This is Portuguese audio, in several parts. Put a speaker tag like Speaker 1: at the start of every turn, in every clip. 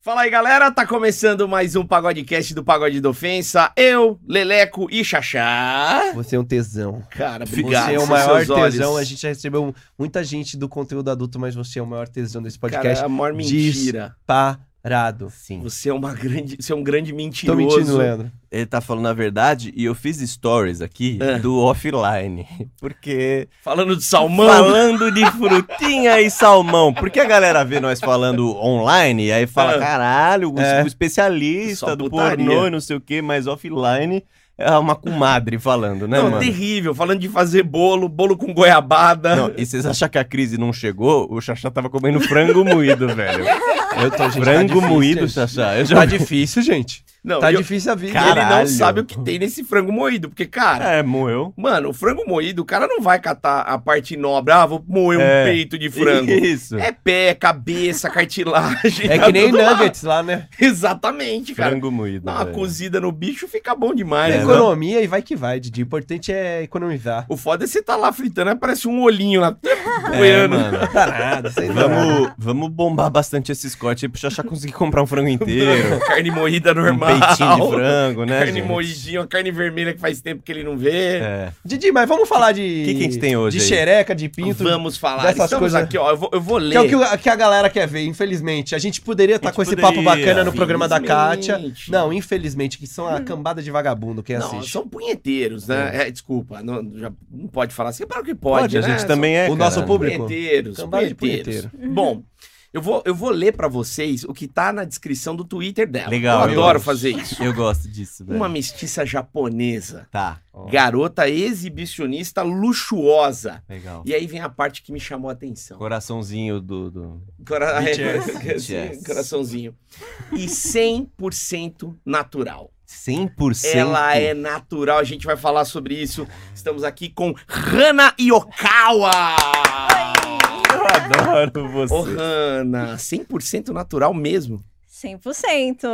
Speaker 1: Fala aí, galera. Tá começando mais um Pagodecast do Pagode da Ofensa. Eu, Leleco e Xaxá.
Speaker 2: Você é um tesão.
Speaker 1: Cara,
Speaker 2: Você é
Speaker 1: são
Speaker 2: o maior
Speaker 1: seus olhos.
Speaker 2: tesão. A gente já recebeu um- muita gente do conteúdo adulto, mas você é o maior tesão desse
Speaker 1: Cara,
Speaker 2: podcast.
Speaker 1: é a maior mentira.
Speaker 2: Parado. Sim.
Speaker 1: Você é uma grande, você é um grande
Speaker 2: Tô
Speaker 1: mentiroso.
Speaker 2: mentindo, Leandro.
Speaker 3: Ele tá falando a verdade e eu fiz stories aqui
Speaker 1: É.
Speaker 3: do offline. Porque.
Speaker 1: Falando de salmão.
Speaker 3: Falando de frutinha e salmão. Porque a galera vê nós falando online e aí fala:
Speaker 1: Ah.
Speaker 3: caralho, o,
Speaker 2: É.
Speaker 3: o especialista
Speaker 1: Só
Speaker 3: do
Speaker 1: putaria."
Speaker 3: pornô e não sei o que, mas offline é uma comadre falando, né,
Speaker 1: Não,
Speaker 3: mano?
Speaker 1: terrível. Falando de fazer bolo, bolo com goiabada.
Speaker 3: Não, e vocês acham que a crise não chegou? O Xaxá tava comendo frango moído, velho.
Speaker 2: Eu tô, gente, tá
Speaker 3: frango
Speaker 2: difícil,
Speaker 3: moído,
Speaker 2: gente.
Speaker 3: Xaxá. Eu já
Speaker 2: Tá difícil, gente.
Speaker 1: Não,
Speaker 2: tá
Speaker 1: e eu-
Speaker 2: difícil a vida.
Speaker 1: e ele não
Speaker 3: Caralho.
Speaker 1: sabe o que tem nesse frango moído, porque cara,
Speaker 3: É, moeu.
Speaker 1: mano, o frango moído, o cara não vai catar a parte nobre. Ah, vou moer um
Speaker 3: É.
Speaker 1: peito de frango.
Speaker 3: Isso.
Speaker 1: É pé, cabeça, cartilagem.
Speaker 2: É
Speaker 1: tá
Speaker 2: que nem
Speaker 1: tudo lá.
Speaker 2: nuggets lá, né?
Speaker 1: Exatamente, cara.
Speaker 3: frango moído.
Speaker 1: Dá uma
Speaker 3: velho.
Speaker 1: cozida no bicho, fica bom demais.
Speaker 3: É,
Speaker 1: né?
Speaker 2: Economia e vai que vai, Didi. O importante é economizar.
Speaker 1: O foda é você tá lá fritando, aí parece um olhinho lá,
Speaker 3: É,
Speaker 1: boiando.
Speaker 3: mano.
Speaker 2: Tá nada, sei lá.
Speaker 3: Vamos, vamos bombar bastante esses cortes aí pro Xaxá conseguir comprar um frango inteiro.
Speaker 1: carne moída
Speaker 3: um
Speaker 1: normal.
Speaker 3: peitinho de frango, né?
Speaker 1: Carne
Speaker 3: gente?
Speaker 1: moidinha, uma carne vermelha que faz tempo que ele não vê.
Speaker 3: É.
Speaker 2: Didi, mas vamos falar de.
Speaker 3: Que que a gente tem hoje
Speaker 2: De
Speaker 3: aí?
Speaker 2: xereca, de pinto.
Speaker 1: Vamos falar.
Speaker 2: Dessas
Speaker 1: Estamos
Speaker 2: coisas-
Speaker 1: aqui, ó. Eu vou, eu vou ler.
Speaker 2: Que é o que, o- que a galera quer ver, infelizmente. A gente poderia estar
Speaker 3: gente
Speaker 2: com esse
Speaker 3: poderia,
Speaker 2: papo bacana no programa da Kátia.
Speaker 1: infelizmente.
Speaker 2: Não, infelizmente, que são a cambada de vagabundo que
Speaker 1: Não,
Speaker 2: assiste.
Speaker 1: são punheteiros, né? É, desculpa, não, já não pode falar assim. Claro que pode,
Speaker 3: Pode, a
Speaker 1: né?
Speaker 3: gente também é.
Speaker 2: o nosso
Speaker 3: cara.
Speaker 1: São
Speaker 2: público.
Speaker 1: punheteiros,
Speaker 2: Cambada de
Speaker 1: punheteiros. Uhum. Bom, eu vou, eu vou ler pra vocês o que tá na descrição do Twitter dela.
Speaker 3: Legal,
Speaker 1: Eu
Speaker 3: eu
Speaker 1: adoro
Speaker 3: gosto.
Speaker 1: fazer isso.
Speaker 3: Eu gosto disso, velho.
Speaker 1: Uma mestiça japonesa
Speaker 3: Tá.
Speaker 1: Garota exibicionista luxuosa.
Speaker 3: Legal.
Speaker 1: E aí vem a parte que me chamou a atenção.
Speaker 3: Coraçãozinho do. do-
Speaker 1: Cora-
Speaker 3: BTS.
Speaker 1: Sim, Coraçãozinho. E 100% natural.
Speaker 3: 100%.
Speaker 1: Ela é natural, a gente vai falar sobre isso. Estamos aqui com Hana Yokawa.
Speaker 3: Eu adoro você.
Speaker 1: Ô, Hana, 100% natural mesmo.
Speaker 4: 100%.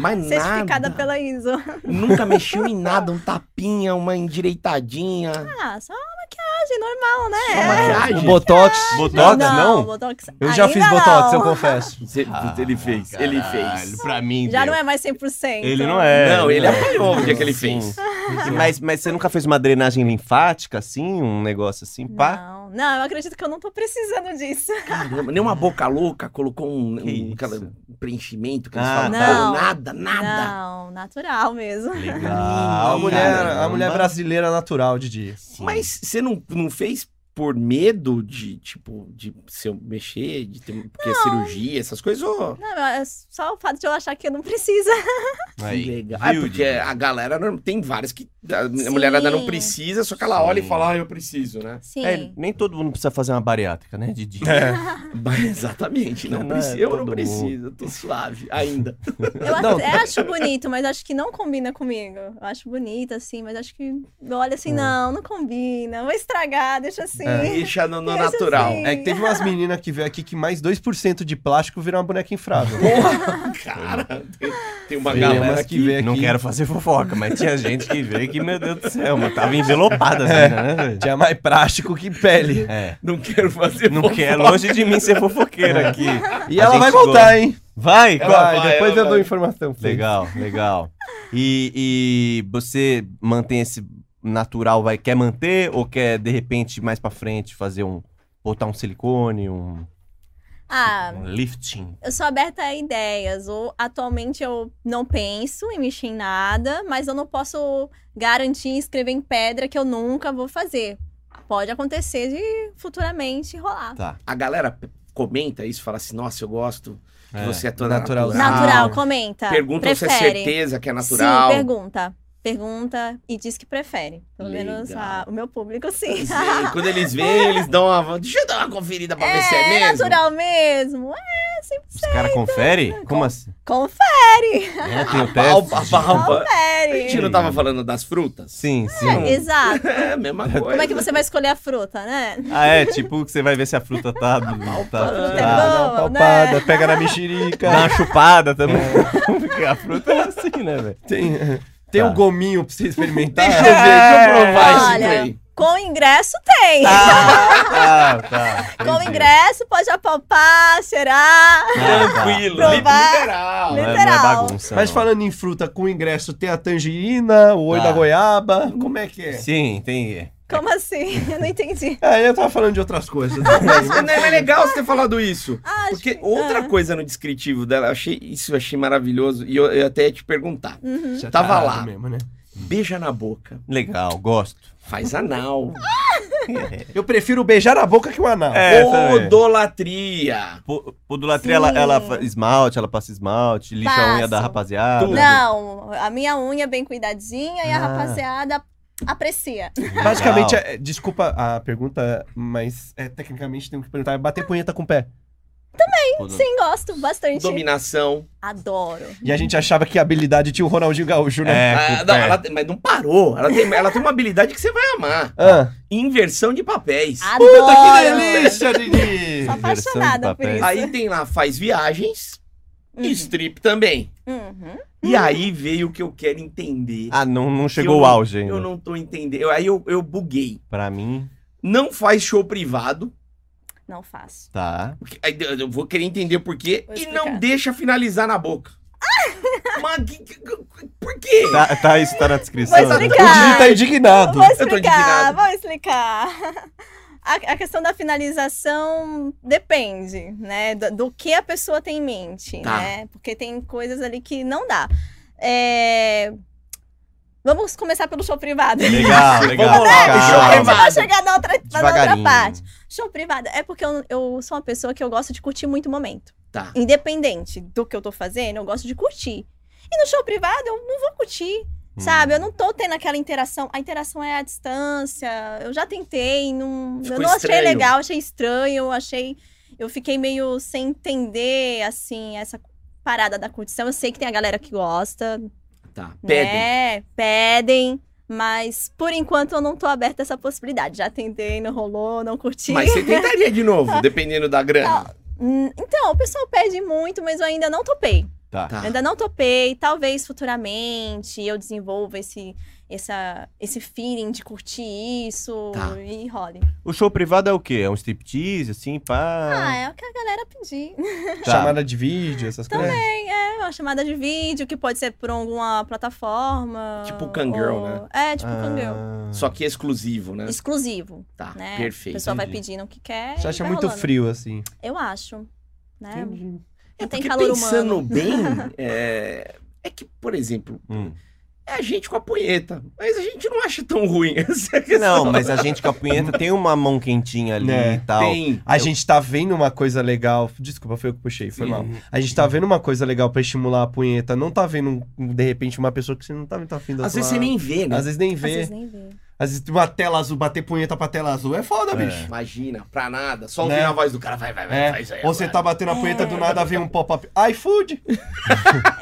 Speaker 1: Mas
Speaker 4: Certificada
Speaker 1: É nada.
Speaker 4: pela ISO.
Speaker 1: Nunca mexeu em nada, um tapinha, uma endireitadinha.
Speaker 4: Ah, só uma maquiagem normal, né?
Speaker 1: Só É maquiagem?
Speaker 2: O Botox.
Speaker 3: Botox, não?
Speaker 4: Botox.
Speaker 2: Eu já
Speaker 4: ainda
Speaker 2: fiz Botox,
Speaker 4: não.
Speaker 2: eu confesso.
Speaker 1: Você-
Speaker 3: Ah,
Speaker 1: ele fez, ele fez.
Speaker 3: Pra mim,
Speaker 4: Já
Speaker 3: deu.
Speaker 4: não é mais 100%.
Speaker 3: Ele não é.
Speaker 1: Não, ele apanhou o dia que ele
Speaker 3: Sim.
Speaker 1: fez.
Speaker 3: Mas, mas você nunca fez uma drenagem linfática, assim? Um negócio assim, pá?
Speaker 4: Não, não, eu acredito que eu não tô precisando disso.
Speaker 1: Caramba, nem uma boca louca colocou um,
Speaker 3: Que
Speaker 1: um,
Speaker 3: isso?
Speaker 1: aquela- um preenchimento que eles
Speaker 3: Ah,
Speaker 1: falam.
Speaker 4: tá.
Speaker 1: Não,
Speaker 4: Não.
Speaker 1: nada, nada.
Speaker 4: Não, natural mesmo.
Speaker 3: Legal.
Speaker 2: A mulher, a
Speaker 3: caramba.
Speaker 2: mulher brasileira natural, Didi.
Speaker 1: Mas você não, não fez por medo de, tipo, de se eu mexer, de ter, porque é cirurgia, essas coisas? Ou...
Speaker 4: Não, é só o fato de eu achar que eu não precisa.
Speaker 3: Aí,
Speaker 1: Que legal.
Speaker 3: viu,
Speaker 1: Ah, porque
Speaker 3: Didi?
Speaker 1: a galera, não- tem várias que a
Speaker 4: Sim.
Speaker 1: mulherada não precisa, só que ela olha e
Speaker 3: Sim.
Speaker 1: fala, ah, eu preciso, né?
Speaker 4: Sim.
Speaker 3: É, nem todo mundo precisa fazer uma bariátrica, né, Didi?
Speaker 1: Mas, exatamente, não,
Speaker 3: Não é
Speaker 1: precisa. Eu não
Speaker 3: todo
Speaker 1: preciso, eu tô suave ainda.
Speaker 4: Eu ac-
Speaker 2: Não.
Speaker 4: é, acho bonito, mas acho que não combina comigo. Eu acho bonito, assim, mas acho que eu olho
Speaker 3: É.
Speaker 4: assim, não, não combina. Vou estragar, deixa assim.
Speaker 1: Deixa no, no
Speaker 4: Deixa
Speaker 1: natural.
Speaker 4: assim.
Speaker 2: É que teve umas meninas que veio aqui que mais 2% de plástico virou uma boneca infrável.
Speaker 1: Porra, cara, tem, tem uma
Speaker 2: Tem
Speaker 1: galera
Speaker 2: umas
Speaker 1: que
Speaker 2: que vê
Speaker 3: Não
Speaker 2: aqui.
Speaker 3: quero fazer fofoca, mas tinha gente que veio que, meu Deus do céu, mas tava envelopada, assim, né, velho?
Speaker 2: Tinha mais plástico que pele.
Speaker 3: É.
Speaker 1: Não quero fazer
Speaker 3: Não
Speaker 1: fofoca.
Speaker 3: quer, é longe de mim ser fofoqueira aqui.
Speaker 2: E
Speaker 3: A
Speaker 2: ela
Speaker 3: gente
Speaker 2: vai
Speaker 3: gosta.
Speaker 2: voltar, hein?
Speaker 3: Vai,
Speaker 2: Vai,
Speaker 3: qual-
Speaker 1: vai,
Speaker 2: depois
Speaker 1: ela
Speaker 2: eu dou
Speaker 1: vai.
Speaker 2: informação. pra vocês.
Speaker 3: Legal, legal. E, e você mantém esse natural, vai, quer manter ou quer, de repente, mais pra frente, fazer um, botar um silicone, um,
Speaker 4: Ah,
Speaker 3: um lifting?
Speaker 4: Eu sou aberta a ideias. Ou atualmente eu não penso em mexer em nada, mas eu não posso garantir escrever em pedra que eu nunca vou fazer. Pode acontecer de futuramente rolar.
Speaker 3: Tá.
Speaker 1: A galera p- comenta isso, fala assim, nossa, eu gosto que
Speaker 3: É,
Speaker 1: você é toda natural.
Speaker 2: natural.
Speaker 4: Natural, comenta.
Speaker 1: Ah. Pergunta se é
Speaker 4: prefere.
Speaker 1: certeza que é natural.
Speaker 4: Sim, pergunta. Pergunta e diz que prefere. Pelo menos
Speaker 1: Legal.
Speaker 4: a- o meu público, sim.
Speaker 1: Sim, quando eles veem, eles dão uma... Deixa eu dar uma conferida pra ver se é
Speaker 4: é
Speaker 1: mesmo.
Speaker 4: natural mesmo. É,
Speaker 3: Os caras conferem? Como assim?
Speaker 4: confere,
Speaker 3: É, tem o
Speaker 1: Palpa,
Speaker 3: teste?
Speaker 1: palpa. A
Speaker 4: confere.
Speaker 1: gente não tava falando das frutas?
Speaker 3: Sim, sim.
Speaker 1: É,
Speaker 4: Exato.
Speaker 1: É, a mesma coisa.
Speaker 4: Como é que você vai escolher a fruta, né?
Speaker 3: Ah, é? Tipo que você vai ver se a fruta tá. tá,
Speaker 1: Ah,
Speaker 4: fruta
Speaker 3: tá-
Speaker 4: é
Speaker 2: Dá uma
Speaker 4: Não, né?
Speaker 2: palpada, pega na mexerica.
Speaker 3: Dá uma chupada também. Porque a fruta é assim, né, velho?
Speaker 2: Tem, tem
Speaker 3: Tá. É.
Speaker 2: um gominho pra você experimentar?
Speaker 1: Deixa eu ver, deixa eu provar
Speaker 4: Olha.
Speaker 1: isso daí.
Speaker 4: Com ingresso tem.
Speaker 3: Tá, tá, tá.
Speaker 4: Ah. Com
Speaker 3: entendi.
Speaker 4: ingresso pode apalpar, cheirar.
Speaker 3: Ah, tá.
Speaker 1: Tranquilo,
Speaker 4: Provar.
Speaker 1: li- liberal.
Speaker 3: Não é, não é
Speaker 4: Literal.
Speaker 3: bagunça.
Speaker 2: Mas
Speaker 3: não.
Speaker 2: falando em fruta com ingresso, tem a tangerina, o oi
Speaker 3: Tá.
Speaker 2: da goiaba, como é que é?
Speaker 3: Sim, entendi.
Speaker 4: Como assim? Eu não entendi.
Speaker 2: É, eu tava falando de outras coisas.
Speaker 1: Mas não é legal você ter falado isso.
Speaker 4: Ah, acho
Speaker 1: Porque
Speaker 4: que-
Speaker 1: outra
Speaker 4: ah.
Speaker 1: coisa no descritivo dela, eu achei isso, eu achei maravilhoso. E eu, eu até ia te perguntar:
Speaker 4: Uhum.
Speaker 2: Já
Speaker 1: Tava
Speaker 2: tá
Speaker 1: lá.
Speaker 2: Mesmo, né?
Speaker 1: beija na boca,
Speaker 3: Legal, gosto.
Speaker 1: faz anal,
Speaker 2: Eu prefiro beijar na boca que o anal.
Speaker 3: É, também.
Speaker 1: odolatria.
Speaker 3: Po- Podolatria, ela,
Speaker 4: Sim.
Speaker 3: ela fa- esmalte, ela passa esmalte, lixa a unha
Speaker 4: Passo.
Speaker 3: da rapaziada.
Speaker 1: Tudo.
Speaker 4: Não, a minha unha é bem cuidadinha e a
Speaker 3: Ah.
Speaker 4: rapaziada aprecia.
Speaker 2: Basicamente, é- desculpa a pergunta, mas é, tecnicamente tenho que perguntar, é bater punheta com o pé.
Speaker 3: Podo-
Speaker 4: Sim, gosto bastante.
Speaker 1: Dominação.
Speaker 4: Adoro.
Speaker 2: E a gente achava que a habilidade tinha o Ronaldinho Gaúcho, né?
Speaker 3: É,
Speaker 1: Ah,
Speaker 3: com o
Speaker 1: não,
Speaker 3: pé.
Speaker 1: ela tem- mas não parou. Ela tem, ela tem uma habilidade que você vai amar:
Speaker 2: Ah.
Speaker 1: inversão de papéis.
Speaker 4: Adoro.
Speaker 2: Dini!
Speaker 4: Sou
Speaker 3: Inversão de
Speaker 4: apaixonada por
Speaker 3: papéis.
Speaker 4: isso.
Speaker 1: Aí tem lá, faz viagens,
Speaker 4: Uhum.
Speaker 1: strip também.
Speaker 4: Uhum.
Speaker 1: E aí veio o que eu quero entender.
Speaker 3: Ah, não, não
Speaker 1: que
Speaker 3: chegou
Speaker 1: eu
Speaker 3: o
Speaker 1: não-
Speaker 3: auge ainda.
Speaker 1: Eu não tô entendendo. Eu- Aí eu, eu buguei.
Speaker 3: Pra mim,
Speaker 1: Não faz show privado.
Speaker 4: Não faço.
Speaker 3: tá.
Speaker 1: porque- aí eu eu vou querer entender por quê.
Speaker 4: Vou
Speaker 1: E
Speaker 4: explicar.
Speaker 1: não deixa finalizar na boca. Mas que- que- que- por quê?
Speaker 3: Tá, tá isso tá na descrição.
Speaker 4: Mas
Speaker 3: né?
Speaker 4: ele-
Speaker 2: O Didi tá indignado.
Speaker 4: Vou
Speaker 1: tô
Speaker 4: explicar,
Speaker 1: indignado.
Speaker 4: vou explicar. A, a questão da finalização depende, né? Do, do que a pessoa tem em mente,
Speaker 1: Tá.
Speaker 4: né? Porque tem coisas ali que não dá. É, Vamos começar pelo show privado.
Speaker 3: Legal, legal.
Speaker 1: Vamos lá,
Speaker 3: Calma,
Speaker 1: show
Speaker 4: Gente, eu
Speaker 1: privado.
Speaker 4: vou chegar na outra, na outra
Speaker 3: devagarinho.
Speaker 4: parte. Show privado é porque eu, eu sou uma pessoa que eu gosto de curtir muito o momento.
Speaker 1: Tá.
Speaker 4: Independente do que eu tô fazendo, eu gosto de curtir. E no show privado eu não vou curtir,
Speaker 3: Hum.
Speaker 4: sabe? Eu não tô tendo aquela interação. A interação é à distância. Eu já tentei, não,
Speaker 1: Ficou
Speaker 4: eu não achei
Speaker 1: estranho.
Speaker 4: legal, achei estranho, eu achei. Eu fiquei meio sem entender, assim, essa parada da curtição. Eu sei que tem a galera que gosta,
Speaker 1: Tá. Pedem.
Speaker 4: né? Pedem. Mas por enquanto eu não tô aberta a essa possibilidade. Já tentei, não rolou, não curti.
Speaker 1: Mas você tentaria de novo, dependendo da grana.
Speaker 4: Hum, Então, o pessoal pede muito, mas eu ainda não topei.
Speaker 3: Tá.
Speaker 1: Tá.
Speaker 4: Eu ainda não topei. Talvez futuramente eu desenvolva esse, essa, esse feeling de curtir isso
Speaker 1: Tá.
Speaker 4: e role.
Speaker 3: O show privado é o quê? É um striptease, assim,
Speaker 4: Ah,
Speaker 3: pá.
Speaker 4: é o que a galera pedir.
Speaker 3: Tá.
Speaker 2: Chamada de vídeo, essas coisas.
Speaker 4: É uma chamada de vídeo que pode ser por alguma plataforma.
Speaker 1: Tipo Kangirl, né?
Speaker 4: É,
Speaker 2: Ah.
Speaker 4: tipo Kangirl.
Speaker 1: Só que exclusivo, né?
Speaker 4: Exclusivo,
Speaker 1: Tá.
Speaker 4: né? A
Speaker 1: Perfeito.
Speaker 4: pessoa vai
Speaker 3: Entendi.
Speaker 4: pedindo o que quer.
Speaker 2: Você
Speaker 4: e
Speaker 2: acha
Speaker 4: vai
Speaker 2: muito
Speaker 4: É, tá rolando.
Speaker 2: frio, assim.
Speaker 4: Eu acho. Né?
Speaker 3: Entendi.
Speaker 1: É
Speaker 4: Não tem
Speaker 1: porque
Speaker 4: calor
Speaker 1: pensando
Speaker 4: humano.
Speaker 1: bem, é... é que, por exemplo,
Speaker 3: Hum.
Speaker 1: é a gente com a punheta. Mas a gente não acha tão ruim essa questão.
Speaker 3: Não, mas a gente com a punheta tem uma mão quentinha ali
Speaker 2: Né,
Speaker 3: e tal.
Speaker 1: Tem.
Speaker 2: A gente tá vendo uma coisa legal. Desculpa, foi eu que puxei, foi
Speaker 1: Sim.
Speaker 2: mal. A gente
Speaker 1: Uhum.
Speaker 2: tá vendo uma coisa legal pra estimular a punheta. Não tá vendo, um- um, de repente, uma pessoa que você não tá muito afim da
Speaker 1: Às
Speaker 2: sua-
Speaker 1: vezes você nem vê, né?
Speaker 2: Às vezes nem
Speaker 4: Às
Speaker 2: vê. Às
Speaker 4: vezes
Speaker 2: vezes,
Speaker 4: nem vê.
Speaker 2: uma tela azul, bater punheta pra tela azul. É foda,
Speaker 3: É.
Speaker 2: bicho.
Speaker 1: Imagina, pra nada. Só
Speaker 2: Né?
Speaker 1: ouvindo a voz do cara, vai, vai, vai,
Speaker 2: É.
Speaker 1: faz aí.
Speaker 2: Ou você tá
Speaker 1: agora.
Speaker 2: batendo a punheta
Speaker 4: É.
Speaker 2: do nada, vem um pop-up. iFood!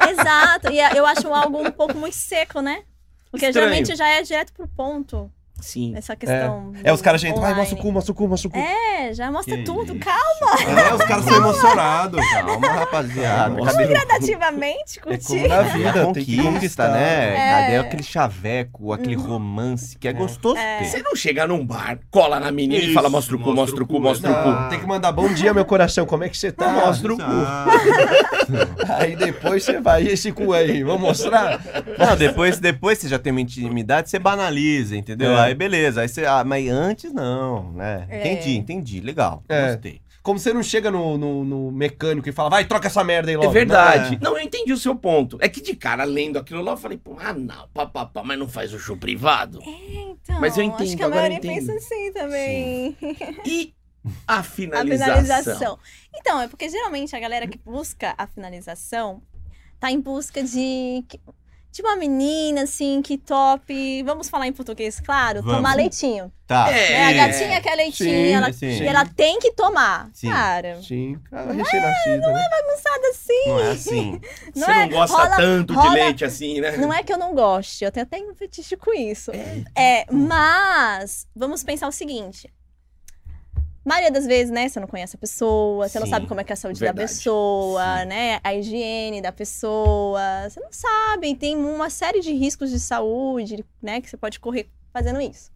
Speaker 4: Exato. E eu acho algo um pouco muito seco, né? Porque
Speaker 1: Estranho.
Speaker 4: geralmente já é direto pro ponto.
Speaker 1: Sim.
Speaker 4: Essa questão.
Speaker 2: É, os caras já entram.
Speaker 4: online.
Speaker 2: Ai, mostra o cu, mostra o cu, mostra o cu.
Speaker 4: É, já mostra
Speaker 3: Que
Speaker 4: tudo,
Speaker 3: isso.
Speaker 4: calma.
Speaker 2: É, os caras são emocionados.
Speaker 3: Calma, rapaziada.
Speaker 1: Nossa.
Speaker 3: Cadê-
Speaker 4: Gradativamente,
Speaker 2: É
Speaker 4: curtir.
Speaker 2: como na
Speaker 3: É a
Speaker 2: vida, tem que
Speaker 3: conquista,
Speaker 2: conquistar,
Speaker 3: né?
Speaker 4: É.
Speaker 3: Cadê aquele chaveco, aquele romance que é,
Speaker 2: É.
Speaker 3: gostoso
Speaker 4: É.
Speaker 3: ter?
Speaker 1: Você não chega num bar, cola na menina e
Speaker 3: Isso,
Speaker 1: fala, mostra o cu, mostra o cu, mostra o cu.
Speaker 2: Ah, Tem que mandar bom dia, meu coração. Como é que você tá?
Speaker 1: Mostra o cu.
Speaker 2: Aí depois você vai, e esse cu aí, vamos mostrar?
Speaker 3: Não, depois, depois você já tem uma intimidade, você banaliza, entendeu?
Speaker 2: É.
Speaker 3: Aí beleza. Aí você, ah, mas antes não, né?
Speaker 4: É.
Speaker 3: Entendi, entendi. Legal.
Speaker 2: É.
Speaker 3: Gostei.
Speaker 2: Como você não chega no, no- no mecânico e fala, vai, troca essa merda aí logo.
Speaker 1: É
Speaker 2: né?
Speaker 1: verdade. Não, eu entendi o seu ponto. É que de cara, lendo aquilo lá, eu falei, pô, ah, não, papapá, mas não faz o show privado.
Speaker 4: Então,
Speaker 1: Mas eu
Speaker 4: acho
Speaker 1: entendo,
Speaker 4: que a
Speaker 1: agora
Speaker 4: maioria
Speaker 1: eu entendo.
Speaker 4: pensa assim também.
Speaker 1: E a
Speaker 4: A
Speaker 1: finalização.
Speaker 4: finalização. Então, é porque geralmente a galera que busca a finalização tá em busca de. De uma menina, assim, que top. Vamos falar em português, claro?
Speaker 3: Vamos.
Speaker 4: Tomar leitinho.
Speaker 3: Tá.
Speaker 1: É.
Speaker 4: né? A gatinha quer leitinho,
Speaker 2: Sim,
Speaker 4: ela,
Speaker 3: sim.
Speaker 4: e ela tem que tomar.
Speaker 3: Sim.
Speaker 4: Cara,
Speaker 2: é. Sim, cara, recém-nascido. né?
Speaker 4: nada assim.
Speaker 3: Não é assim.
Speaker 1: Você
Speaker 4: Não
Speaker 1: não,
Speaker 4: é?
Speaker 1: gosta
Speaker 4: Rola-
Speaker 1: tanto
Speaker 4: rola-
Speaker 1: de leite assim, né?
Speaker 4: Não é que eu não goste, eu tenho até um fetiche com isso.
Speaker 1: É.
Speaker 4: É, mas vamos pensar o seguinte. Maioria das vezes, né, você não conhece a pessoa, você não
Speaker 3: Sim,
Speaker 4: sabe como é que é a saúde da
Speaker 1: verdade.
Speaker 4: pessoa,
Speaker 3: Sim.
Speaker 4: né, a higiene da pessoa, você não sabe, tem uma série de riscos de saúde, né, que você pode correr fazendo isso.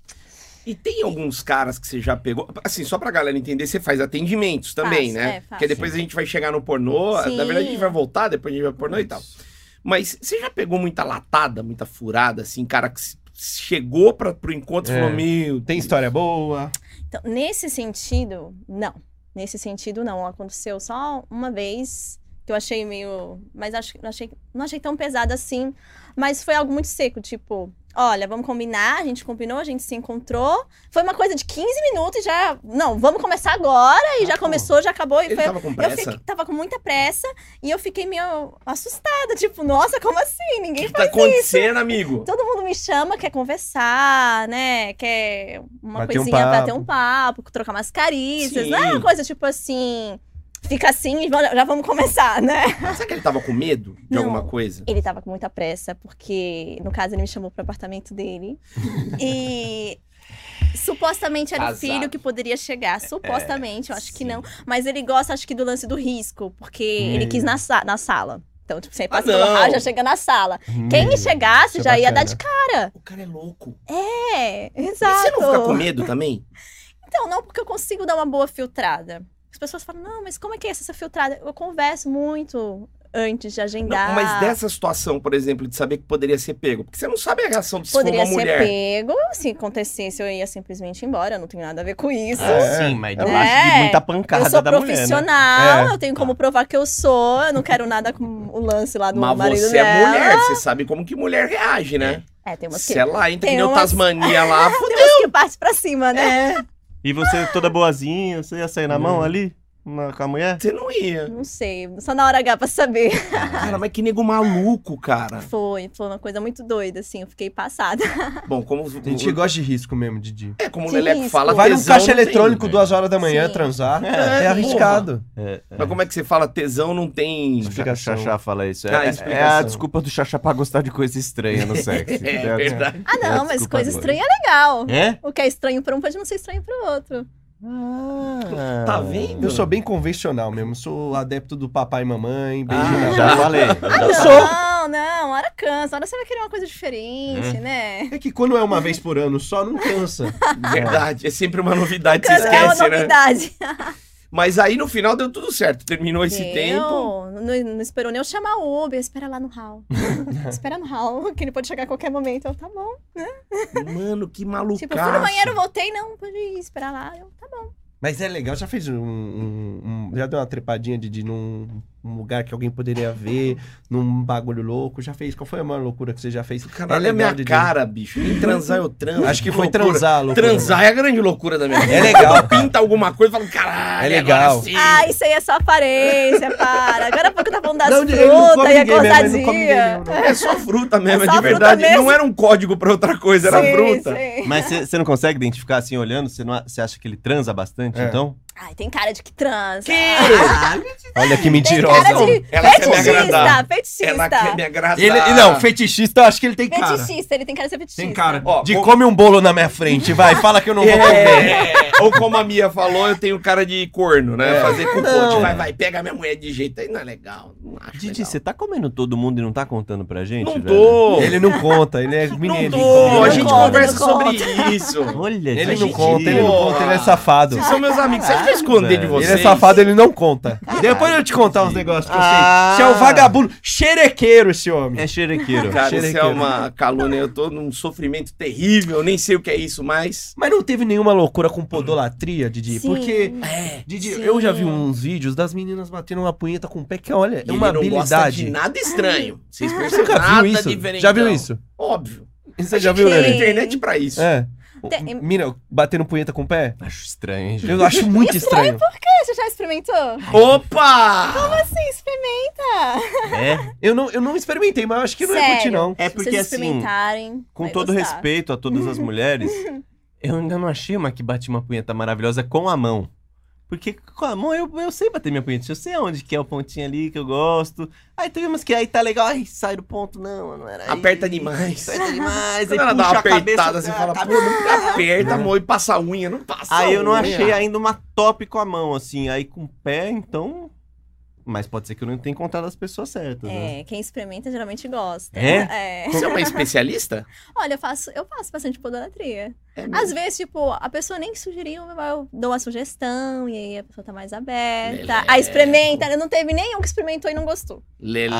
Speaker 1: E tem alguns caras que você já pegou. Assim, só pra galera entender, você faz atendimentos também,
Speaker 4: Faço,
Speaker 1: né?
Speaker 4: é, faço.
Speaker 1: Porque depois a gente vai chegar no pornô.
Speaker 4: Sim.
Speaker 1: Na verdade, a gente vai voltar, depois a gente vai pro pornô e tal. Mas você já pegou muita latada, muita furada, assim, cara que s- chegou pra, pro encontro e
Speaker 2: É.
Speaker 1: falou: Meu,
Speaker 2: Tem história boa.
Speaker 4: Então, nesse sentido, não. Nesse sentido, não. Aconteceu só uma vez que eu achei meio. Mas acho, não, achei, não achei tão pesado assim. Mas foi algo muito seco, tipo. Olha, vamos combinar, a gente combinou, a gente se encontrou. Foi uma coisa de 15 minutos e já. Não, vamos começar agora. E já
Speaker 3: pô.
Speaker 4: começou, já acabou. E
Speaker 1: Ah, tá Ele
Speaker 4: foi
Speaker 1: tava com
Speaker 4: eu
Speaker 1: pressa.
Speaker 4: fiquei- tava com muita pressa e eu fiquei meio assustada. Tipo, nossa, como assim?
Speaker 1: O que,
Speaker 4: Ninguém
Speaker 1: que tá acontecendo, amigo?
Speaker 4: Todo mundo me chama, quer conversar, né? Quer uma
Speaker 2: Bater um
Speaker 4: coisinha pra ter
Speaker 2: papo.
Speaker 4: um papo, trocar umas carícias.
Speaker 1: Sim.
Speaker 4: Não é uma coisa tipo assim, fica assim e bora- já vamos começar, né?
Speaker 1: Será que ele tava com medo de
Speaker 4: Não.
Speaker 1: alguma coisa?
Speaker 4: Ele tava com muita pressa, porque, no caso, ele me chamou pro apartamento dele. e supostamente era o
Speaker 1: Casado.
Speaker 4: filho que poderia chegar. Supostamente, eu acho que
Speaker 3: sim.
Speaker 4: não. Mas ele gosta, acho que, do lance do risco, porque ele
Speaker 2: Hum.
Speaker 4: quis na, sa- na sala. Então, tipo, você passa
Speaker 1: não.
Speaker 4: pelo hall, já chega na sala.
Speaker 3: Hum,
Speaker 4: Quem chegasse
Speaker 2: isso é
Speaker 4: já ia dar
Speaker 2: bacana.
Speaker 4: de cara.
Speaker 1: O cara é louco.
Speaker 4: É,
Speaker 1: E
Speaker 4: exato.
Speaker 1: você não fica com medo também?
Speaker 4: Então, não, porque eu consigo dar uma boa filtrada. As pessoas falam, não, mas como é que é essa filtrada? Eu converso muito antes de
Speaker 1: Não,
Speaker 4: agendar.
Speaker 1: mas dessa situação, por exemplo, de saber que poderia ser pego. Porque você não sabe a reação de se for
Speaker 4: Poderia
Speaker 1: uma
Speaker 4: ser
Speaker 1: mulher.
Speaker 4: pego, se acontecesse, eu ia simplesmente embora, eu não tenho nada a ver com isso.
Speaker 3: Ah, sim, mas
Speaker 2: É.
Speaker 3: eu acho de muita pancada
Speaker 4: eu sou
Speaker 3: da mulher, né?
Speaker 4: profissional,
Speaker 2: É.
Speaker 4: eu tenho como provar que eu sou, eu não quero nada com o lance lá do
Speaker 1: Mas
Speaker 4: marido
Speaker 1: você é
Speaker 4: dela.
Speaker 1: mulher, você sabe como que mulher reage, né?
Speaker 4: É, tem umas que,
Speaker 1: Se ela entra que
Speaker 4: tem
Speaker 1: nem o
Speaker 4: umas-
Speaker 1: Tasmania lá,
Speaker 4: tem umas que parte pra cima, né?
Speaker 1: É.
Speaker 3: E você toda boazinha, você ia sair na mão
Speaker 2: Hum.
Speaker 3: ali? na- com a mulher?
Speaker 1: você não ia.
Speaker 4: Não sei, só na hora H pra saber.
Speaker 1: Cara, mas que nego maluco, cara.
Speaker 4: Foi, foi uma coisa muito doida, assim, eu fiquei passada.
Speaker 1: Bom, como.
Speaker 2: A gente gosta de risco mesmo, Didi.
Speaker 1: É, como o
Speaker 4: de
Speaker 1: Leleco
Speaker 4: risco.
Speaker 1: fala,
Speaker 2: Vai num
Speaker 1: tesão
Speaker 2: caixa
Speaker 1: não tem.
Speaker 2: eletrônico
Speaker 3: velho.
Speaker 2: duas horas da manhã
Speaker 4: Sim.
Speaker 2: transar.
Speaker 1: É,
Speaker 2: É, arriscado.
Speaker 1: Mas como é que você fala tesão não tem.
Speaker 3: O
Speaker 2: Explicação.
Speaker 3: Xaxá fala isso. É,
Speaker 1: Ah,
Speaker 3: é, a
Speaker 2: explicação.
Speaker 3: desculpa do Xaxá pra gostar de coisa estranha no sexo.
Speaker 1: É verdade.
Speaker 4: Ah, não,
Speaker 3: É,
Speaker 4: mas
Speaker 3: desculpa,
Speaker 4: coisa
Speaker 3: amor.
Speaker 4: estranha é legal.
Speaker 3: É?
Speaker 4: O que é estranho pra um pode não ser estranho pro outro.
Speaker 3: Ah.
Speaker 1: Tá vendo?
Speaker 2: Eu sou bem convencional mesmo. Sou adepto do papai e mamãe, beijo
Speaker 1: Ah,
Speaker 2: na
Speaker 3: Já falei.
Speaker 4: Ah,
Speaker 3: já
Speaker 4: não,
Speaker 3: falei.
Speaker 4: não, não, hora cansa, hora você vai querer uma coisa diferente,
Speaker 1: Hum.
Speaker 4: né?
Speaker 2: É que quando é uma vez por ano só, não cansa.
Speaker 1: Verdade. É sempre uma novidade, você
Speaker 4: Cansa é uma
Speaker 1: esquece, né?
Speaker 4: novidade.
Speaker 1: Mas aí no final deu tudo certo. Terminou esse
Speaker 4: Deu,
Speaker 1: tempo.
Speaker 4: Não, não esperou nem eu chamar o Uber, espera lá no hall. espera no hall, que ele pode chegar a qualquer momento. Eu, tá bom.
Speaker 1: Mano, que malucaço.
Speaker 4: Tipo, eu fui no banheiro, voltei, não, pode ir, esperar lá. Eu, tá bom.
Speaker 2: Mas é legal, já fez um. um- um- já deu uma trepadinha de, de num um lugar que alguém poderia ver, num bagulho louco. Já fez? Qual foi a maior loucura que você já fez?
Speaker 1: Caralho, é a minha
Speaker 2: Didi.
Speaker 1: cara, bicho. Nem transar eu transo.
Speaker 2: Acho que foi
Speaker 1: loucura.
Speaker 2: transar, a loucura.
Speaker 1: Transar é a grande loucura da minha vida.
Speaker 2: É legal.
Speaker 1: Quando Pinta alguma coisa e fala, caralho,
Speaker 2: É legal.
Speaker 1: agora sim.
Speaker 4: Ah, isso aí é só aparência, para. Agora há pouco tá falando das
Speaker 2: Não, ele
Speaker 4: frutas
Speaker 2: não come
Speaker 4: e a
Speaker 2: ninguém mesmo, ele não come ninguém
Speaker 4: gordadinha.
Speaker 2: mesmo,
Speaker 1: É só fruta mesmo,
Speaker 4: É
Speaker 1: é
Speaker 4: só
Speaker 1: de
Speaker 4: fruta
Speaker 1: verdade.
Speaker 4: mesmo.
Speaker 1: Não era um código pra outra coisa, era
Speaker 4: Sim,
Speaker 1: fruta.
Speaker 4: sim.
Speaker 3: Mas você não consegue identificar assim olhando? Você não a- você acha que ele transa bastante,
Speaker 2: É.
Speaker 3: então?
Speaker 4: Ai, tem cara de que transa.
Speaker 2: Olha que
Speaker 4: Tem
Speaker 2: mentirosa.
Speaker 4: cara de
Speaker 1: Ela quer me
Speaker 4: fetichista,
Speaker 1: agradar.
Speaker 4: fetichista.
Speaker 1: Ela quer me agradar.
Speaker 2: Ele, não, fetichista, eu acho que ele tem cara.
Speaker 4: Ah. Fetichista, ele tem cara de ser fetichista.
Speaker 2: Tem cara.
Speaker 1: Ó,
Speaker 2: de
Speaker 1: com-
Speaker 2: come um bolo na minha frente, vai. Fala que eu não vou comer.
Speaker 1: É, ou como a Mia falou, eu tenho cara de corno, né?
Speaker 2: É.
Speaker 1: Fazer com o
Speaker 2: Não.
Speaker 1: coach, vai, vai, pega minha mulher de jeito aí, não é legal. Não acho
Speaker 3: Didi,
Speaker 1: legal.
Speaker 3: você tá comendo todo mundo e não tá contando pra gente?
Speaker 1: Não
Speaker 3: velho?
Speaker 1: tô.
Speaker 2: Ele não conta, ele é
Speaker 1: Não
Speaker 2: mineiro.
Speaker 1: tô. A
Speaker 4: Ele
Speaker 1: gente
Speaker 4: não conta,
Speaker 1: conversa
Speaker 4: não conta.
Speaker 1: sobre isso.
Speaker 3: Olha,
Speaker 2: Ele
Speaker 3: Didi.
Speaker 2: não conta, ele não conta,
Speaker 4: Ah.
Speaker 2: ele é safado.
Speaker 1: Vocês são meus amigos. Sabe o que eu esconder de vocês?
Speaker 2: Ele é safado, ele não conta. Depois eu te contar uns
Speaker 3: Entendi.
Speaker 2: negócios que
Speaker 3: Ah.
Speaker 2: eu sei. Você é um vagabundo xerequeiro, esse homem.
Speaker 3: É xerequeiro.
Speaker 1: Cara, isso é
Speaker 2: Xerequeiro.
Speaker 1: uma calúnia. Eu tô num sofrimento terrível. Eu nem sei o que é isso, mas.
Speaker 2: Mas não teve nenhuma loucura com podolatria, Didi?
Speaker 4: Sim.
Speaker 2: Porque,
Speaker 1: É.
Speaker 2: Didi,
Speaker 4: Sim.
Speaker 2: eu já vi uns vídeos das meninas batendo uma punheta com o pé, que olha, é
Speaker 1: Ele
Speaker 2: uma
Speaker 1: não gosta de
Speaker 2: habilidade.
Speaker 1: nada estranho.
Speaker 4: É. Ah,
Speaker 1: Vocês
Speaker 2: Você
Speaker 1: perceberam?
Speaker 2: nunca
Speaker 1: Nada
Speaker 2: viu isso?
Speaker 1: diferente.
Speaker 2: Já viu
Speaker 1: não.
Speaker 2: isso?
Speaker 1: Óbvio.
Speaker 2: Você já viu,
Speaker 4: Sim.
Speaker 1: Tem
Speaker 2: Lelê?
Speaker 1: internet pra isso.
Speaker 2: É.
Speaker 4: Tem-
Speaker 2: Mina, batendo punheta com o pé?
Speaker 3: Acho estranho, hein, gente.
Speaker 2: Eu acho muito estranho.
Speaker 4: Ah, Você já experimentou? Ah,
Speaker 1: Opa!
Speaker 4: Sim, experimenta.
Speaker 3: É,
Speaker 2: Eu não, eu não experimentei, mas eu acho que não é
Speaker 4: Sério.
Speaker 2: curtir, não.
Speaker 3: É
Speaker 4: Se
Speaker 3: porque,
Speaker 4: vocês
Speaker 3: assim,
Speaker 4: experimentarem,
Speaker 3: com
Speaker 4: vai
Speaker 3: todo
Speaker 4: gostar.
Speaker 3: respeito a todas as mulheres, eu ainda não achei uma que bate uma punheta maravilhosa com a mão. Porque com a mão eu, eu sei bater minha punheta, eu sei onde que é o pontinho ali que eu gosto. Aí tem umas que aí tá legal, ai, sai do ponto, não, não era aí.
Speaker 1: Aperta demais.
Speaker 3: Aperta demais, aí
Speaker 1: Quando ela
Speaker 3: puxa
Speaker 1: dá uma
Speaker 3: a cabeça, ah, tá
Speaker 1: apertada, você
Speaker 3: a
Speaker 1: fala, pô,
Speaker 3: cabeça-
Speaker 1: não
Speaker 2: É.
Speaker 1: aperta, amor, e passa a unha, não passa
Speaker 3: Aí eu não
Speaker 1: a unha.
Speaker 3: achei ainda uma top com a mão, assim. Aí com o pé, então. Mas pode ser que eu não tenha encontrado as pessoas certas, né?
Speaker 4: É, quem experimenta geralmente gosta.
Speaker 3: É?
Speaker 4: É.
Speaker 1: Você é uma especialista?
Speaker 4: Olha, eu faço, eu faço bastante podolatria.
Speaker 1: É
Speaker 4: Às vezes, tipo, a pessoa nem sugeriu, mas eu dou uma sugestão, e aí a pessoa tá mais aberta.
Speaker 1: Leleco.
Speaker 4: Aí experimenta, né? não teve nenhum que experimentou e não gostou.
Speaker 1: Lele,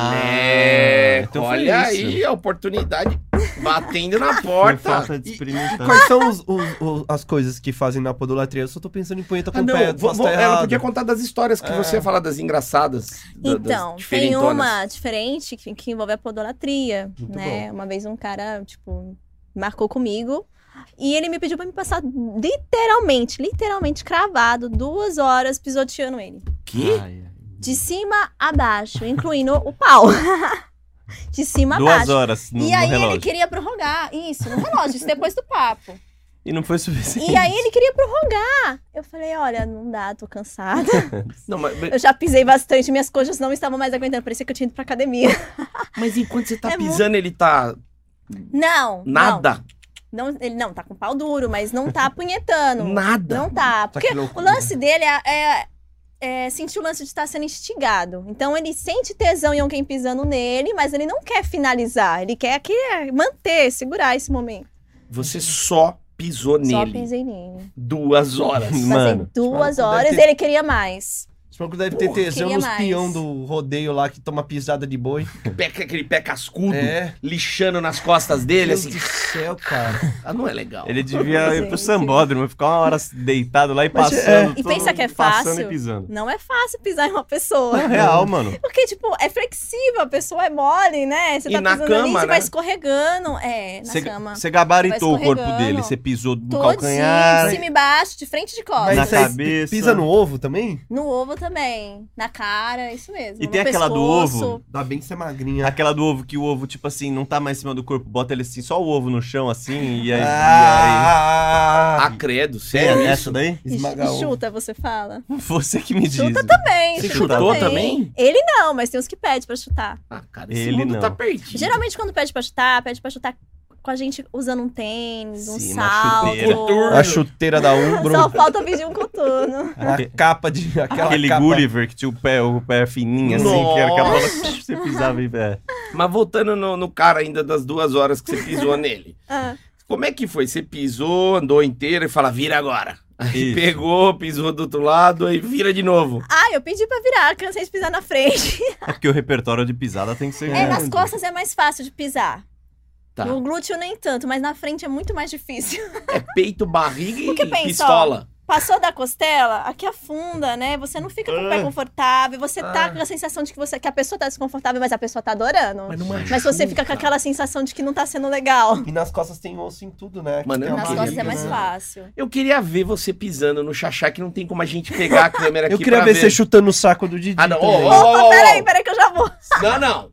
Speaker 3: Ah, então foi
Speaker 1: olha
Speaker 3: isso.
Speaker 1: aí a oportunidade batendo na
Speaker 3: Por
Speaker 1: porta.
Speaker 3: falta de
Speaker 1: E-
Speaker 3: experimentar.
Speaker 2: Quais são os- os- os- as coisas que fazem na podolatria? Eu só tô pensando em punheta com
Speaker 1: Ah,
Speaker 2: o
Speaker 1: não,
Speaker 2: pé.
Speaker 1: vou-
Speaker 2: posso
Speaker 1: vou-
Speaker 2: tá
Speaker 1: ela
Speaker 2: errado.
Speaker 1: podia contar das histórias que
Speaker 2: É.
Speaker 1: você ia falar, das engraçadas. da- das
Speaker 4: Então, tem
Speaker 1: diferentonas.
Speaker 4: uma diferente que, que envolve a podolatria,
Speaker 2: Muito
Speaker 4: né? Uma vez um cara, tipo, marcou comigo e ele me pediu pra me passar literalmente, literalmente cravado, duas horas pisoteando ele.
Speaker 1: Que?
Speaker 3: Ai, ai.
Speaker 4: De cima a baixo, incluindo o pau. De cima a
Speaker 3: Duas
Speaker 4: baixo.
Speaker 3: horas no,
Speaker 4: E
Speaker 3: no
Speaker 4: aí ele
Speaker 3: relógio.
Speaker 4: queria prorrogar, isso, no relógio, isso depois do papo.
Speaker 3: E não foi suficiente.
Speaker 4: E aí ele queria prorrogar. Eu falei, olha, não dá, tô cansada.
Speaker 1: Não, mas, mas-
Speaker 4: Eu já pisei bastante, minhas coxas não estavam mais aguentando, parecia que eu tinha ido pra academia.
Speaker 1: mas enquanto você tá
Speaker 4: É muito-
Speaker 1: pisando, ele tá
Speaker 4: Não,
Speaker 1: nada,
Speaker 4: Não, não, ele não tá com pau duro, mas não tá apunhetando.
Speaker 1: nada.
Speaker 4: Não tá. Porque
Speaker 2: que loucura.
Speaker 4: o lance dele é, é- é sentir o lance de estar sendo instigado. Então ele sente tesão em alguém pisando nele, mas ele não quer finalizar. Ele quer que é, manter, segurar esse momento.
Speaker 1: Você só pisou
Speaker 4: Só
Speaker 1: nele
Speaker 4: pisei nele.
Speaker 1: duas horas.
Speaker 3: Mas-
Speaker 4: Passei
Speaker 3: Mano,
Speaker 4: duas
Speaker 2: tipo, deve
Speaker 4: horas,
Speaker 2: ter-
Speaker 4: ele queria mais.
Speaker 2: Esse maluco deve ter
Speaker 1: Porra,
Speaker 2: tesão
Speaker 4: queria
Speaker 2: nos
Speaker 4: mais.
Speaker 2: peão do rodeio lá que toma pisada de boi.
Speaker 1: Pé- aquele pé cascudo,
Speaker 2: É.
Speaker 1: lixando nas costas dele,
Speaker 2: Deus
Speaker 1: assim.
Speaker 2: do céu, cara.
Speaker 1: Ah, não é legal.
Speaker 3: Ele devia ir pro
Speaker 4: Gente.
Speaker 3: sambódromo, ficar uma hora deitado lá e
Speaker 2: Mas,
Speaker 3: passando.
Speaker 2: é.
Speaker 4: E
Speaker 3: todo-
Speaker 4: pensa que é
Speaker 3: Passando e
Speaker 4: fácil.
Speaker 3: pisando.
Speaker 4: Não é fácil pisar em uma
Speaker 3: Não, é
Speaker 4: pessoa.
Speaker 3: real, mano.
Speaker 4: Porque, tipo, é flexível, a pessoa é mole, né? Você
Speaker 1: E
Speaker 4: tá
Speaker 1: na
Speaker 4: pisando ali,
Speaker 1: cama,
Speaker 4: você
Speaker 1: né?
Speaker 4: vai escorregando. É, na
Speaker 3: Você
Speaker 4: cama.
Speaker 3: você gabaritou o
Speaker 4: Vai
Speaker 3: corpo
Speaker 4: escorregando.
Speaker 3: dele, você pisou no
Speaker 4: Todinho, em
Speaker 3: calcanhar,
Speaker 4: cima e baixo, de frente e de costas.
Speaker 3: na
Speaker 2: Mas isso aí
Speaker 3: cabeça.
Speaker 2: Pisa no ovo também?
Speaker 4: No ovo também. Na cara, isso mesmo.
Speaker 3: E
Speaker 4: no
Speaker 3: tem aquela do
Speaker 4: pescoço.
Speaker 3: ovo?
Speaker 2: Dá bem que você é magrinha.
Speaker 3: Aquela do ovo, que o ovo, tipo assim, não tá mais em cima do corpo, bota ele assim, só o ovo no chão, assim, e aí.
Speaker 2: Ah,
Speaker 1: Ah, credo,
Speaker 3: e aí...
Speaker 1: sério
Speaker 3: É
Speaker 1: isso?
Speaker 3: essa daí?
Speaker 4: E,
Speaker 2: esmagar
Speaker 4: e
Speaker 2: o ovo.
Speaker 4: chuta, você fala?
Speaker 3: Você que me diz.
Speaker 4: Chuta também.
Speaker 1: Você
Speaker 3: chuta
Speaker 1: chutou
Speaker 3: bem.
Speaker 1: também?
Speaker 4: Ele não, mas tem uns que pede pra chutar.
Speaker 1: Ah, cara, esse
Speaker 3: Ele
Speaker 1: mundo
Speaker 3: não.
Speaker 1: tá perdido.
Speaker 4: Geralmente quando pede pra chutar, pede pra chutar com a gente usando um tênis, um
Speaker 3: Sim, uma
Speaker 4: salto.
Speaker 3: chuteira.
Speaker 1: Coturno.
Speaker 2: A chuteira da Umbro.
Speaker 4: Só falta pedir um coturno.
Speaker 2: A capa de. Aquela
Speaker 3: Aquele
Speaker 2: capa.
Speaker 3: Gulliver que tinha o pé, o pé fininho, assim, que era que a bola você pisava e pé. É,
Speaker 1: Mas voltando no, no cara ainda das duas horas que você pisou nele.
Speaker 4: Ah,
Speaker 1: Como é que foi? Você pisou, andou inteiro e fala, vira agora. Aí
Speaker 3: Isso.
Speaker 1: pegou, pisou do outro lado, aí vira de novo.
Speaker 4: Ah, eu pedi pra virar, cansei de pisar na frente.
Speaker 3: É porque o repertório de pisada tem que ser.
Speaker 4: É, nas
Speaker 3: grande.
Speaker 4: costas é mais fácil de pisar.
Speaker 1: Tá.
Speaker 4: No glúteo nem tanto, mas na frente é muito mais difícil.
Speaker 1: É peito, barriga
Speaker 4: Porque
Speaker 1: e
Speaker 4: pensa, ó,
Speaker 1: pistola.
Speaker 4: Passou da costela, aqui afunda, né? Você não fica com o
Speaker 1: É.
Speaker 4: pé
Speaker 2: Ah.
Speaker 4: confortável, você tá
Speaker 2: Ah.
Speaker 4: com a sensação de que, você, que a pessoa tá desconfortável, mas a pessoa tá adorando. Mas,
Speaker 1: não
Speaker 4: você fica com aquela sensação de que não tá sendo legal.
Speaker 2: E nas costas tem osso em tudo, né?
Speaker 1: Mano,
Speaker 2: Tem
Speaker 1: eu
Speaker 2: a
Speaker 4: Nas
Speaker 1: queria
Speaker 4: costas é
Speaker 1: ver,
Speaker 4: mais
Speaker 1: né?
Speaker 4: fácil.
Speaker 1: Eu queria ver você pisando no xaxá que não tem como a gente pegar a câmera aqui
Speaker 2: Eu queria
Speaker 1: pra
Speaker 2: ver você chutando o saco do Didi.
Speaker 1: Ah, não,
Speaker 2: também.
Speaker 1: ó, ó.
Speaker 4: Opa, peraí, peraí que eu já vou.
Speaker 1: Não, não.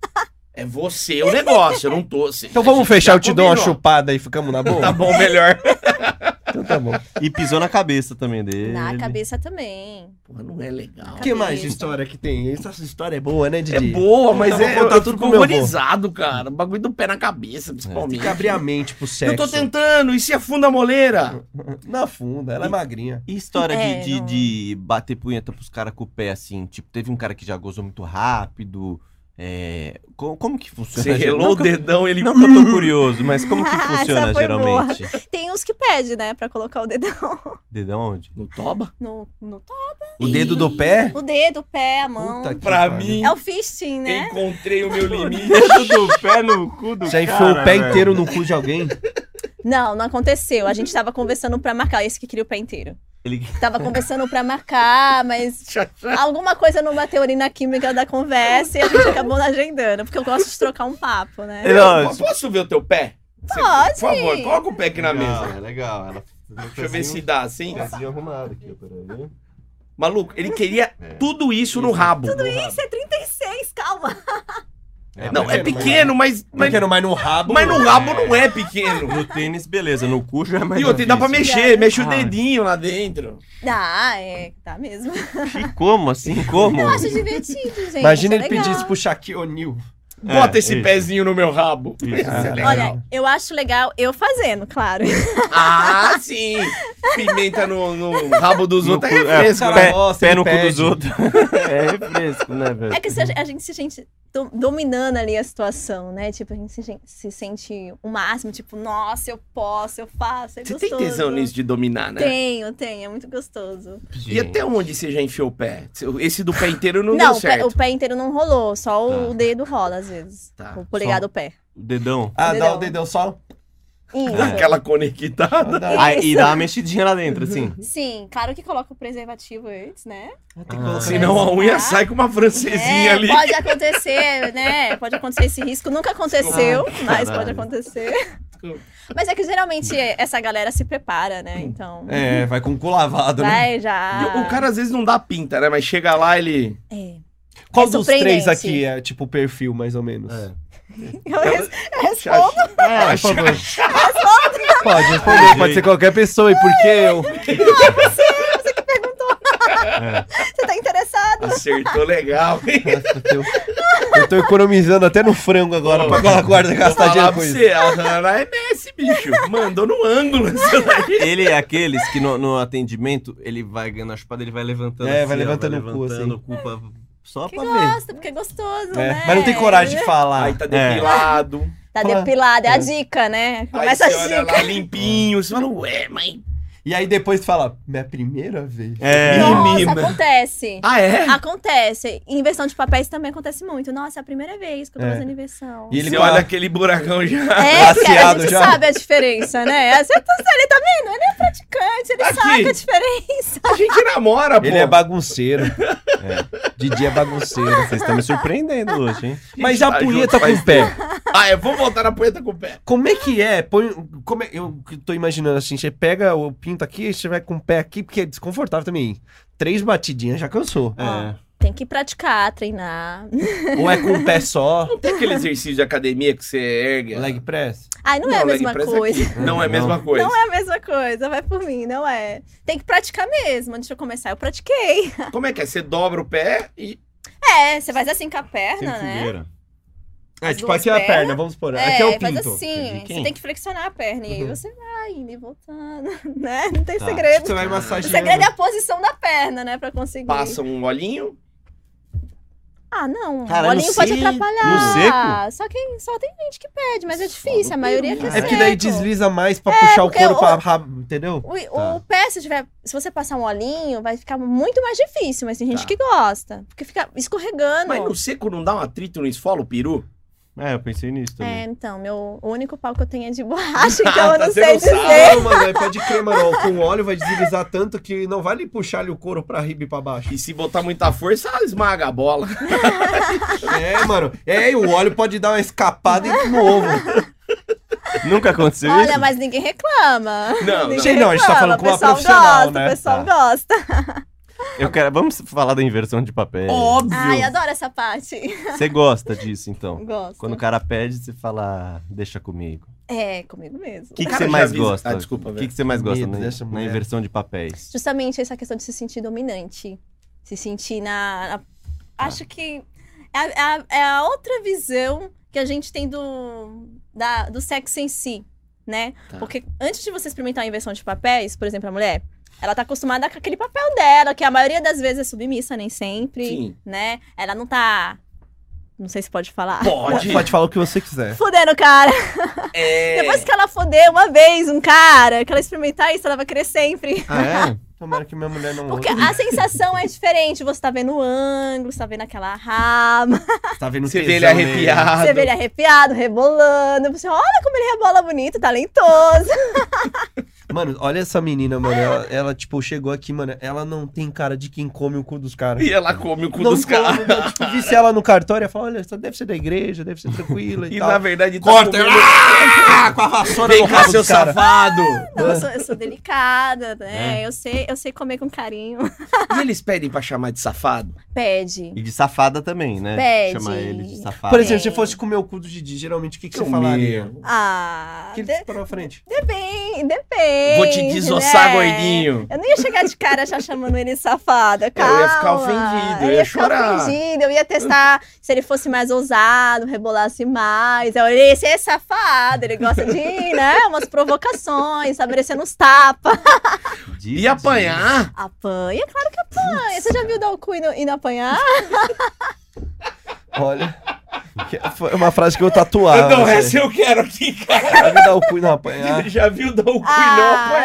Speaker 1: É você o negócio, eu não tô... Assim,
Speaker 2: Então
Speaker 1: a
Speaker 2: vamos
Speaker 1: gente
Speaker 2: fechar,
Speaker 1: já
Speaker 2: eu te dou uma
Speaker 1: combinou.
Speaker 2: chupada e ficamos na boa?
Speaker 1: Tá bom, melhor.
Speaker 2: Então tá bom.
Speaker 3: E pisou na cabeça também dele.
Speaker 4: Na cabeça também.
Speaker 1: Porra, não é legal.
Speaker 2: O que
Speaker 4: Cabeça.
Speaker 2: mais de história que tem? Essa história é boa, né,
Speaker 1: É
Speaker 2: Didi?
Speaker 1: boa, mas
Speaker 2: Eu vou
Speaker 1: é,
Speaker 2: contar
Speaker 1: eu, eu
Speaker 2: tudo
Speaker 1: fico
Speaker 2: pro meu avô.
Speaker 1: horrorizado, cara. O bagulho do pé na cabeça,
Speaker 2: Tem
Speaker 1: principalmente.
Speaker 2: que abrir a mente pro sexo.
Speaker 1: Eu tô tentando, e se afunda a moleira?
Speaker 2: Na funda, ela é
Speaker 3: E-
Speaker 2: magrinha.
Speaker 3: E história de-
Speaker 4: É,
Speaker 3: de,
Speaker 4: não-
Speaker 3: de bater punheta pros caras com o pé, assim? Tipo, teve um cara que já gozou muito rápido. É... co- Como, que funciona?
Speaker 1: Você relou o
Speaker 3: nunca,
Speaker 1: dedão, ele.
Speaker 3: Não que eu tô curioso, mas como que
Speaker 4: Ah, Essa
Speaker 3: funciona
Speaker 4: foi
Speaker 3: geralmente?
Speaker 4: Tem uns que pede, né, pra colocar o dedão
Speaker 3: Dedão onde?
Speaker 1: No toba?
Speaker 4: no, no top.
Speaker 2: O dedo do pé?
Speaker 4: O dedo, o pé, a mão.
Speaker 2: Puta que
Speaker 1: Pra
Speaker 2: pariu.
Speaker 1: mim,
Speaker 4: É o fisting, né?
Speaker 1: encontrei o meu limite.
Speaker 3: Dedo do pé no cu do
Speaker 2: Já
Speaker 3: cara,
Speaker 2: enfiou o pé
Speaker 3: velho.
Speaker 2: inteiro no cu de alguém?
Speaker 4: Não, não aconteceu. A gente tava conversando pra marcar. Esse que queria o pé inteiro.
Speaker 3: Ele-
Speaker 4: Tava conversando pra marcar, mas alguma coisa não bateu ali na química da conversa e a gente acabou não agendando. Porque eu gosto de trocar um papo, né?
Speaker 3: Ele- Não,
Speaker 1: Eu- Posso ver o teu pé? Você-
Speaker 4: Pode.
Speaker 1: Por favor, coloca o pé aqui na
Speaker 3: Legal,
Speaker 1: mesa.
Speaker 3: É legal, ela...
Speaker 1: Deixa eu ver se dá assim.
Speaker 3: Pezinho arrumado aqui, peraí.
Speaker 1: Maluco, ele queria
Speaker 3: É.
Speaker 1: tudo isso no rabo.
Speaker 4: Isso é 36, calma.
Speaker 1: Não, é
Speaker 2: pequeno,
Speaker 1: pequeno, mas. Mas,
Speaker 2: Pequeno, mas no rabo.
Speaker 1: mas no rabo não é
Speaker 3: No
Speaker 1: pequeno.
Speaker 3: tênis, beleza. No cu já é mais
Speaker 1: E outra, e dá pra
Speaker 3: difícil.
Speaker 1: mexer, mexe o
Speaker 3: Ah.
Speaker 1: dedinho lá dentro.
Speaker 4: Ah, é, tá mesmo.
Speaker 3: E como assim? Como?
Speaker 4: Eu acho divertido, gente.
Speaker 2: Imagina
Speaker 4: é
Speaker 2: ele
Speaker 4: legal.
Speaker 1: tipo,
Speaker 2: pedir isso pro Shaquille O'Neal.
Speaker 1: Bota
Speaker 3: É,
Speaker 1: esse
Speaker 3: isso.
Speaker 1: pezinho no meu rabo.
Speaker 3: Isso.
Speaker 1: Isso é legal.
Speaker 4: Olha, eu acho legal eu fazendo, claro.
Speaker 1: Ah, sim! Pimenta no, no rabo dos
Speaker 3: No
Speaker 1: outros.
Speaker 3: cu-
Speaker 1: É fresco.
Speaker 2: cara
Speaker 3: pé,
Speaker 2: gosta,
Speaker 3: pé
Speaker 2: ele
Speaker 3: no cu
Speaker 2: pede.
Speaker 3: dos outros. é fresco, né, velho?
Speaker 4: É que se a, gente- a gente se sente do- dominando ali a situação, né? Tipo, a gente se, gen- se sente o máximo, tipo, nossa, eu posso, eu faço, é
Speaker 1: Você tem
Speaker 4: gostoso.
Speaker 1: tesão nisso de dominar, né?
Speaker 4: Tenho, tenho, é muito gostoso.
Speaker 1: E até onde você já enfiou o pé? Esse do pé inteiro não,
Speaker 4: Não,
Speaker 1: deu
Speaker 4: o, pé,
Speaker 1: certo.
Speaker 4: o pé inteiro não rolou, só o,
Speaker 3: Tá.
Speaker 4: o dedo rola às vezes.
Speaker 1: Tá.
Speaker 4: O polegar
Speaker 3: Só-
Speaker 4: do pé.
Speaker 3: O dedão.
Speaker 2: Ah, dá o
Speaker 4: Dedão.
Speaker 2: dedão só.
Speaker 4: Isso.
Speaker 1: Aquela conectada.
Speaker 2: Dá.
Speaker 3: Aí, e dá uma mexidinha lá dentro, assim.
Speaker 4: Sim, claro que coloca o preservativo antes, né?
Speaker 3: Ah.
Speaker 1: Senão a unha sai com uma francesinha
Speaker 4: É,
Speaker 1: ali.
Speaker 4: Pode acontecer, né? Pode acontecer esse risco. Nunca aconteceu, mas pode
Speaker 3: caralho.
Speaker 4: acontecer. Mas é que geralmente essa galera se prepara, né? Então.
Speaker 2: É, vai com o cu lavado, né?
Speaker 4: Vai já.
Speaker 1: E o- O cara às vezes não dá pinta, né? Mas chega lá, ele.
Speaker 4: É.
Speaker 2: Qual
Speaker 4: É
Speaker 2: dos três
Speaker 4: surpreendente.
Speaker 2: aqui é tipo o perfil, mais ou menos?
Speaker 1: É.
Speaker 4: Eu res- eu respondo.
Speaker 1: Chacha.
Speaker 3: É, por favor.
Speaker 2: Pode responder, pode ser qualquer pessoa, e por que eu?
Speaker 4: Você tá interessado?
Speaker 1: Acertou legal, hein?
Speaker 2: Nossa, teu- Eu tô economizando até no frango agora pra guardar, guardar
Speaker 1: Vou
Speaker 2: gastar
Speaker 1: falar
Speaker 2: dinheiro com
Speaker 1: pra
Speaker 2: isso.
Speaker 1: você, a Hannah é Messi, bicho. Mandou no ângulo
Speaker 2: Ah,
Speaker 1: isso daí.
Speaker 3: Ele é aqueles que no, no atendimento, ele vai ganhando a espada, ele vai levantando.
Speaker 2: É,
Speaker 3: assim,
Speaker 2: vai
Speaker 3: ó,
Speaker 2: levantando o cu,
Speaker 3: levantando
Speaker 2: assim.
Speaker 3: o cu pra- só
Speaker 4: Que
Speaker 3: pra ver.
Speaker 4: gosta, porque é gostoso,
Speaker 2: É,
Speaker 4: né?
Speaker 2: Mas não tem coragem de falar.
Speaker 1: Aí tá depilado.
Speaker 4: Tá depilada, é a dica, né?
Speaker 1: Aí
Speaker 4: Começa
Speaker 1: você
Speaker 4: a
Speaker 1: olha
Speaker 4: dica.
Speaker 1: lá limpinho. Você fala, ué, mãe.
Speaker 2: E aí depois fala, minha primeira vez.
Speaker 3: É.
Speaker 4: Nossa,
Speaker 1: menina.
Speaker 4: acontece.
Speaker 1: Ah, é?
Speaker 4: Acontece. Em Inversão de papéis também acontece muito. Nossa, é a primeira vez que eu tô
Speaker 2: É.
Speaker 4: fazendo inversão.
Speaker 2: E ele
Speaker 1: você
Speaker 2: fala-
Speaker 1: olha aquele buracão já.
Speaker 4: É, porque a
Speaker 2: Laceado
Speaker 4: gente
Speaker 2: já.
Speaker 4: sabe a diferença, né? Você tá, ele tá vendo? Ele é praticante, ele
Speaker 1: Aqui.
Speaker 4: sabe a diferença.
Speaker 1: É. A gente namora, pô.
Speaker 2: Ele é bagunceiro. Didi é bagunceiro.
Speaker 3: Vocês estão me surpreendendo hoje, hein?
Speaker 2: Mas a
Speaker 1: Tá junto
Speaker 2: punheta com
Speaker 1: faz
Speaker 2: o pé.
Speaker 1: Ah, eu vou voltar na poeta com o pé.
Speaker 2: Como é que é? Põe, como é- eu tô imaginando assim, você pega o pinto aqui, você vai com o pé aqui, porque é desconfortável também. Três batidinhas já cansou.
Speaker 1: É.
Speaker 4: Ó, Tem que praticar, treinar.
Speaker 2: Ou é com o pé só,
Speaker 1: Não tem aquele exercício de academia que você ergue.
Speaker 2: leg press.
Speaker 4: Ai, não, é a
Speaker 1: leg
Speaker 4: mesma
Speaker 1: press
Speaker 4: coisa.
Speaker 1: aqui. Não é a
Speaker 3: Não.
Speaker 1: mesma coisa.
Speaker 4: Não é a mesma coisa, vai por mim, não é. Tem que praticar mesmo. Deixa eu começar, eu pratiquei.
Speaker 1: Como é que é? Você dobra o pé e.
Speaker 4: É, você faz assim com a perna, né?
Speaker 2: É,
Speaker 4: As
Speaker 2: tipo,
Speaker 4: duas
Speaker 2: aqui é a
Speaker 4: pernas.
Speaker 2: perna, vamos supor. aqui é o
Speaker 4: faz
Speaker 2: pinto.
Speaker 4: assim.
Speaker 3: Entendi.
Speaker 4: Você tem que flexionar a perna e aí
Speaker 2: Uhum.
Speaker 4: você vai indo e voltando, né? Não tem
Speaker 3: Tá.
Speaker 4: segredo.
Speaker 2: Você vai
Speaker 4: O
Speaker 2: massageando.
Speaker 4: segredo é a posição da perna, né? Pra conseguir.
Speaker 1: Passa um olhinho.
Speaker 4: Ah, não.
Speaker 3: Cara,
Speaker 1: é
Speaker 4: o
Speaker 3: no
Speaker 4: olhinho pode
Speaker 3: seco,
Speaker 4: atrapalhar. Só, quem, só tem gente que pede, mas é difícil. A
Speaker 3: no
Speaker 4: maioria
Speaker 3: pelo,
Speaker 4: quer
Speaker 2: É porque daí
Speaker 4: seco.
Speaker 2: desliza mais pra puxar o
Speaker 4: porque
Speaker 2: couro
Speaker 4: o-
Speaker 2: pra rabo, entendeu?
Speaker 4: O,
Speaker 3: Tá.
Speaker 4: o pé, se, tiver, se você passar um olhinho, vai ficar muito mais difícil, mas tem gente
Speaker 1: Tá.
Speaker 4: que gosta. Porque fica escorregando.
Speaker 1: Mas no seco não dá um atrito, não esfola o peru?
Speaker 3: É, eu pensei nisso
Speaker 4: É,
Speaker 3: também.
Speaker 4: então, meu o único pau que eu tenho é de borracha, então
Speaker 1: Tá,
Speaker 4: eu não
Speaker 1: você
Speaker 4: sei
Speaker 1: não
Speaker 4: dizer.
Speaker 1: sabe.
Speaker 2: Não, mano, é pode crer, mano. Com óleo vai deslizar tanto que não vai lhe puxar ali o couro pra riba e pra baixo.
Speaker 1: E se botar muita força, ela esmaga a bola.
Speaker 2: É, mano. É, e o óleo pode dar uma escapada e de novo.
Speaker 3: Nunca aconteceu isso?
Speaker 4: Olha, mas ninguém reclama.
Speaker 1: Não, não.
Speaker 4: Ninguém
Speaker 2: Gente, não, a gente tá
Speaker 4: reclama,
Speaker 2: falando com uma
Speaker 4: o pessoal
Speaker 2: profissional,
Speaker 4: gosta,
Speaker 2: né?
Speaker 4: O pessoal
Speaker 3: Tá.
Speaker 4: gosta.
Speaker 3: Eu quero... Vamos falar da inversão de papel.
Speaker 1: É Óbvio.
Speaker 4: Ai, adoro essa parte.
Speaker 3: Você gosta disso, então?
Speaker 4: Gosto.
Speaker 3: Quando o cara pede, você fala, "Ah, deixa comigo.
Speaker 4: É, comigo mesmo.
Speaker 3: O que, que
Speaker 1: Cara,
Speaker 3: você
Speaker 1: já
Speaker 3: mais
Speaker 1: avisa-
Speaker 3: gosta?
Speaker 1: Ah, desculpa,
Speaker 3: O que,
Speaker 1: velho.
Speaker 3: que você mais gosta
Speaker 2: Medo
Speaker 3: na-
Speaker 2: dessa
Speaker 3: na,
Speaker 2: mulher.
Speaker 3: inversão de papéis?
Speaker 4: Justamente essa questão de se sentir dominante. Se sentir na. na-
Speaker 1: Tá.
Speaker 4: Acho que é a, é a- é a outra visão que a gente tem do, da- do sexo em si, né?
Speaker 1: Tá.
Speaker 4: Porque antes de você experimentar a inversão de papéis, por exemplo, a mulher, ela tá acostumada com aquele papel dela, que a maioria das vezes é submissa, nem sempre,
Speaker 1: Sim.
Speaker 4: né? Ela não tá. Não sei se pode falar.
Speaker 1: Pode. né?
Speaker 2: Pode falar o que você quiser.
Speaker 4: Fudendo o cara.
Speaker 1: É.
Speaker 4: Depois que ela foder uma vez um cara, que ela experimentar isso, ela vai querer sempre.
Speaker 3: Ah, é?
Speaker 2: Tomara que minha mulher não
Speaker 4: Porque a sensação é diferente. Você tá vendo o ângulo, você tá vendo aquela rama,
Speaker 2: Tá vendo
Speaker 1: Você vê ele arrepiado.
Speaker 4: você vê ele arrepiado, rebolando. Você olha como ele rebola bonito, talentoso.
Speaker 2: Mano, olha essa menina, mano. Ela, ela, tipo, chegou aqui, mano. Ela não tem cara de quem come o cu dos caras.
Speaker 1: E ela come o cu
Speaker 2: Não
Speaker 1: dos
Speaker 2: come,
Speaker 1: caras.
Speaker 2: não. Tipo, visse ela no cartório e fala, olha, essa deve ser da igreja, deve ser tranquila e,
Speaker 1: E
Speaker 2: tal.
Speaker 1: na verdade
Speaker 2: Corta,
Speaker 1: tá comendo...
Speaker 2: Ah, com a vassoura
Speaker 1: Vem
Speaker 2: no
Speaker 1: cá,
Speaker 2: rabo
Speaker 1: seu
Speaker 2: dos cara.
Speaker 1: safado!
Speaker 4: Não, eu sou, eu sou delicada, né?
Speaker 1: É.
Speaker 4: Eu, sei, eu sei comer com carinho.
Speaker 1: E eles pedem pra chamar de safado?
Speaker 4: Pede.
Speaker 3: E de safada também, né?
Speaker 4: Pede.
Speaker 3: Chamar ele de safada.
Speaker 2: Por exemplo, se fosse comer o cu do Didi, geralmente o que, que você falaria?
Speaker 4: Ah,
Speaker 2: Que ele
Speaker 4: de-
Speaker 2: pra frente.
Speaker 4: depende. nem. Depende.
Speaker 1: Vou te desossar,
Speaker 4: né?
Speaker 1: gordinho.
Speaker 4: Eu não ia chegar de cara já chamando ele de safada.
Speaker 1: É, Eu
Speaker 4: Calma.
Speaker 1: ia ficar ofendido, eu ia chorar.
Speaker 4: ofendido, eu ia testar se ele fosse mais ousado, rebolasse mais. Eu olhei, esse é safado, ele gosta de, né? Umas provocações, tá merecendo uns tapas.
Speaker 1: E apanhar?
Speaker 4: Apanha? Claro que apanha. Você já viu dar o cu e não, e não apanhar?
Speaker 2: Olha. que Foi uma frase que eu tatuava. assim.
Speaker 1: não, essa eu quero aqui, cara.
Speaker 2: Vai me dar o cu e não apanhar.
Speaker 1: Já viu dar o cu
Speaker 4: Ah,
Speaker 1: e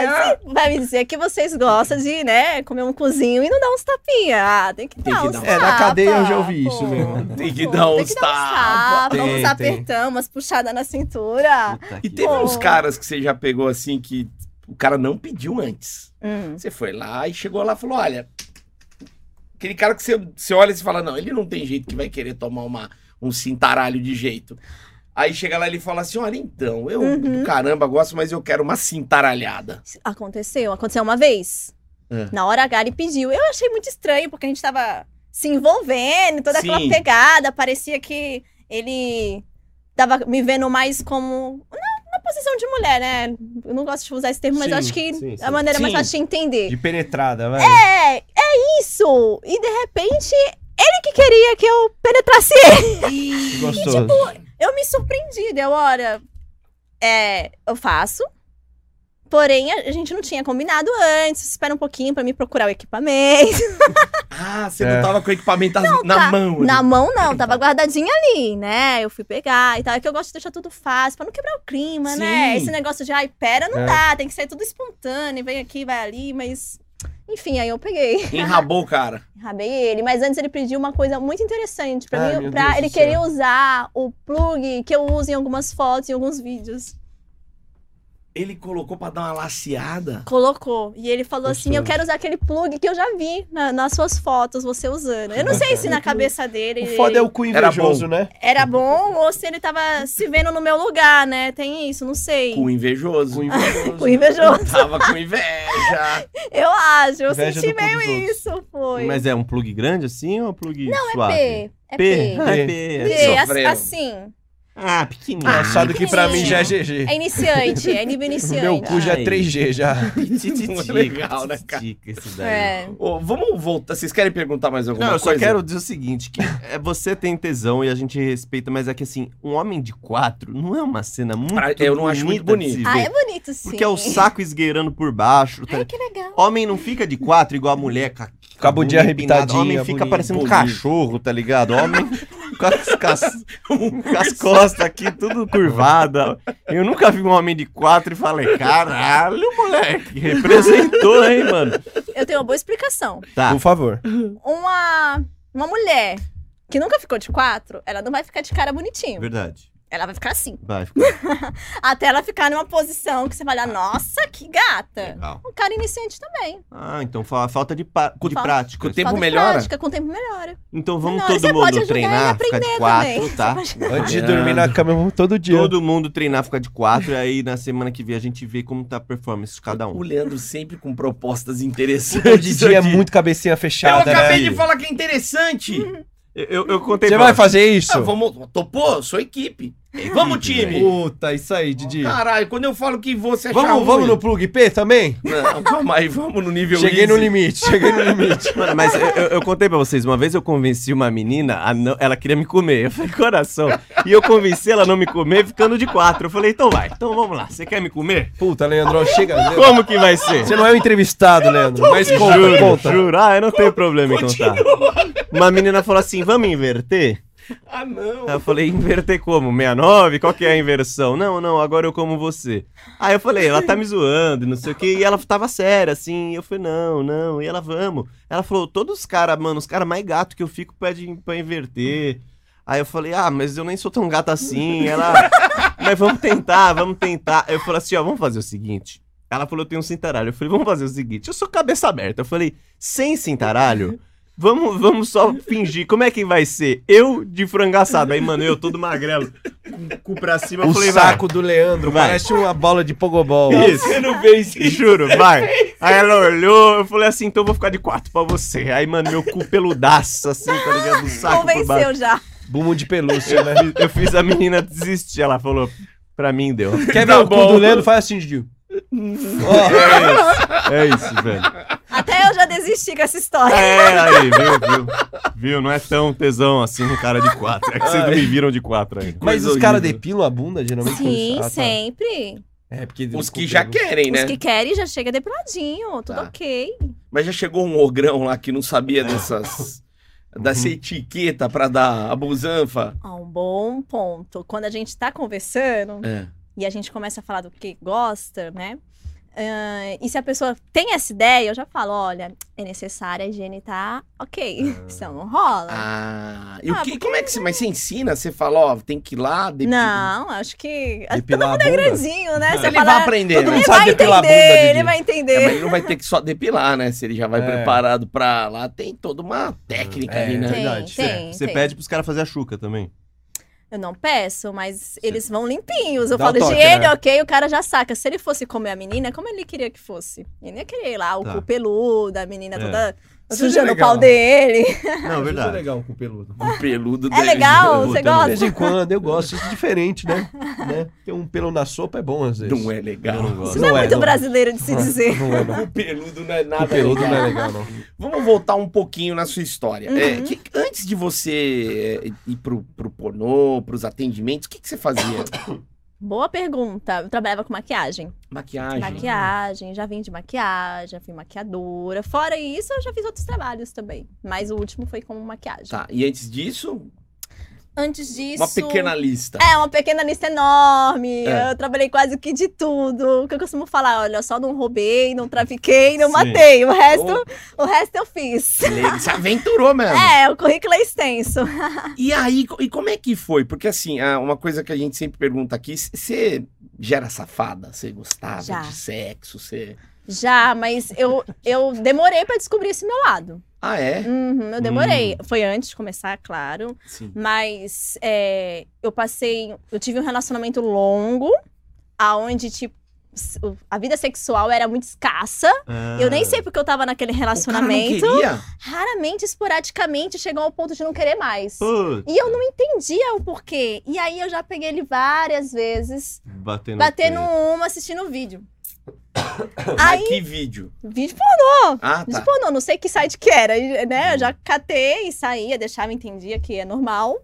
Speaker 1: não apanhar?
Speaker 4: você vai me dizer que vocês gostam de, né, comer um cozinho e não dar uns tapinha. Ah, tem que
Speaker 1: Tem
Speaker 4: dar
Speaker 1: que
Speaker 4: uns
Speaker 1: dar.
Speaker 4: tapas.
Speaker 2: É, na cadeia eu já ouvi isso
Speaker 4: pô.
Speaker 2: mesmo.
Speaker 1: Tem que
Speaker 4: Pô,
Speaker 1: dar
Speaker 4: tem
Speaker 1: uns
Speaker 4: que dar
Speaker 1: tapas.
Speaker 4: uns tapas,
Speaker 2: Tem,
Speaker 4: uns
Speaker 2: tem.
Speaker 4: apertão, umas puxadas na
Speaker 2: Ah,
Speaker 4: cintura.
Speaker 1: E teve
Speaker 4: Pô.
Speaker 1: uns caras que você já pegou assim que o cara não pediu antes.
Speaker 4: Hum.
Speaker 1: Você foi lá e chegou lá e falou: olha, aquele cara que você, você olha e você fala: não, ele não tem jeito que vai querer tomar uma, um cintaralho de jeito. Aí chega lá e ele fala assim: olha, então, eu
Speaker 4: Uhum.
Speaker 1: do caramba gosto, mas eu quero uma cintaralhada.
Speaker 4: Aconteceu, aconteceu uma vez.
Speaker 1: É.
Speaker 4: Na hora H ele pediu. Eu achei muito estranho, porque a gente tava se envolvendo, toda aquela
Speaker 1: Sim.
Speaker 4: pegada. Parecia que ele tava me vendo mais como. Na, na posição de mulher, né? Eu não gosto de usar esse termo, mas
Speaker 2: Sim,
Speaker 4: eu acho que
Speaker 2: sim,
Speaker 4: é a
Speaker 2: sim.
Speaker 4: maneira mais
Speaker 1: Sim.
Speaker 4: fácil de entender.
Speaker 2: De penetrada, vai.
Speaker 4: É, é isso! E de repente, ele que queria que eu penetrasse ele.
Speaker 2: Que gostoso.
Speaker 4: Eu me surpreendi, deu hora. É, eu faço. Porém, a a gente não tinha combinado antes. Espera um pouquinho pra me procurar o equipamento.
Speaker 1: Ah, você
Speaker 2: É.
Speaker 1: não tava com o equipamento na
Speaker 4: tá.
Speaker 1: mão. né?
Speaker 4: Na mão, não, tava guardadinha ali, né? Eu fui pegar e tal. É que eu gosto de deixar tudo fácil, pra não quebrar o clima, né?
Speaker 1: Sim.
Speaker 4: Esse negócio de, ai, pera, não
Speaker 2: É.
Speaker 4: dá, tem que ser tudo espontâneo, vem aqui, vai ali, mas. Enfim, aí eu peguei.
Speaker 1: Enrabou o cara.
Speaker 4: Rabei ele, mas antes ele pediu uma coisa muito interessante pra
Speaker 2: Ai,
Speaker 4: mim.
Speaker 2: meu
Speaker 4: pra-
Speaker 2: Deus do
Speaker 4: ele
Speaker 2: céu.
Speaker 4: queria usar o plug que eu uso em algumas fotos, em alguns vídeos.
Speaker 1: Ele colocou pra dar uma laciada.
Speaker 4: Colocou. E ele falou assim: Eu
Speaker 2: Gostoso.
Speaker 4: quero usar aquele plug que eu já vi na- nas suas fotos, você usando. Eu não sei se na cabeça dele
Speaker 2: O foda é o cu
Speaker 1: Era
Speaker 2: invejoso, né?
Speaker 4: era bom ou se ele tava se vendo no meu lugar, né? Tem isso, não sei.
Speaker 1: Com invejoso.
Speaker 2: Cu invejoso.
Speaker 4: O invejoso.
Speaker 1: Tava com inveja.
Speaker 4: Eu acho, eu
Speaker 2: Inveja
Speaker 4: senti
Speaker 2: do cu dos
Speaker 4: meio
Speaker 2: outros.
Speaker 4: isso, foi.
Speaker 3: Mas é um plug grande assim ou é um plug suave?
Speaker 4: P. É
Speaker 3: P.
Speaker 4: P.
Speaker 3: Ah,
Speaker 2: P.
Speaker 3: é P.
Speaker 1: P.
Speaker 4: P,
Speaker 1: Sofreu.
Speaker 4: assim.
Speaker 3: Ah, pequenininho.
Speaker 2: Engraçado Hum, que pra mim já é
Speaker 4: É
Speaker 2: GG.
Speaker 4: iniciante, é nível
Speaker 2: O
Speaker 4: iniciante.
Speaker 2: meu cu já é
Speaker 3: Ai.
Speaker 2: 3G já.
Speaker 1: Não é legal, né, cara?
Speaker 3: Titica esse daí.
Speaker 4: É.
Speaker 1: Ô, vamos voltar. Vocês querem perguntar mais alguma
Speaker 3: Não, eu
Speaker 1: coisa?
Speaker 3: só quero dizer o seguinte, que é, você tem tesão e a gente respeita, mas é que assim, um homem de quatro não é uma cena muito
Speaker 1: Ah, eu não acho muito
Speaker 3: bonita de se
Speaker 1: bonito.
Speaker 4: Ah,
Speaker 3: ver.
Speaker 4: é bonito, sim.
Speaker 3: Porque é o saco esgueirando por baixo. tá?
Speaker 4: Ai, que legal.
Speaker 3: Homem não fica de quatro igual a mulher, com a,
Speaker 2: Com a bundinha
Speaker 3: empinada.
Speaker 2: arrebitadinha,
Speaker 3: Homem fica
Speaker 2: é bonito,
Speaker 3: parecendo um
Speaker 1: bonito.
Speaker 3: cachorro, tá ligado? Homem com as, com as- com as costas aqui tudo curvada. Eu nunca vi um homem de quatro e falei, caralho, moleque, representou, hein, mano?
Speaker 4: Eu tenho uma boa explicação.
Speaker 3: Tá.
Speaker 2: Por favor.
Speaker 4: Uma, uma mulher que nunca ficou de quatro, ela não vai ficar de cara bonitinho.
Speaker 3: Verdade.
Speaker 4: Ela vai ficar assim.
Speaker 3: Vai, fica
Speaker 4: Até ela ficar numa posição que você vai olhar, nossa, que gata.
Speaker 3: legal.
Speaker 4: Um cara iniciante também.
Speaker 3: Ah, então fa- falta de, pa- de
Speaker 4: Falta-
Speaker 3: prática.
Speaker 1: Com o tempo
Speaker 4: Falta de
Speaker 1: melhora?
Speaker 4: Prática, com o tempo melhora.
Speaker 3: Então vamos
Speaker 4: Não,
Speaker 3: todo
Speaker 4: você pode
Speaker 3: mundo
Speaker 4: ajudar ele
Speaker 3: treinar, ficar
Speaker 4: a
Speaker 3: de
Speaker 4: aprender
Speaker 3: quatro,
Speaker 4: também.
Speaker 3: tá?
Speaker 4: Você pode-
Speaker 2: Antes de dormir na cama, eu vou todo dia.
Speaker 3: Todo mundo treinar, ficar de quatro, e aí na semana que vem a gente vê como tá a performance de cada
Speaker 1: O
Speaker 3: um.
Speaker 1: Leandro sempre com propostas
Speaker 2: O
Speaker 1: interessantes.
Speaker 2: Didi é
Speaker 1: aqui.
Speaker 2: muito cabecinha
Speaker 1: Eu
Speaker 2: fechada,
Speaker 1: acabei
Speaker 2: né? Hum.
Speaker 1: de falar que é interessante.
Speaker 3: Eu, eu, eu contei
Speaker 2: Você
Speaker 3: pra
Speaker 2: vai fazer isso?
Speaker 1: Ah, vamos, topou, sou equipe. Vamos, time.
Speaker 2: Puta, isso aí, Didi.
Speaker 1: Caralho, quando eu falo que você é
Speaker 2: Vamos,
Speaker 1: charume-
Speaker 2: vamos no plug P também?
Speaker 1: Não, calma aí, vamos no nível
Speaker 2: Cheguei no
Speaker 1: easy.
Speaker 2: limite, cheguei no limite.
Speaker 3: Mano, mas eu, eu- eu contei pra vocês, uma vez eu convenci uma menina, a não- ela queria me comer, eu falei, coração. E eu convenci ela a não me comer ficando de quatro. Eu falei, então vai, então vamos lá, você quer me comer?
Speaker 2: Puta, Leandro, chega. Leandro.
Speaker 3: Como que vai ser?
Speaker 2: Você não é o entrevistado, Leandro. Mas conta,
Speaker 3: juro,
Speaker 2: conta.
Speaker 3: juro. Ah, eu não tenho
Speaker 2: então,
Speaker 3: problema em
Speaker 2: tá.
Speaker 3: contar. Uma menina falou assim, vamos inverter?
Speaker 1: Ah, não.
Speaker 2: É
Speaker 3: Aí eu falei, inverter como? 69? Qual que é a inversão? Não, não, agora eu como você. Aí eu falei, ela tá me zoando, e não sei o que. E ela tava séria, assim. Eu falei, não, não. E ela, vamos. Ela falou, todos os caras, mano, os caras mais gato que eu fico pedem pra inverter. Aí eu falei, ah, mas eu nem sou tão gato assim. Ela, mas vamos tentar, vamos tentar. Eu falei assim, ó, vamos fazer o seguinte. Ela falou, eu tenho um cintaralho. Eu falei, vamos fazer o seguinte, eu sou cabeça aberta. Eu falei, sem cintaralho? Vamos, vamos só fingir. Como é que vai ser? Eu de frango assado. Aí, mano, eu todo magrelo, com o cu pra cima.
Speaker 2: O
Speaker 3: eu falei,
Speaker 2: saco do Leandro
Speaker 3: Vai.
Speaker 2: parece uma bola de pogobol.
Speaker 3: vai. Isso.
Speaker 1: Você não fez isso.
Speaker 3: Juro, vai. Aí ela olhou, eu falei assim, então eu vou ficar de quatro pra você. Aí, mano, meu cu peludaço, assim, tá ligado? O saco por baixo.
Speaker 4: Convenceu já.
Speaker 2: Bumo de pelúcia, né?
Speaker 3: Eu fiz a menina desistir. Ela falou, pra mim deu.
Speaker 2: Quer ver
Speaker 1: Tá
Speaker 2: o cu
Speaker 1: bom.
Speaker 2: do Leandro? Faz assim, Didi.
Speaker 3: É isso, é isso, velho.
Speaker 4: Até eu já desisti com essa história.
Speaker 3: É, aí, viu, viu? Viu? Não é tão tesão assim no cara de quatro. É que vocês não me viram de quatro ainda.
Speaker 2: Mas
Speaker 1: Coisa
Speaker 2: os caras
Speaker 1: horrível.
Speaker 2: depilam a bunda, geralmente? quando-
Speaker 4: Sim,
Speaker 2: Ah, tá.
Speaker 4: sempre.
Speaker 2: É, porque
Speaker 1: Os que já querem, né?
Speaker 4: Os que querem já chega depiladinho, tudo
Speaker 1: Tá.
Speaker 4: ok.
Speaker 1: Mas já chegou um ogrão lá que não sabia dessas.
Speaker 2: Uhum.
Speaker 1: dessa etiqueta pra dar a busanfa.
Speaker 4: Ah, um bom ponto. Quando a gente tá conversando,
Speaker 1: É.
Speaker 4: e a gente começa a falar do que gosta, né? Ah, e se a pessoa tem essa ideia, eu já falo, olha, é necessária a higiene, tá? Ok, senão não rola.
Speaker 1: Ah, e
Speaker 4: Ah,
Speaker 1: o que,
Speaker 4: porque-
Speaker 1: como é que se. Mas você ensina? Você fala, ó, tem que ir lá, depi-
Speaker 4: não, acho que... acho que
Speaker 2: Depilar a
Speaker 4: É
Speaker 2: bunda?
Speaker 4: grandinho, né? Você
Speaker 1: Ele
Speaker 4: fala,
Speaker 1: vai aprender,
Speaker 2: todo
Speaker 1: né?
Speaker 2: mundo
Speaker 4: ele
Speaker 2: sabe
Speaker 4: vai
Speaker 2: depilar a
Speaker 4: entender,
Speaker 2: bunda, Didi.
Speaker 4: ele vai
Speaker 1: É, mas
Speaker 4: entender.
Speaker 1: ele não vai ter que só depilar, né? Se ele já vai
Speaker 2: É.
Speaker 1: preparado pra lá, tem toda uma técnica
Speaker 2: É.
Speaker 1: ali, né?
Speaker 2: verdade.
Speaker 4: Tem, tem,
Speaker 3: Você
Speaker 4: tem.
Speaker 3: pede pros caras fazer a chuca também.
Speaker 4: Eu não peço, mas eles vão limpinhos. Eu
Speaker 2: Dá o
Speaker 4: falo,
Speaker 2: toque,
Speaker 4: higiene,
Speaker 2: né?
Speaker 4: ok, o cara já saca. Se ele fosse comer a menina, como ele queria que fosse? Ele ia querer ir lá, o
Speaker 3: Tá.
Speaker 4: cu peludo, a menina
Speaker 3: É.
Speaker 4: toda
Speaker 2: Isso é
Speaker 4: sujando o
Speaker 2: legal.
Speaker 4: pau dele.
Speaker 3: Não, é
Speaker 2: É
Speaker 3: verdade.
Speaker 2: legal com peludo.
Speaker 1: O Um peludo
Speaker 4: É legal,
Speaker 3: Eu
Speaker 4: você
Speaker 3: também.
Speaker 2: De vez
Speaker 4: gosta?
Speaker 2: em quando, eu gosto. Isso é diferente, né? né? Ter um pelo na sopa é bom, às vezes.
Speaker 1: Não é
Speaker 3: Eu não
Speaker 1: legal.
Speaker 3: gosto.
Speaker 4: Isso não,
Speaker 2: Não
Speaker 4: é
Speaker 2: é,
Speaker 4: muito
Speaker 2: não.
Speaker 4: brasileiro de se dizer.
Speaker 2: Não é, não.
Speaker 1: O peludo não é nada
Speaker 2: O peludo
Speaker 1: legal.
Speaker 2: não é legal, não.
Speaker 1: Vamos voltar um pouquinho na sua história.
Speaker 4: Uhum.
Speaker 1: É, que- antes de você é, ir pro, pro pornô, pros atendimentos, o que, que você fazia?
Speaker 4: Boa pergunta. Eu trabalhava com maquiagem.
Speaker 1: Maquiagem.
Speaker 4: Maquiagem, já vim de maquiagem, já fui maquiadora. Fora isso, eu já fiz outros trabalhos também. Mas o último foi como maquiagem.
Speaker 1: Tá, e antes disso,
Speaker 4: Antes disso.
Speaker 1: uma pequena lista.
Speaker 4: É, uma pequena lista enorme.
Speaker 1: É.
Speaker 4: Eu trabalhei quase que de tudo. O que eu costumo falar, olha, eu só não roubei, não trafiquei, não
Speaker 3: Sim.
Speaker 4: matei. O resto, o resto eu fiz.
Speaker 1: Ele se aventurou mesmo.
Speaker 4: É, o currículo é extenso.
Speaker 1: E aí, co- e como é que foi? Porque assim, ah, uma coisa que a gente sempre pergunta aqui, você já era safada? Você gostava
Speaker 4: Já.
Speaker 1: de sexo? Você...
Speaker 4: Já, mas eu, eu demorei pra descobrir esse meu lado.
Speaker 1: Ah, é?
Speaker 4: Uhum, eu demorei.
Speaker 1: Hum.
Speaker 4: Foi antes de começar, claro.
Speaker 1: Sim.
Speaker 4: Mas é, eu passei. Eu tive um relacionamento longo, aonde, tipo, s- o- a vida sexual era muito escassa. Eu nem sei porque eu tava naquele
Speaker 1: Ah. O
Speaker 4: relacionamento.
Speaker 1: cara não queria?
Speaker 4: Raramente, esporadicamente, chegou ao ponto de não querer mais.
Speaker 3: Pô,
Speaker 4: E eu não entendia o porquê. E aí eu já peguei ele várias vezes,
Speaker 3: batendo.
Speaker 4: batendo uma, assistindo o vídeo.
Speaker 1: Mas
Speaker 4: Aí,
Speaker 1: que vídeo?
Speaker 4: vídeo
Speaker 1: Ah,
Speaker 4: Mas,
Speaker 1: tá. Hum.
Speaker 4: pô, não, não sei que site que era, e, né? Eu já catei e saía, deixava, entendia que é normal.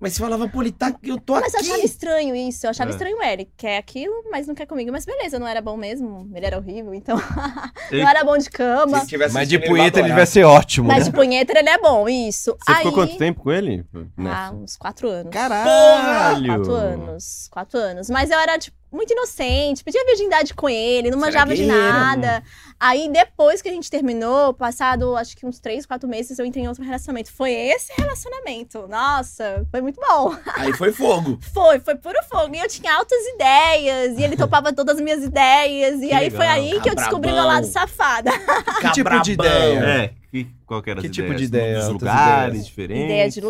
Speaker 1: Mas você falava, pô, ele tá, eu tô
Speaker 4: Mas eu
Speaker 1: aqui.
Speaker 4: achava estranho isso, eu achava
Speaker 3: É.
Speaker 4: estranho ele. Quer aquilo, mas não quer comigo. Mas beleza, não era bom mesmo, ele era horrível, então
Speaker 3: Ele-
Speaker 4: não era bom de cama.
Speaker 1: Se tivesse
Speaker 2: Mas de
Speaker 1: assistindo, vai
Speaker 2: punheta ele
Speaker 1: adorar.
Speaker 2: vai ser ótimo,
Speaker 4: Mas
Speaker 2: né?
Speaker 4: de punheta ele é bom, isso.
Speaker 3: Você
Speaker 4: Aí,
Speaker 3: ficou quanto tempo com ele?
Speaker 4: Ah, uns quatro anos.
Speaker 3: Caralho!
Speaker 4: Quatro anos, quatro anos. Mas eu era, tipo, muito inocente, pedia virgindade com ele, não
Speaker 1: Você era
Speaker 4: manjava de
Speaker 3: né?
Speaker 1: guerreira,
Speaker 4: nada. Aí, depois que a gente terminou, passado, acho que uns três, quatro meses, eu entrei em outro relacionamento. Foi esse relacionamento. Nossa, foi muito bom.
Speaker 1: Aí foi fogo.
Speaker 4: Foi, foi puro fogo. E eu tinha altas ideias, e ele topava todas as minhas ideias. E
Speaker 3: Que
Speaker 4: aí, foi
Speaker 3: legal. Ah,
Speaker 4: aí que eu descobri
Speaker 1: Cabrabão.
Speaker 4: meu lado safada.
Speaker 1: Que
Speaker 2: tipo de ideia?
Speaker 3: É, que, qual que era
Speaker 2: Que
Speaker 3: as
Speaker 2: tipo
Speaker 3: ideias?
Speaker 2: de ideia?
Speaker 3: Dos
Speaker 2: Outras
Speaker 3: lugares
Speaker 2: ideias?
Speaker 3: diferentes?
Speaker 4: Ideia de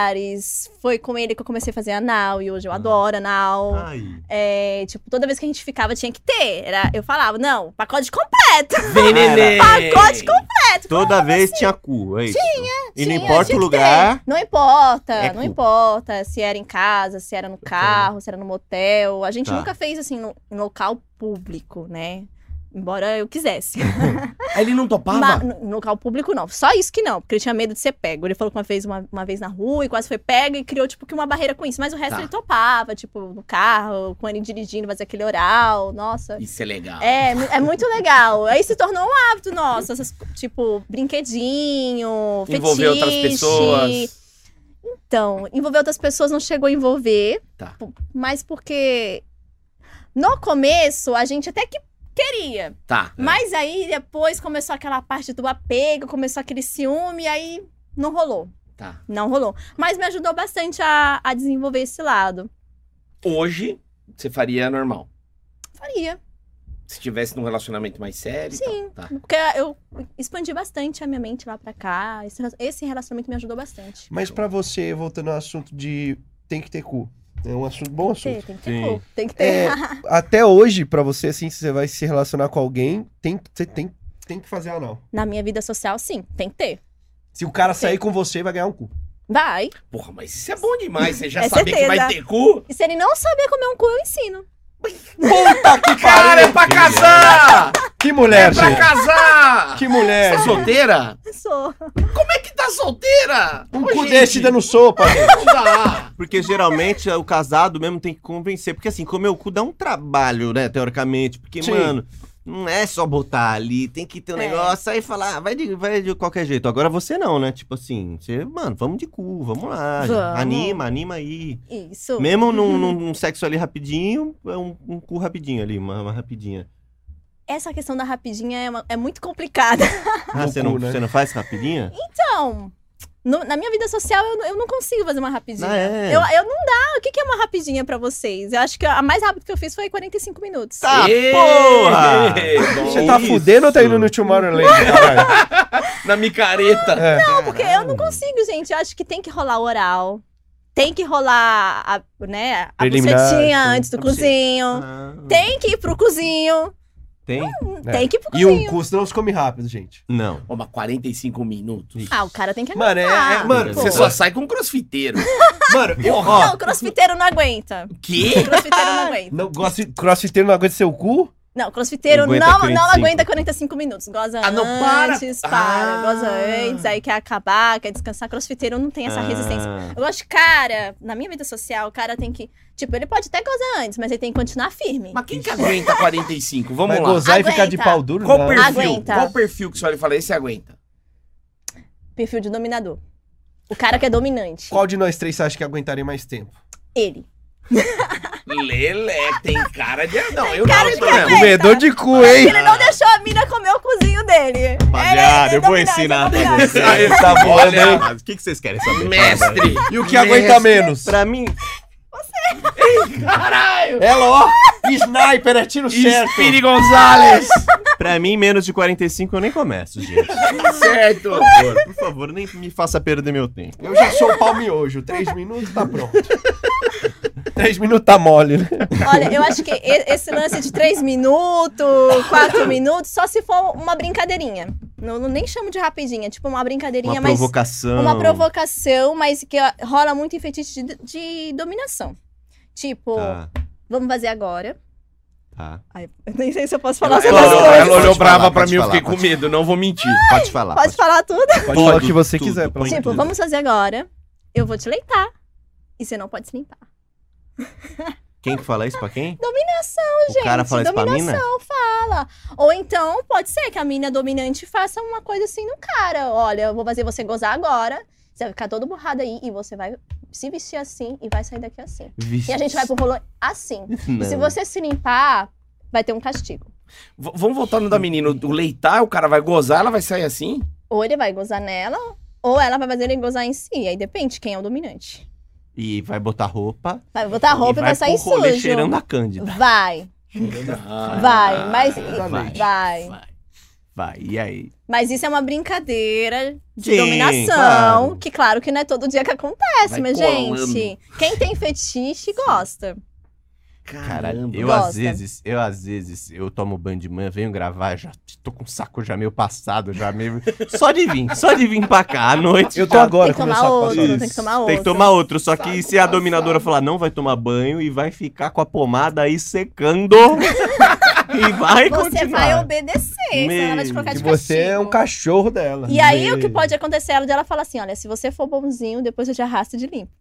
Speaker 4: lugares. Foi com ele que eu comecei a fazer anal, e hoje
Speaker 3: Ah.
Speaker 4: eu adoro anal.
Speaker 3: Ai.
Speaker 4: É, tipo, toda vez que a gente ficava tinha que ter. Era, eu falava, não, pacote completo.
Speaker 1: Vem, neném.
Speaker 4: Pacote
Speaker 3: Toda vez tinha cu, é isso? E não
Speaker 4: assim. Tinha,
Speaker 3: importa
Speaker 4: tinha
Speaker 3: o
Speaker 4: que
Speaker 3: lugar.
Speaker 4: ter. Não importa,
Speaker 3: É
Speaker 4: não
Speaker 3: cu.
Speaker 4: importa se era em casa, se era no carro, se era no motel. A gente
Speaker 3: Tá.
Speaker 4: nunca fez assim no, em local público, né? Embora eu quisesse.
Speaker 1: Aí ele não topava?
Speaker 4: Mas no, no local público, não. Só isso que não, porque ele tinha medo de ser pego. Ele falou que uma vez, uma, uma vez na rua e quase foi pego e criou, tipo, que uma barreira com isso. Mas o resto
Speaker 1: Tá.
Speaker 4: ele topava, tipo, no carro, com ele dirigindo, fazer aquele oral. Nossa.
Speaker 1: Isso é legal.
Speaker 4: É, mu- é muito legal. Aí se tornou um hábito nosso, essas, tipo, brinquedinho,
Speaker 1: Envolver
Speaker 4: fetiche.
Speaker 1: outras pessoas.
Speaker 4: Então, envolver outras pessoas não chegou a envolver,
Speaker 1: Tá.
Speaker 4: mas porque no começo a gente até que queria,
Speaker 1: Tá.
Speaker 4: mas aí depois começou aquela parte do apego, começou aquele ciúme, aí não rolou.
Speaker 1: Tá.
Speaker 4: Não rolou. Mas me ajudou bastante a, a desenvolver esse lado.
Speaker 1: Hoje, você faria normal.
Speaker 4: Faria.
Speaker 1: Se estivesse num relacionamento mais sério. e
Speaker 4: Sim.
Speaker 1: tal. Tá.
Speaker 4: Porque eu expandi bastante a minha mente lá pra cá. Esse, esse relacionamento me ajudou bastante.
Speaker 2: Mas pra você, voltando ao assunto de tem que ter cu. É um assunto, bom assunto.
Speaker 4: Tem, tem que
Speaker 3: Sim.
Speaker 4: ter. cu, Tem que ter.
Speaker 2: É, até hoje, pra você, assim, se você vai se relacionar com alguém, tem, que- você tem, tem que fazer anal.
Speaker 4: Na minha vida social, sim, tem que ter.
Speaker 2: Se o cara sair com você, vai ganhar um cu.
Speaker 4: Vai.
Speaker 1: Porra, mas isso é bom demais. Você já
Speaker 4: É
Speaker 1: saber que vai
Speaker 4: certeza.
Speaker 1: ter cu?
Speaker 4: E se ele não saber comer um cu, eu ensino.
Speaker 2: Puta que
Speaker 1: Cara, é
Speaker 2: pariu!
Speaker 1: pra casar!
Speaker 2: Que
Speaker 1: É
Speaker 2: mulher,
Speaker 1: pra
Speaker 2: gente!
Speaker 1: casar!
Speaker 2: Que mulher!
Speaker 1: Tá solteira?
Speaker 4: Sou.
Speaker 1: Como é que tá solteira?
Speaker 2: Um
Speaker 1: Ô,
Speaker 2: cu
Speaker 1: gente,
Speaker 2: desse dando sopa!
Speaker 1: Não dá.
Speaker 3: Porque geralmente o casado mesmo tem que convencer. Porque assim, comer o cu dá um trabalho, né? Teoricamente. Porque,
Speaker 2: Sim.
Speaker 3: mano, não é só botar ali. Tem que ter um
Speaker 4: É.
Speaker 3: negócio. Aí falar, ah, vai de, vai de qualquer jeito. Agora você não, né? Tipo assim, você, mano, vamos de cu, vamos lá.
Speaker 4: Vamos. Uhum.
Speaker 3: Anima, anima aí.
Speaker 4: Isso.
Speaker 3: Mesmo num, num- num sexo ali rapidinho, é um, um cu rapidinho ali, uma, uma rapidinha.
Speaker 4: Essa questão da rapidinha é, uma- é muito complicada.
Speaker 3: Ah,
Speaker 4: um
Speaker 2: No
Speaker 3: você,
Speaker 2: cu,
Speaker 3: não,
Speaker 2: né?
Speaker 3: você não faz rapidinha?
Speaker 4: Então, no- na minha vida social, eu, eu não consigo fazer uma rapidinha.
Speaker 3: Ah, é.
Speaker 4: Eu, eu não dá. O que, que é uma rapidinha pra vocês? Eu acho que a mais rápida que eu fiz foi 45 minutos.
Speaker 3: Tá,
Speaker 1: Ê,
Speaker 3: porra!
Speaker 1: bom.
Speaker 2: Ah, Você tá
Speaker 3: É Isso.
Speaker 2: fudendo ou tá indo no Tomorrowland, caralho?
Speaker 1: Na micareta.
Speaker 2: É.
Speaker 4: Não, porque eu não consigo, gente. Eu acho que tem que rolar oral. Tem que rolar a, né, a
Speaker 2: Preliminar,
Speaker 4: bucetinha
Speaker 2: sim.
Speaker 4: antes do
Speaker 3: A
Speaker 4: cozinho.
Speaker 3: Ah,
Speaker 4: Tem que ir pro cozinho.
Speaker 3: tem?
Speaker 2: É.
Speaker 4: Tem que ir pro
Speaker 2: E
Speaker 4: cozinho.
Speaker 2: um cu, senão se come rápido, gente.
Speaker 3: Não.
Speaker 1: Ô, mas 45 minutos.
Speaker 4: Ah, o cara tem que
Speaker 2: Mano, é-
Speaker 4: aguentar.
Speaker 2: é- mano,
Speaker 4: pô.
Speaker 1: Você só sai com um crossfiteiro.
Speaker 2: Mano, eu,
Speaker 4: Não,
Speaker 2: ó,
Speaker 4: o crossfiteiro não aguenta.
Speaker 1: O quê?
Speaker 4: O crossfiteiro não aguenta.
Speaker 2: não gosto de crossfiteiro, não aguenta seu cu?
Speaker 4: Não, o crossfiteiro
Speaker 3: Aguenta
Speaker 4: não,
Speaker 3: 45.
Speaker 4: não aguenta 45 minutos. Goza
Speaker 1: Ah, não, para!
Speaker 4: antes, para.
Speaker 1: Ah!
Speaker 4: Goza antes, aí quer acabar, quer descansar. Crossfiteiro não tem essa resistência.
Speaker 3: Ah.
Speaker 4: Eu acho que, cara, na minha vida social, o cara tem que. Tipo, ele pode até gozar antes, mas ele tem que continuar firme.
Speaker 1: Mas quem que aguenta 45? Vamos
Speaker 2: Vai
Speaker 1: lá.
Speaker 2: gozar e ficar de
Speaker 4: Aguenta.
Speaker 2: pau duro?
Speaker 1: Qual
Speaker 2: não.
Speaker 1: perfil?
Speaker 4: Aguenta.
Speaker 1: Qual perfil que a senhora fala? Esse aguenta.
Speaker 4: Perfil de dominador. O cara que é dominante.
Speaker 2: Qual de nós três você acha que aguentaria mais tempo?
Speaker 4: Ele.
Speaker 1: Lelé, tem cara de. Não, eu
Speaker 4: cara
Speaker 1: não é
Speaker 4: de
Speaker 1: sou mesmo.
Speaker 2: Comedor É, um de cu, hein?
Speaker 4: Ele não deixou a mina comer o cozinho dele.
Speaker 3: Ah.
Speaker 4: é
Speaker 3: Rapaziada, eu vou ensinar pra
Speaker 4: vocês.
Speaker 3: vocês.
Speaker 2: Aí, tá bom,
Speaker 1: Olha,
Speaker 2: né?
Speaker 3: Mas o que, que vocês querem saber?
Speaker 1: Mestre!
Speaker 2: E o que aguenta menos?
Speaker 3: Pra mim,
Speaker 1: Caralho!
Speaker 2: Ela, ó, sniper, é tiro certo.
Speaker 1: Espiri Gonzalez!
Speaker 3: pra mim, menos de 45 eu nem começo, gente. Por
Speaker 1: certo!
Speaker 3: favor, por favor, nem me faça perder meu tempo.
Speaker 2: Eu já sou o pau miojo. Três minutos, tá pronto. Três minutos tá mole, né?
Speaker 4: Olha, eu acho que e- esse lance de 3 minutos, 4 minutos, só se for uma brincadeirinha. Não, não- nem chamo de rapidinha, tipo uma brincadeirinha,
Speaker 3: Uma
Speaker 4: mas.
Speaker 3: provocação.
Speaker 4: Uma provocação, mas que ó, rola muito em fetiche de, de dominação. Tipo,
Speaker 3: Tá,
Speaker 4: vamos fazer agora.
Speaker 3: tá.
Speaker 4: Ai, eu nem sei se eu posso falar
Speaker 1: Ela,
Speaker 4: sobre
Speaker 1: ela
Speaker 4: as
Speaker 1: olhou,
Speaker 4: coisas.
Speaker 1: ela olhou
Speaker 3: Pode falar,
Speaker 1: brava pra
Speaker 3: pode
Speaker 1: mim, eu
Speaker 3: falar,
Speaker 1: fiquei com
Speaker 3: pode
Speaker 1: medo, não vou mentir.
Speaker 3: Pode falar.
Speaker 4: Pode falar tudo?
Speaker 2: Pode falar o
Speaker 3: Tudo,
Speaker 2: que você
Speaker 3: tudo,
Speaker 2: quiser.
Speaker 3: põe
Speaker 2: pelo amor de
Speaker 4: Tipo,
Speaker 3: tudo.
Speaker 4: vamos fazer agora. Eu vou te leitar. E você não pode se limpar.
Speaker 3: Quem que fala isso pra quem?
Speaker 4: Dominação,
Speaker 3: o
Speaker 4: gente.
Speaker 3: cara fala isso pra mina?
Speaker 4: dominação, fala. Ou então, pode ser que a mina dominante faça uma coisa assim no cara. Olha, eu vou fazer você gozar agora. Você vai ficar todo borrado aí e você vai se vestir assim e vai sair daqui assim.
Speaker 3: Vixe.
Speaker 4: E a gente vai pro rolê assim. E
Speaker 3: Não.
Speaker 4: se você se limpar, vai ter um castigo.
Speaker 1: V- vamos voltar no da menina. O leitar, o cara vai gozar, ela vai sair assim?
Speaker 4: Ou ele vai gozar nela, ou ela vai fazer ele gozar em si. Aí depende quem é o dominante.
Speaker 3: E vai botar roupa.
Speaker 4: Vai botar roupa e vai, sair
Speaker 3: pro rolê
Speaker 4: sujo.
Speaker 3: cheirando a Cândida.
Speaker 4: Vai,
Speaker 1: Ah.
Speaker 3: Ah,
Speaker 4: vai, mas
Speaker 3: Vai.
Speaker 4: vai.
Speaker 3: Vai, e aí?
Speaker 4: Mas isso é uma brincadeira de
Speaker 3: Sim,
Speaker 4: dominação,
Speaker 3: claro.
Speaker 4: que claro que não é todo dia que acontece,
Speaker 1: Vai
Speaker 4: mas
Speaker 1: colando.
Speaker 4: gente, quem tem fetiche gosta.
Speaker 3: Cara,
Speaker 1: Caralho,
Speaker 3: eu
Speaker 4: Gosta.
Speaker 3: às vezes, eu às vezes, eu tomo banho de manhã, venho gravar, já tô com o saco já meio passado, já meio... Só de vir, só de vir pra cá à noite.
Speaker 2: Eu tô
Speaker 3: já-
Speaker 2: agora
Speaker 4: tem que tomar
Speaker 2: começar com a
Speaker 4: outro,
Speaker 2: sua-
Speaker 4: tem que tomar outro.
Speaker 3: Tem que tomar outro, só que
Speaker 1: Saco
Speaker 3: se a
Speaker 1: passado.
Speaker 3: dominadora falar, não vai tomar banho e vai ficar com a pomada aí secando e vai
Speaker 4: Você
Speaker 3: continuar.
Speaker 4: vai obedecer, senão ela vai te
Speaker 3: Meu,
Speaker 4: colocar
Speaker 2: Que
Speaker 4: de
Speaker 2: você
Speaker 4: castigo.
Speaker 2: é um cachorro dela.
Speaker 4: E aí, o que
Speaker 2: Meu.
Speaker 4: pode acontecer é ela falar assim: olha, se você for bonzinho, depois eu te arrasto de limpo.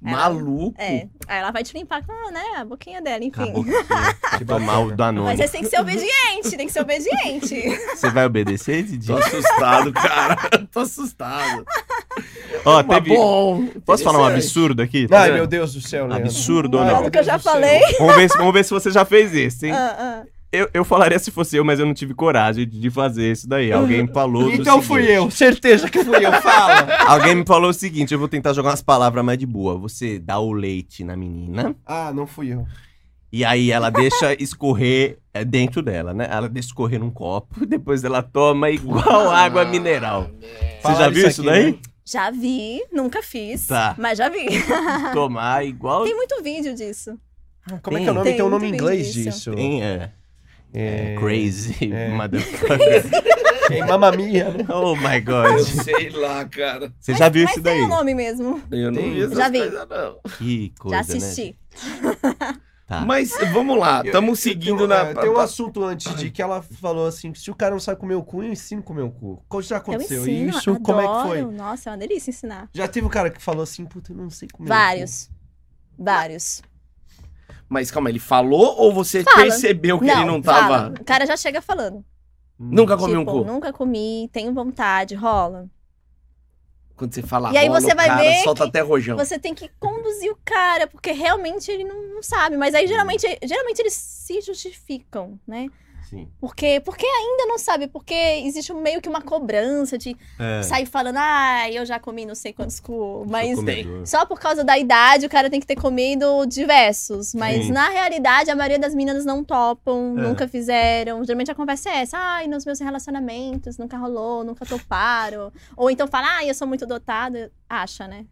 Speaker 1: maluco.
Speaker 4: É. Aí ela vai te limpar com né, a boquinha dela, enfim.
Speaker 3: Acabou
Speaker 4: Ah.
Speaker 3: que- que tomar o
Speaker 4: Mas é-
Speaker 3: Danone.
Speaker 4: você tem que ser obediente, tem que ser obediente.
Speaker 3: Você vai obedecer, Didi?
Speaker 1: Tô assustado, cara. Tô assustado.
Speaker 3: Ó,
Speaker 1: Mas
Speaker 3: teve...
Speaker 1: bom.
Speaker 3: Posso falar um
Speaker 1: interessante.
Speaker 3: absurdo aqui? Tá
Speaker 2: Ai,
Speaker 3: vendo?
Speaker 2: meu Deus do céu, Leandro.
Speaker 3: Absurdo né? ou
Speaker 2: Ai,
Speaker 3: não?
Speaker 2: meu
Speaker 4: Tudo É que eu
Speaker 2: Deus
Speaker 4: já
Speaker 2: do céu.
Speaker 4: falei.
Speaker 3: Vamos ver, se, vamos ver se você já fez esse, hein?
Speaker 4: Ah, ah.
Speaker 3: Eu, eu falaria se fosse eu, mas eu não tive coragem de de fazer isso daí. Alguém falou. do
Speaker 2: Então
Speaker 3: seguinte.
Speaker 2: fui eu, certeza que fui eu. Fala.
Speaker 3: Alguém me falou o seguinte: eu vou tentar jogar umas palavras mais de boa. Você dá o leite na menina.
Speaker 2: Ah, não fui eu.
Speaker 3: E aí ela deixa escorrer é, dentro dela, né? Ela deixa escorrer num copo, depois ela toma igual
Speaker 4: Ah.
Speaker 3: água mineral. Você já
Speaker 2: Falaram
Speaker 3: viu isso,
Speaker 2: aqui,
Speaker 3: daí?
Speaker 2: né?
Speaker 4: Já vi, nunca fiz,
Speaker 3: Tá.
Speaker 4: mas já vi.
Speaker 3: Tomar igual.
Speaker 4: Tem muito vídeo disso.
Speaker 2: Como é que é o nome?
Speaker 4: Tem,
Speaker 2: Tem um nome em
Speaker 4: tem
Speaker 2: inglês
Speaker 4: isso.
Speaker 2: disso.
Speaker 3: Tem, é, é,
Speaker 2: É,
Speaker 3: Crazy
Speaker 2: É.
Speaker 3: motherfucker.
Speaker 2: É em Mamma Mia, né?
Speaker 3: Oh my
Speaker 1: Eu
Speaker 3: god.
Speaker 1: sei lá, cara.
Speaker 3: Você já viu
Speaker 4: Mas
Speaker 3: isso daí?
Speaker 4: tem o nome mesmo.
Speaker 1: Eu não
Speaker 2: Tem.
Speaker 1: vi essas
Speaker 4: Já vi.
Speaker 1: coisas, não.
Speaker 3: Que coisa,
Speaker 4: Já assisti.
Speaker 3: Né? Tá.
Speaker 1: Mas vamos lá, estamos seguindo
Speaker 2: tem,
Speaker 1: na.
Speaker 2: é, Tem um assunto antes de que ela falou assim: se o cara não sabe comer o cu, eu ensino a comer o cu. Co- Já aconteceu
Speaker 4: eu ensino,
Speaker 2: isso?
Speaker 4: adoro.
Speaker 2: Como é que foi?
Speaker 4: Nossa, é uma delícia ensinar.
Speaker 2: Já teve um cara que falou assim: puta, eu não sei comer. o cu.
Speaker 4: Vários. Vários.
Speaker 1: Mas calma, ele falou ou você
Speaker 4: Fala.
Speaker 1: percebeu que ele não tava.
Speaker 4: fala. O cara já chega falando.
Speaker 2: Hum,
Speaker 1: Nunca comeu
Speaker 4: tipo,
Speaker 1: um cu.
Speaker 4: nunca comi, tenho vontade, rola.
Speaker 1: Quando você fala
Speaker 4: E aí
Speaker 1: rola,
Speaker 4: você
Speaker 1: o
Speaker 4: vai
Speaker 1: cara
Speaker 4: ver
Speaker 1: solta
Speaker 4: que
Speaker 1: até rojão.
Speaker 4: Você tem que conduzir o cara, porque realmente ele não, não sabe. Mas aí geralmente, geralmente eles se justificam, né?
Speaker 3: Sim.
Speaker 4: Porque, porque ainda não sabe, porque existe meio que uma cobrança de
Speaker 3: É,
Speaker 4: sair falando, ah, eu já comi não sei quantos cu, mas
Speaker 3: sou comedor.
Speaker 4: Só por causa da idade, o cara tem que ter comido diversos. Mas
Speaker 3: Sim.
Speaker 4: na realidade, a maioria das meninas não topam,
Speaker 3: É.
Speaker 4: nunca fizeram. Geralmente a conversa é essa: ai, nos meus relacionamentos nunca rolou, nunca toparam. Ou então fala, ai, eu sou muito dotada. Acha, né?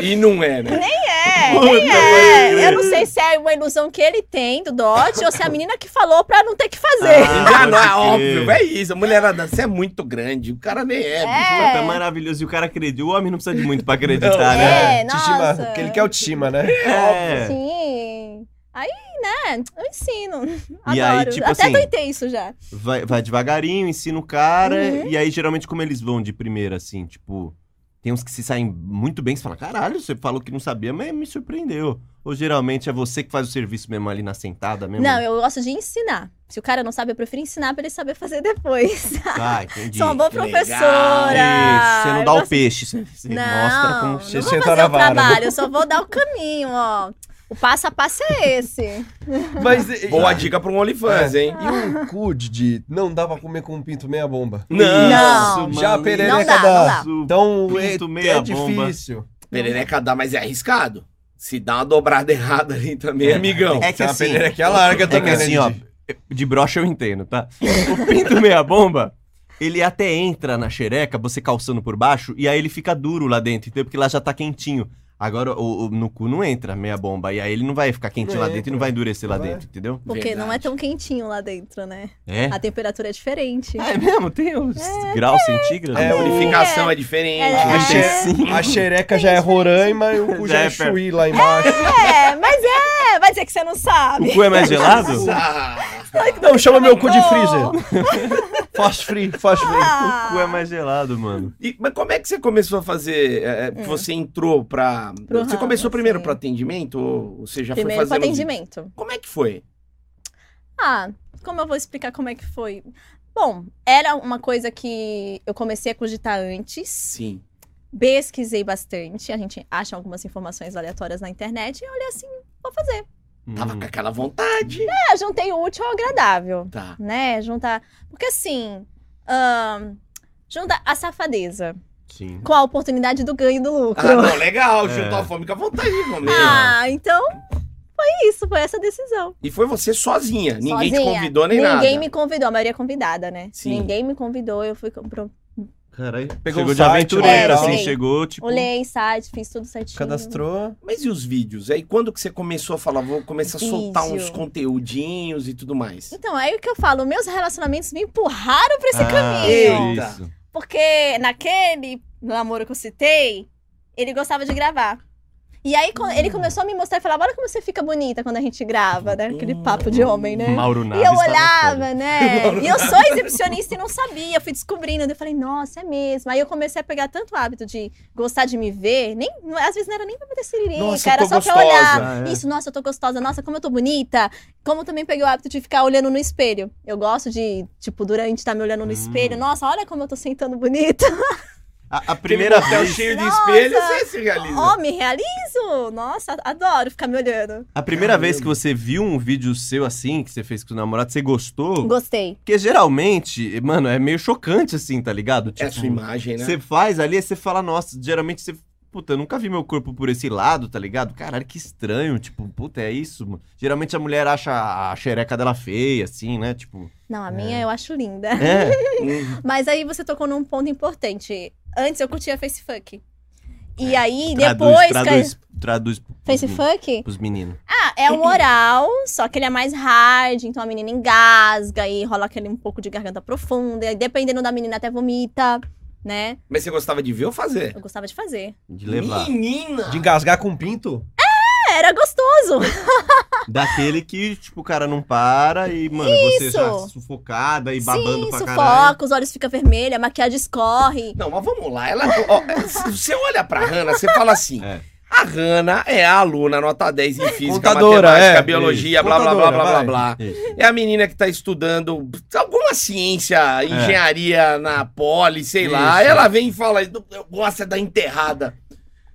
Speaker 1: E não é, né?
Speaker 4: É,
Speaker 3: Puta, pode
Speaker 4: é.
Speaker 3: crer.
Speaker 4: Eu não sei se é uma ilusão que ele tem do dote ou se é a menina que falou pra não ter que fazer.
Speaker 3: Ah,
Speaker 1: Já não é
Speaker 3: pode crer.
Speaker 1: óbvio, é isso. A mulherada, você é muito grande, o cara nem é. bicho.
Speaker 4: É.
Speaker 3: Puta, maravilhoso. E o cara acredita. O homem não precisa de muito pra acreditar,
Speaker 1: Não,
Speaker 3: né?
Speaker 4: É,
Speaker 2: Autoestima,
Speaker 4: nossa.
Speaker 2: que ele quer autoestima, né?
Speaker 3: É.
Speaker 4: Sim. Aí, né? Eu ensino.
Speaker 3: E aí,
Speaker 4: Adoro.
Speaker 3: tipo
Speaker 4: Até
Speaker 3: assim,
Speaker 4: tentei isso já.
Speaker 3: Vai, vai devagarinho, ensina o cara.
Speaker 4: Uhum.
Speaker 3: E aí, geralmente, como eles vão de primeira, assim, tipo... Tem uns que se saem muito bem, você fala, caralho, você falou que não sabia, mas me surpreendeu. Ou geralmente é você que faz o serviço mesmo ali na sentada mesmo?
Speaker 4: Não, eu gosto de ensinar. Se o cara não sabe, eu prefiro ensinar pra ele saber fazer depois.
Speaker 3: Ah, entendi.
Speaker 4: Sou uma boa
Speaker 1: que legal.
Speaker 4: professora.
Speaker 3: Isso, você não dá
Speaker 4: Eu
Speaker 3: o
Speaker 4: gosto-
Speaker 3: peixe, você, você
Speaker 4: Não,
Speaker 3: mostra como...
Speaker 2: Você
Speaker 4: não vou
Speaker 2: senta
Speaker 4: fazer
Speaker 2: na
Speaker 4: o
Speaker 2: vara.
Speaker 4: trabalho, eu só vou dar o caminho, ó. O passo a passo é esse.
Speaker 2: Mas. e-
Speaker 3: É.
Speaker 1: Boa dica pra um OnlyFans, hein?
Speaker 2: E um cu de- de não dá pra comer com um pinto meia bomba.
Speaker 4: Não.
Speaker 2: Já a perereca
Speaker 4: Não dá,
Speaker 2: dá.
Speaker 4: não dá.
Speaker 2: Então é,
Speaker 3: Pinto meia
Speaker 2: é
Speaker 3: bomba.
Speaker 2: difícil.
Speaker 1: Perereca dá, mas é arriscado. Se dá uma dobrada errada ali também,
Speaker 3: É.
Speaker 1: amigão.
Speaker 3: É que
Speaker 2: Tem uma
Speaker 3: assim-
Speaker 2: peneira que é larga
Speaker 3: É que
Speaker 2: também, né,
Speaker 3: assim, ó,
Speaker 2: Didi?
Speaker 3: de brocha eu entendo, tá? O pinto meia bomba, ele até entra na xereca, você calçando por baixo, e aí ele fica duro lá dentro, entendeu? Porque lá já tá quentinho. Agora o, o- no cu não entra meia bomba, e aí ele não vai ficar quentinho
Speaker 2: Não
Speaker 3: lá dentro e não
Speaker 2: entra.
Speaker 3: vai endurecer lá
Speaker 2: Vai.
Speaker 3: dentro, entendeu?
Speaker 4: Porque não é
Speaker 1: Verdade.
Speaker 4: tão quentinho lá dentro, né?
Speaker 3: É.
Speaker 4: A temperatura é diferente.
Speaker 3: Ah, é mesmo? Tem uns graus centígrados?
Speaker 2: É,
Speaker 1: A unificação é,
Speaker 4: É.
Speaker 1: diferente.
Speaker 2: A, xere... a xereca já é Roraima e o cu já
Speaker 3: Já
Speaker 2: é
Speaker 3: é per-
Speaker 2: Chuí lá embaixo.
Speaker 4: É, mas é, vai dizer que você não sabe.
Speaker 3: O cu é mais gelado?
Speaker 1: Ah,
Speaker 3: é
Speaker 2: Não, chama meu cu de
Speaker 4: Não.
Speaker 2: freezer. Fast free, fast free.
Speaker 4: Ah.
Speaker 3: O cu é mais gelado, mano.
Speaker 1: e- mas como é que você começou a fazer? é, que Você entrou pra.
Speaker 4: Pro
Speaker 1: você
Speaker 4: ramo,
Speaker 1: começou primeiro
Speaker 4: sim.
Speaker 1: pro atendimento? Ou você já
Speaker 4: Primeiro
Speaker 1: foi
Speaker 4: pro
Speaker 1: fazendo.
Speaker 4: atendimento.
Speaker 1: Como é que foi?
Speaker 4: Ah, como eu vou explicar como é que foi? Bom, era uma coisa que eu comecei a cogitar antes,
Speaker 1: Sim.
Speaker 4: pesquisei bastante, a gente acha algumas informações aleatórias na internet e eu olhei assim, vou fazer.
Speaker 1: Tava
Speaker 3: Hum.
Speaker 1: com aquela vontade.
Speaker 4: É, juntei o útil ao agradável,
Speaker 1: Tá.
Speaker 4: né? Juntar. Porque assim, ahn, junta a safadeza
Speaker 3: Sim.
Speaker 4: com a oportunidade do ganho e do lucro.
Speaker 1: Ah, não, legal.
Speaker 3: É.
Speaker 1: Juntou a fome com a vontade de comer.
Speaker 4: Ah, então foi isso, foi essa decisão.
Speaker 1: E foi você sozinha. Ninguém te
Speaker 4: Sozinha.
Speaker 1: convidou nem
Speaker 4: Ninguém
Speaker 1: nada.
Speaker 4: me convidou, a maioria é convidada, né?
Speaker 1: Sim.
Speaker 4: Ninguém me convidou, eu fui pro
Speaker 3: Caralho.
Speaker 2: Pegou
Speaker 3: chegou
Speaker 2: o
Speaker 3: de
Speaker 2: site,
Speaker 3: aventureira,
Speaker 4: é,
Speaker 3: assim,
Speaker 4: cheguei.
Speaker 3: chegou, tipo...
Speaker 4: Olhei site, fiz tudo certinho.
Speaker 2: Cadastrou.
Speaker 1: Mas e os vídeos? Aí quando que você começou a falar, vou começar a soltar
Speaker 4: Vídeo.
Speaker 1: uns conteúdinhos e tudo mais?
Speaker 4: Então, é o que eu falo, meus relacionamentos me empurraram pra esse
Speaker 3: Ah,
Speaker 4: caminho.
Speaker 1: Eita.
Speaker 3: isso.
Speaker 4: Porque naquele namoro que eu citei, ele gostava de gravar. E aí co- ele começou a me mostrar e falava, olha como você fica bonita quando a gente grava, né? Aquele papo de homem, né?
Speaker 3: Mauro Naves
Speaker 4: E eu
Speaker 3: tava fora.
Speaker 4: olhava, né? E eu sou exibicionista e não sabia, eu fui descobrindo. daí Eu falei, nossa, é mesmo. Aí eu comecei a pegar tanto hábito de gostar de me ver, nem, não- às vezes não era nem pra bater siririca,
Speaker 1: Nossa, eu
Speaker 4: era
Speaker 1: tô
Speaker 4: só pra
Speaker 1: gostosa.
Speaker 4: olhar.
Speaker 3: Ah, é.
Speaker 4: Isso, nossa, eu tô gostosa, nossa, como eu tô bonita. Como eu também peguei o hábito de ficar olhando no espelho. Eu gosto de, tipo, durante estar me olhando no
Speaker 3: Hum.
Speaker 4: espelho, nossa, olha como eu tô sentando bonita.
Speaker 3: A, a
Speaker 4: um-
Speaker 3: primeira
Speaker 2: um
Speaker 1: Aquele motel
Speaker 3: vez...
Speaker 1: cheio de
Speaker 4: Nossa.
Speaker 1: espelho, você se realiza.
Speaker 4: Ó, me realizo! Nossa, adoro ficar me olhando.
Speaker 3: A primeira
Speaker 1: Caramba.
Speaker 3: vez que você viu um vídeo seu assim, que você fez com o namorado, você gostou?
Speaker 4: Gostei.
Speaker 3: Porque geralmente, mano, é meio chocante assim, tá ligado?
Speaker 1: É a sua imagem, né?
Speaker 3: Você faz ali, aí você fala, nossa, geralmente você. Puta, eu nunca vi meu corpo por esse lado, tá ligado? Caralho, que estranho. Tipo, puta, é isso, mano. Geralmente a mulher acha a xereca dela feia, assim, né? Tipo.
Speaker 4: Não, a minha eu acho linda.
Speaker 3: É.
Speaker 1: Hum.
Speaker 4: Mas aí você tocou num ponto importante. Antes eu curtia Facebook. E aí,
Speaker 3: É, Traduz,
Speaker 4: depois.
Speaker 3: traduz, traduz. pros
Speaker 4: Face
Speaker 3: men-
Speaker 4: funk?
Speaker 3: Pros meninos.
Speaker 4: Ah, é um oral, só que ele é mais hard, então a menina engasga e rola aquele um pouco de garganta profunda. E aí, dependendo da menina, até vomita, né?
Speaker 1: Mas você gostava de ver ou fazer?
Speaker 4: Eu gostava de fazer.
Speaker 3: De levar.
Speaker 1: Menina!
Speaker 2: De engasgar com pinto?
Speaker 4: É, era gostoso!
Speaker 3: Daquele que, tipo, o cara não para e, mano, você já sufocada e babando
Speaker 4: Sim,
Speaker 3: pra caralho.
Speaker 4: sufoca, os olhos ficam vermelhos, a maquiagem escorre.
Speaker 1: Não, mas vamos lá. Ela, ó, se você olha pra Hanna, você fala assim.
Speaker 3: É.
Speaker 1: A Hanna é a aluna nota 10 em física,
Speaker 2: Contadora,
Speaker 1: matemática,
Speaker 2: é.
Speaker 1: biologia,
Speaker 2: Isso.
Speaker 1: blá, blá, blá,
Speaker 2: Contadora,
Speaker 1: blá, blá, blá.
Speaker 2: vai.
Speaker 3: Isso.
Speaker 1: É a menina que tá estudando alguma ciência, engenharia na poli, sei lá.
Speaker 3: Isso.
Speaker 1: Ela vem e fala, eu gosto é da enterrada.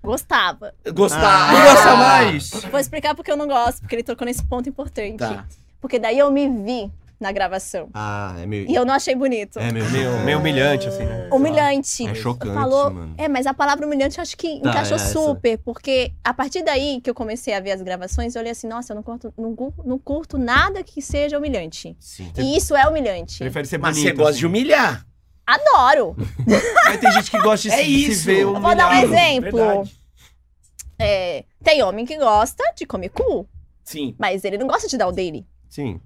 Speaker 4: Gostava.
Speaker 1: Gostar.
Speaker 3: Ah.
Speaker 1: Não gosta mais.
Speaker 4: Vou explicar porque eu não gosto, porque ele tocou nesse ponto importante.
Speaker 1: Tá.
Speaker 4: Porque daí eu me vi na gravação.
Speaker 3: Ah, é meio.
Speaker 4: E eu não achei bonito.
Speaker 3: É meio.
Speaker 2: Meio, meio humilhante, assim, né?
Speaker 4: Humilhante.
Speaker 3: É chocante,
Speaker 4: Falou.
Speaker 3: mano.
Speaker 4: É, mas a palavra humilhante acho que
Speaker 3: Tá,
Speaker 4: encaixou
Speaker 3: é essa.
Speaker 4: super, porque a partir daí que eu comecei a ver as gravações, eu olhei assim, nossa, eu não curto, não, gu- não curto nada que seja humilhante.
Speaker 3: Sim.
Speaker 4: E isso é humilhante.
Speaker 2: Prefere ser
Speaker 1: Mas
Speaker 2: bonito. assim.
Speaker 1: você gosta de humilhar.
Speaker 4: Adoro!
Speaker 2: Mas tem gente que gosta de
Speaker 1: É
Speaker 2: se- de
Speaker 1: isso.
Speaker 2: se ver
Speaker 1: Eu
Speaker 4: Eu vou dar um
Speaker 2: humilhado.
Speaker 4: exemplo.
Speaker 2: Verdade.
Speaker 4: É, tem homem que gosta de comer cu,
Speaker 1: Sim.
Speaker 4: mas ele não gosta de dar o dele.
Speaker 3: Sim.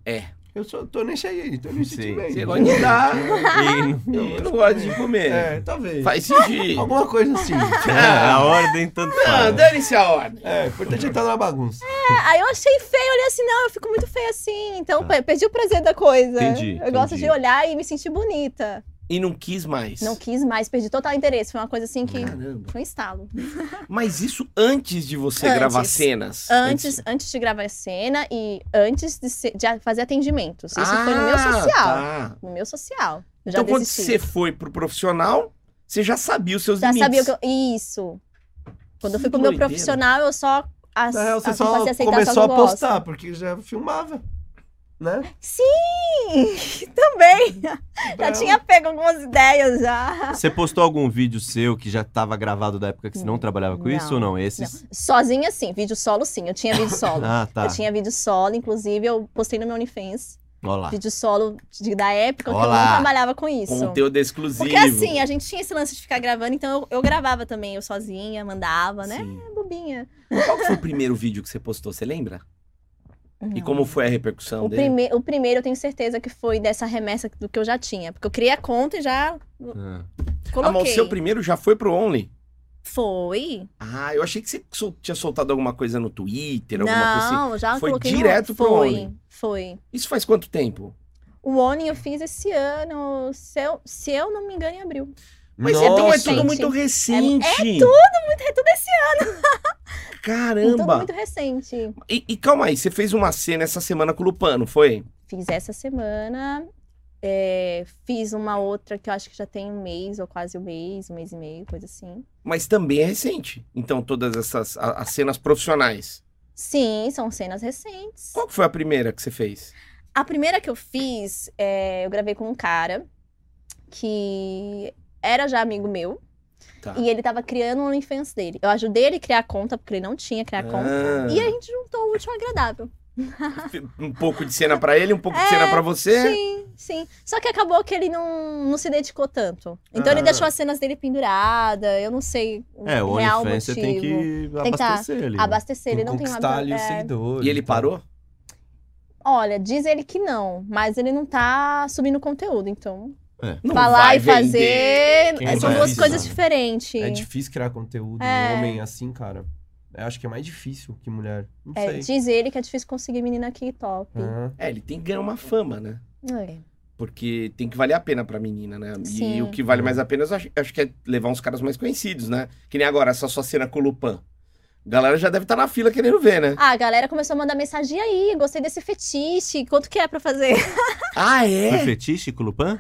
Speaker 2: Eu sou, tô nem cheio aí, tô nem
Speaker 3: Sim.
Speaker 2: sentindo
Speaker 1: Você
Speaker 2: bem.
Speaker 1: gosta de dar.
Speaker 3: E-
Speaker 1: Eu não gosto de comer.
Speaker 2: É, talvez.
Speaker 1: Faz sentido.
Speaker 2: Alguma coisa assim.
Speaker 3: É, a ordem tanto
Speaker 1: Não,
Speaker 3: faz.
Speaker 1: dane-se a ordem.
Speaker 2: É, o importante é estar na bagunça.
Speaker 4: É, aí eu achei feio, eu olhei assim, não, eu fico muito feia assim, então pe- perdi o prazer da coisa.
Speaker 3: Tá. Entendi,
Speaker 4: eu gosto
Speaker 3: entendi.
Speaker 4: de olhar e me sentir bonita.
Speaker 1: E não quis mais.
Speaker 4: Não quis mais, perdi total interesse, foi uma coisa assim que...
Speaker 1: Caramba.
Speaker 4: Foi um estalo.
Speaker 1: Mas isso antes de você
Speaker 4: Antes.
Speaker 1: gravar cenas.
Speaker 4: Antes, antes de gravar a cena e antes de, ser- de fazer atendimentos. Isso foi no meu
Speaker 1: Ah,
Speaker 4: social.
Speaker 1: tá.
Speaker 4: No meu social. Eu já
Speaker 1: Então, quando
Speaker 4: desisti.
Speaker 1: você foi pro profissional, você já sabia os seus
Speaker 4: já
Speaker 1: limites.
Speaker 4: sabia o que eu... Isso. Quando eu
Speaker 1: Que
Speaker 4: fui pro meu
Speaker 1: doideira.
Speaker 4: profissional, eu só... As,
Speaker 2: Na real, É, você
Speaker 4: a-
Speaker 2: só
Speaker 4: comecei aceitar
Speaker 2: começou
Speaker 4: só
Speaker 2: a
Speaker 4: que eu gosto.
Speaker 2: postar, porque já filmava. Né?
Speaker 4: Sim! Também! Já tinha pego algumas ideias já.
Speaker 3: Você postou algum vídeo seu que já tava gravado da época que você não trabalhava com
Speaker 4: Não.
Speaker 3: isso ou não? Esses.
Speaker 4: Sozinha, sim. Vídeo solo, sim. Eu tinha vídeo solo.
Speaker 3: Ah, tá.
Speaker 4: Eu tinha vídeo solo, inclusive eu postei no meu OnlyFans.
Speaker 3: Olha lá.
Speaker 4: Vídeo solo de- da época que eu
Speaker 3: Tá. Olá.
Speaker 4: não trabalhava com isso.
Speaker 1: Conteúdo exclusivo.
Speaker 4: Porque assim, a gente tinha esse lance de ficar gravando, então eu, eu gravava também, eu sozinha, mandava, né?
Speaker 1: Sim.
Speaker 4: É bobinha.
Speaker 1: Qual que foi o primeiro vídeo que você postou, você lembra?
Speaker 4: Uhum.
Speaker 1: E como foi a repercussão
Speaker 4: o,
Speaker 1: dele?
Speaker 4: prime o primeiro eu tenho certeza que foi dessa remessa do que eu já tinha. Porque eu criei a conta e já
Speaker 3: Ah.
Speaker 1: Ah, mas o
Speaker 4: coloquei.
Speaker 1: seu primeiro já foi pro Only?
Speaker 4: Foi?
Speaker 1: Ah, eu achei que você sol- tinha soltado alguma coisa no Twitter, alguma coisa assim.
Speaker 4: Não, eu já
Speaker 1: Foi
Speaker 4: coloquei
Speaker 1: direto
Speaker 4: no...
Speaker 1: pro
Speaker 4: Foi,
Speaker 1: Oni.
Speaker 4: foi.
Speaker 1: Isso faz quanto tempo?
Speaker 4: O Oni eu fiz esse ano, se eu, se eu não me engano, em abril.
Speaker 1: Mas
Speaker 2: Nossa.
Speaker 1: então é
Speaker 4: Gente,
Speaker 1: tudo muito recente. É, tudo muito, é
Speaker 4: tudo
Speaker 1: esse ano.
Speaker 4: Tudo
Speaker 1: Caramba!
Speaker 4: muito recente.
Speaker 1: E, e calma aí, você fez uma cena essa semana com o Lupano, foi?
Speaker 4: Fiz essa semana. é, fiz uma outra que eu acho que já tem um mês, ou quase um mês, um mês e meio, coisa assim.
Speaker 1: Mas também é recente. Então, todas essas a- as cenas profissionais.
Speaker 4: Sim, são cenas recentes.
Speaker 1: Qual que foi a primeira que você fez?
Speaker 4: A primeira que eu fiz, é, eu gravei com um cara que era já amigo meu.
Speaker 1: Tá.
Speaker 4: E ele tava criando o OnlyFans dele. Eu ajudei ele a criar a conta, porque ele não tinha criar a conta.
Speaker 1: Ah,
Speaker 4: E a gente juntou o último agradável.
Speaker 1: Um pouco de cena pra ele, um pouco de cena pra
Speaker 3: É?
Speaker 1: você.
Speaker 4: É, Sim, sim. Só que acabou que ele não, não se dedicou tanto. Então ele
Speaker 1: Ah.
Speaker 4: deixou as cenas dele pendurada. Eu não sei o
Speaker 3: É, o
Speaker 4: real
Speaker 3: OnlyFans você
Speaker 4: motivo.
Speaker 3: tem que
Speaker 4: Tem que tá-
Speaker 3: abastecer ali. né?
Speaker 4: Abastecer, ele não tem uma.
Speaker 2: Conquistar ali os
Speaker 4: é,
Speaker 2: seguidores.
Speaker 1: E ele
Speaker 2: tal.
Speaker 1: parou?
Speaker 4: Olha, diz ele que não, mas ele não tá subindo conteúdo, então.
Speaker 1: Não
Speaker 4: falar
Speaker 1: vai
Speaker 4: e
Speaker 1: vender.
Speaker 4: fazer
Speaker 3: Quem
Speaker 4: é, são
Speaker 3: vai
Speaker 4: duas
Speaker 3: avisar?
Speaker 4: coisas diferentes.
Speaker 2: É difícil criar conteúdo
Speaker 4: É.
Speaker 2: um homem assim, cara. Eu acho que é mais difícil que mulher. Não
Speaker 4: É,
Speaker 2: sei.
Speaker 4: diz ele que é difícil conseguir menina aqui top.
Speaker 2: Aham.
Speaker 1: É, ele tem que ganhar uma fama, né?
Speaker 4: É.
Speaker 1: Porque tem que valer a pena pra menina, né? E
Speaker 4: Sim.
Speaker 1: o que vale mais a pena, eu acho, acho que é levar uns caras mais conhecidos, né? Que nem agora, essa sua cena com o Lupan. A galera já deve estar na fila querendo ver, né?
Speaker 4: Ah, a galera começou a mandar mensagem "E aí, gostei desse fetiche, quanto que é pra fazer?
Speaker 1: Ah,
Speaker 3: Foi
Speaker 1: é?
Speaker 3: fetiche, Culupan?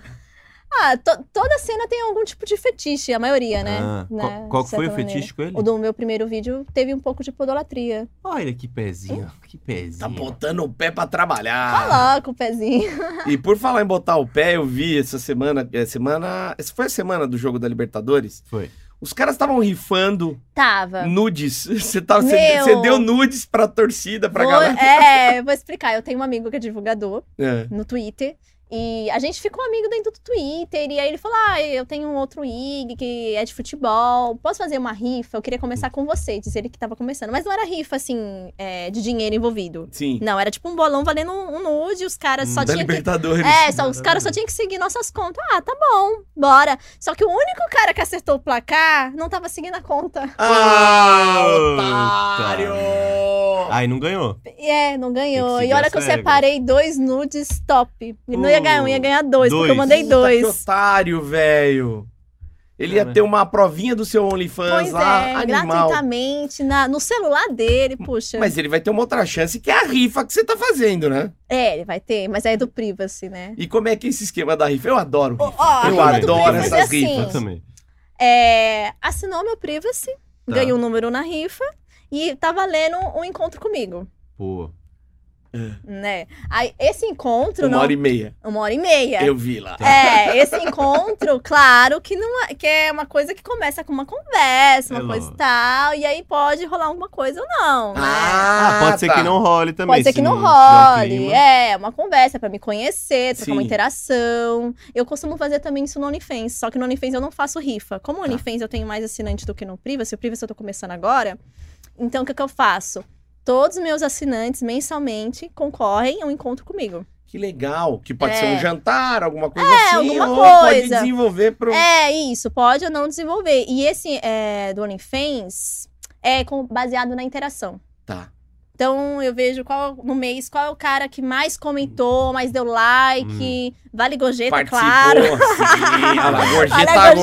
Speaker 4: Ah, to- toda cena tem algum tipo de fetiche, a maioria, né?
Speaker 3: Ah,
Speaker 4: Né,
Speaker 3: qual- qual
Speaker 4: de
Speaker 3: que foi o
Speaker 4: certa maneira.
Speaker 3: fetiche com ele?
Speaker 4: O do meu primeiro vídeo teve um pouco de podolatria.
Speaker 3: Olha que pezinho,
Speaker 4: Hum?
Speaker 3: que pezinho.
Speaker 1: Tá botando o pé pra trabalhar.
Speaker 4: Coloca Tá o pezinho.
Speaker 1: E por falar em botar o pé, eu vi essa semana. eh, semana essa foi a semana do jogo da Libertadores.
Speaker 3: Foi.
Speaker 1: Os caras estavam rifando
Speaker 4: Tava.
Speaker 1: nudes. Você, tava, você,
Speaker 4: Ah. Meu.
Speaker 1: você deu nudes pra torcida, pra
Speaker 4: Vou-
Speaker 1: galera.
Speaker 4: É, eu vou explicar. Eu tenho um amigo que é divulgador
Speaker 1: É.
Speaker 4: no Twitter. E a gente ficou amigo dentro do Twitter. E aí ele falou: Ah, eu tenho um outro IG que é de futebol. Posso fazer uma rifa? Eu queria começar com você. Diz ele que tava começando. Mas não era rifa, assim, é, de dinheiro envolvido.
Speaker 1: Sim.
Speaker 4: Não, era tipo um bolão valendo um um nude. Os
Speaker 3: Hum,
Speaker 4: caras só
Speaker 1: da
Speaker 4: tinham que
Speaker 1: Libertadores.
Speaker 4: é, só, os caras só tinham que seguir nossas contas. Ah, tá bom, bora. Só que o único cara que acertou o placar não tava seguindo a conta.
Speaker 1: Ah,
Speaker 3: Puta.
Speaker 1: otário!
Speaker 3: Aí não ganhou.
Speaker 4: E É, não ganhou.
Speaker 3: Tem que seguir
Speaker 4: E olha
Speaker 3: as
Speaker 4: que eu
Speaker 3: regras.
Speaker 4: separei dois nudes top. E não ia ganhar um, ia ganhar dois, porque eu
Speaker 3: Dois. Tá
Speaker 4: mandei
Speaker 1: Puta, que
Speaker 4: dois.
Speaker 1: otário, velho. Ele ia
Speaker 3: Cara.
Speaker 1: ter uma provinha do seu OnlyFans
Speaker 4: Pois
Speaker 1: lá,
Speaker 4: é,
Speaker 1: animal. Hum.
Speaker 4: gratuitamente, na, no celular dele, puxa.
Speaker 1: Mas ele vai ter uma outra chance, que é a rifa que você tá fazendo, né?
Speaker 4: É, ele vai ter, mas é do privacy, né?
Speaker 1: E como é que é esse esquema da rifa? Eu adoro
Speaker 4: Ó,
Speaker 1: rifa.
Speaker 4: ó, a
Speaker 1: Eu
Speaker 4: conta do
Speaker 1: adoro
Speaker 4: privacy assim,
Speaker 1: essas rifas.
Speaker 3: Eu também.
Speaker 4: É, assinou meu privacy,
Speaker 3: Tá.
Speaker 4: ganhou um número na rifa e tá valendo um encontro comigo,
Speaker 3: Pô.
Speaker 4: né? Aí, esse encontro...
Speaker 1: Uma
Speaker 4: não-
Speaker 1: hora e meia.
Speaker 4: Uma hora e meia.
Speaker 1: Eu vi lá.
Speaker 4: É, esse encontro, claro, que não é, que é uma coisa que começa com uma conversa, uma
Speaker 3: É
Speaker 4: coisa
Speaker 3: lógico.
Speaker 4: e tal, e aí pode rolar alguma coisa ou não, né?
Speaker 1: Ah,
Speaker 3: Ah, pode ser
Speaker 1: tá.
Speaker 3: que não role também.
Speaker 4: Pode ser
Speaker 3: se
Speaker 4: que não
Speaker 3: tiver um
Speaker 4: role.
Speaker 3: clima.
Speaker 4: É, uma conversa pra me conhecer, trocar uma
Speaker 1: Sim.
Speaker 4: interação. Eu costumo fazer também isso no OnlyFans, só que no OnlyFans eu não faço rifa.
Speaker 3: Tá.
Speaker 4: Como o OnlyFans eu tenho mais assinante do que no Privacy, o Privacy eu tô começando agora, então o que, que eu faço? Todos os meus assinantes mensalmente concorrem a um encontro comigo.
Speaker 1: Que legal. Que pode
Speaker 4: É.
Speaker 1: ser um jantar, alguma coisa assim.
Speaker 4: alguma
Speaker 1: ou Pode
Speaker 4: coisa.
Speaker 1: desenvolver pro...
Speaker 4: É, isso, pode ou não desenvolver. E esse é, do OnlyFans é com- baseado na interação.
Speaker 1: Tá.
Speaker 4: Então eu vejo qual no mês qual é o cara que mais comentou, mais deu like, vale gorjeta,
Speaker 1: Hum.
Speaker 4: é
Speaker 1: Participou.
Speaker 4: claro.
Speaker 1: Sim, olha lá, gorjeta
Speaker 4: Vale a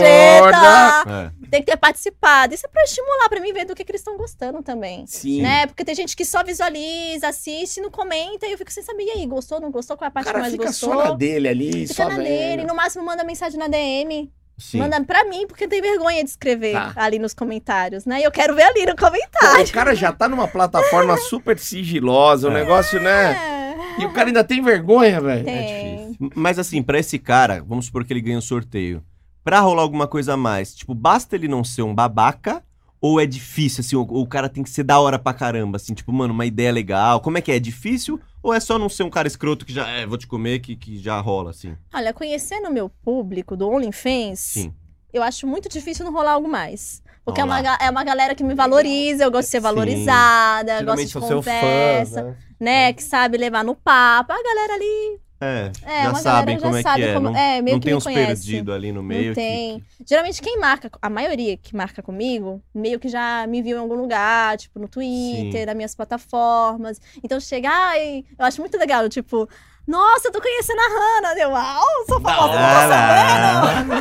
Speaker 1: gorda.
Speaker 3: É.
Speaker 4: Tem que ter participado. Isso é pra estimular pra mim ver do que, que eles estão gostando também.
Speaker 1: Sim.
Speaker 4: Né? Porque tem gente que só visualiza, assiste, não comenta, e eu fico sem saber. E aí, gostou, não gostou? Qual é a
Speaker 1: O
Speaker 4: parte que
Speaker 1: cara
Speaker 4: mais
Speaker 1: fica
Speaker 4: gostou?
Speaker 1: só na né? dele ali,
Speaker 4: Fica
Speaker 1: só
Speaker 4: na
Speaker 1: vendo.
Speaker 4: dele, no máximo manda mensagem na DM.
Speaker 3: Sim.
Speaker 4: Manda pra mim, porque tem vergonha de escrever
Speaker 1: Tá.
Speaker 4: ali nos comentários, né? E eu quero ver ali no
Speaker 1: Pô,
Speaker 4: comentário.
Speaker 1: o cara já tá numa plataforma super sigilosa, o
Speaker 3: É.
Speaker 1: negócio, né?
Speaker 4: É.
Speaker 1: E o cara ainda tem vergonha, velho.
Speaker 4: Tem.
Speaker 3: Mas assim, pra esse cara, vamos supor que ele ganha um sorteio. Pra rolar alguma coisa a mais, tipo, basta ele não ser um babaca? Ou é difícil, assim, ou, ou o cara tem que ser da hora pra caramba, assim, tipo, mano, uma ideia legal. Como é que é? É difícil? Ou é só não ser um cara escroto que já, é, vou te comer, que, que já rola, assim?
Speaker 4: Olha, conhecendo o meu público do OnlyFans,
Speaker 3: Sim.
Speaker 4: eu acho muito difícil não rolar algo mais. Porque é
Speaker 3: Olá.
Speaker 4: uma, ga- é uma galera que me valoriza, eu gosto de ser
Speaker 3: Sim.
Speaker 4: valorizada, eu gosto
Speaker 2: Geralmente
Speaker 4: de
Speaker 2: sou seu
Speaker 4: conversa,
Speaker 2: fã. Né?
Speaker 4: né? Que sabe levar no papo. A galera ali.
Speaker 3: É,
Speaker 4: É,
Speaker 3: já
Speaker 4: uma
Speaker 3: sabem
Speaker 4: galera
Speaker 3: como
Speaker 4: já
Speaker 3: é
Speaker 4: sabe
Speaker 3: que é.
Speaker 4: como.
Speaker 3: não
Speaker 4: é, meio
Speaker 3: não
Speaker 4: que
Speaker 3: tem
Speaker 4: me
Speaker 3: uns
Speaker 4: conhece.
Speaker 3: perdidos ali no meio.
Speaker 4: Não
Speaker 3: que-
Speaker 4: tem.
Speaker 3: que-
Speaker 4: Geralmente quem marca, a maioria que marca comigo, meio que já me viu em algum lugar, tipo no Twitter, nas minhas plataformas. Então chega, ai, eu acho muito legal, tipo, nossa, eu tô conhecendo a Hannah, deu uau, sou famosa, não é. tô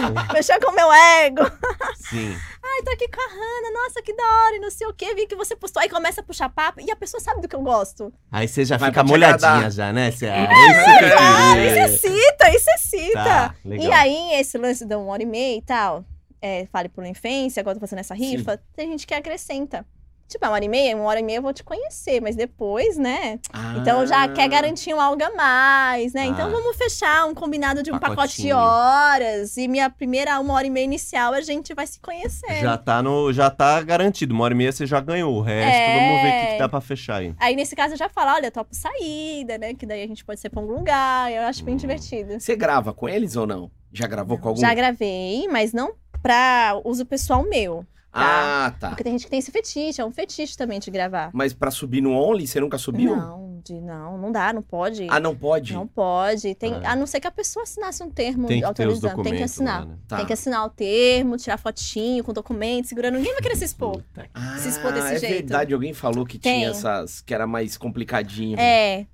Speaker 4: sabendo.
Speaker 2: Tá
Speaker 4: Mexeu com o meu ego.
Speaker 3: Sim.
Speaker 4: Ai, tô aqui com a Hannah, nossa, que da hora, e não sei o quê, vi que você postou. Aí começa a puxar papo e a pessoa sabe do que eu gosto.
Speaker 3: Aí você já
Speaker 1: Vai
Speaker 3: fica
Speaker 1: pra te
Speaker 3: molhadinha
Speaker 1: agradar. É,
Speaker 3: já, né? Você, ah, isso que eu
Speaker 4: E
Speaker 3: queria.
Speaker 4: você é cita, e você cita.
Speaker 3: Tá, legal.
Speaker 4: E aí, esse lance da uma hora e meia e tal, é, fale por uma infância, agora tô fazendo essa rifa, tem gente que acrescenta. Tipo, é uma hora e meia, uma hora e meia eu vou te conhecer, mas depois, né? Então já quer garantir um algo a mais, né?
Speaker 3: Ah.
Speaker 4: Então vamos fechar um combinado de um pacote de
Speaker 3: Pacotinho.
Speaker 4: horas. E minha primeira uma hora e meia inicial, a gente vai se conhecer.
Speaker 3: Já tá, no, já tá garantido. Uma hora e meia você já ganhou. O resto,
Speaker 4: É.
Speaker 3: vamos ver o que, que dá pra fechar aí.
Speaker 4: Aí, nesse caso, eu já falo, olha, topo saída, né? Que daí a gente pode ser pra algum lugar. Eu acho bem
Speaker 3: Hum.
Speaker 4: divertido.
Speaker 1: Você grava com eles ou não? Já gravou com algum?
Speaker 4: Já gravei, mas não pra uso pessoal meu.
Speaker 1: Ah, tá.
Speaker 4: Porque tem gente que tem esse fetiche, é um fetiche também de gravar.
Speaker 1: Mas pra subir no Only, você nunca subiu?
Speaker 4: Não, de não, não dá, não pode.
Speaker 1: Ah, não pode?
Speaker 4: não pode. Tem,
Speaker 3: Ah.
Speaker 4: A não ser que a pessoa assinasse um termo
Speaker 3: Tem que ter os
Speaker 4: autorizando.
Speaker 3: documentos.
Speaker 4: Tem que assinar.
Speaker 3: lá, né?
Speaker 1: Tá.
Speaker 4: Tem que assinar o termo, tirar fotinho com documento, segurando. Ninguém vai querer se expor.
Speaker 3: Puta que-
Speaker 1: Ah,
Speaker 4: se expor desse
Speaker 1: é
Speaker 4: jeito.
Speaker 1: verdade, alguém falou que
Speaker 4: Tem.
Speaker 1: tinha essas, que era mais complicadinho.
Speaker 4: É.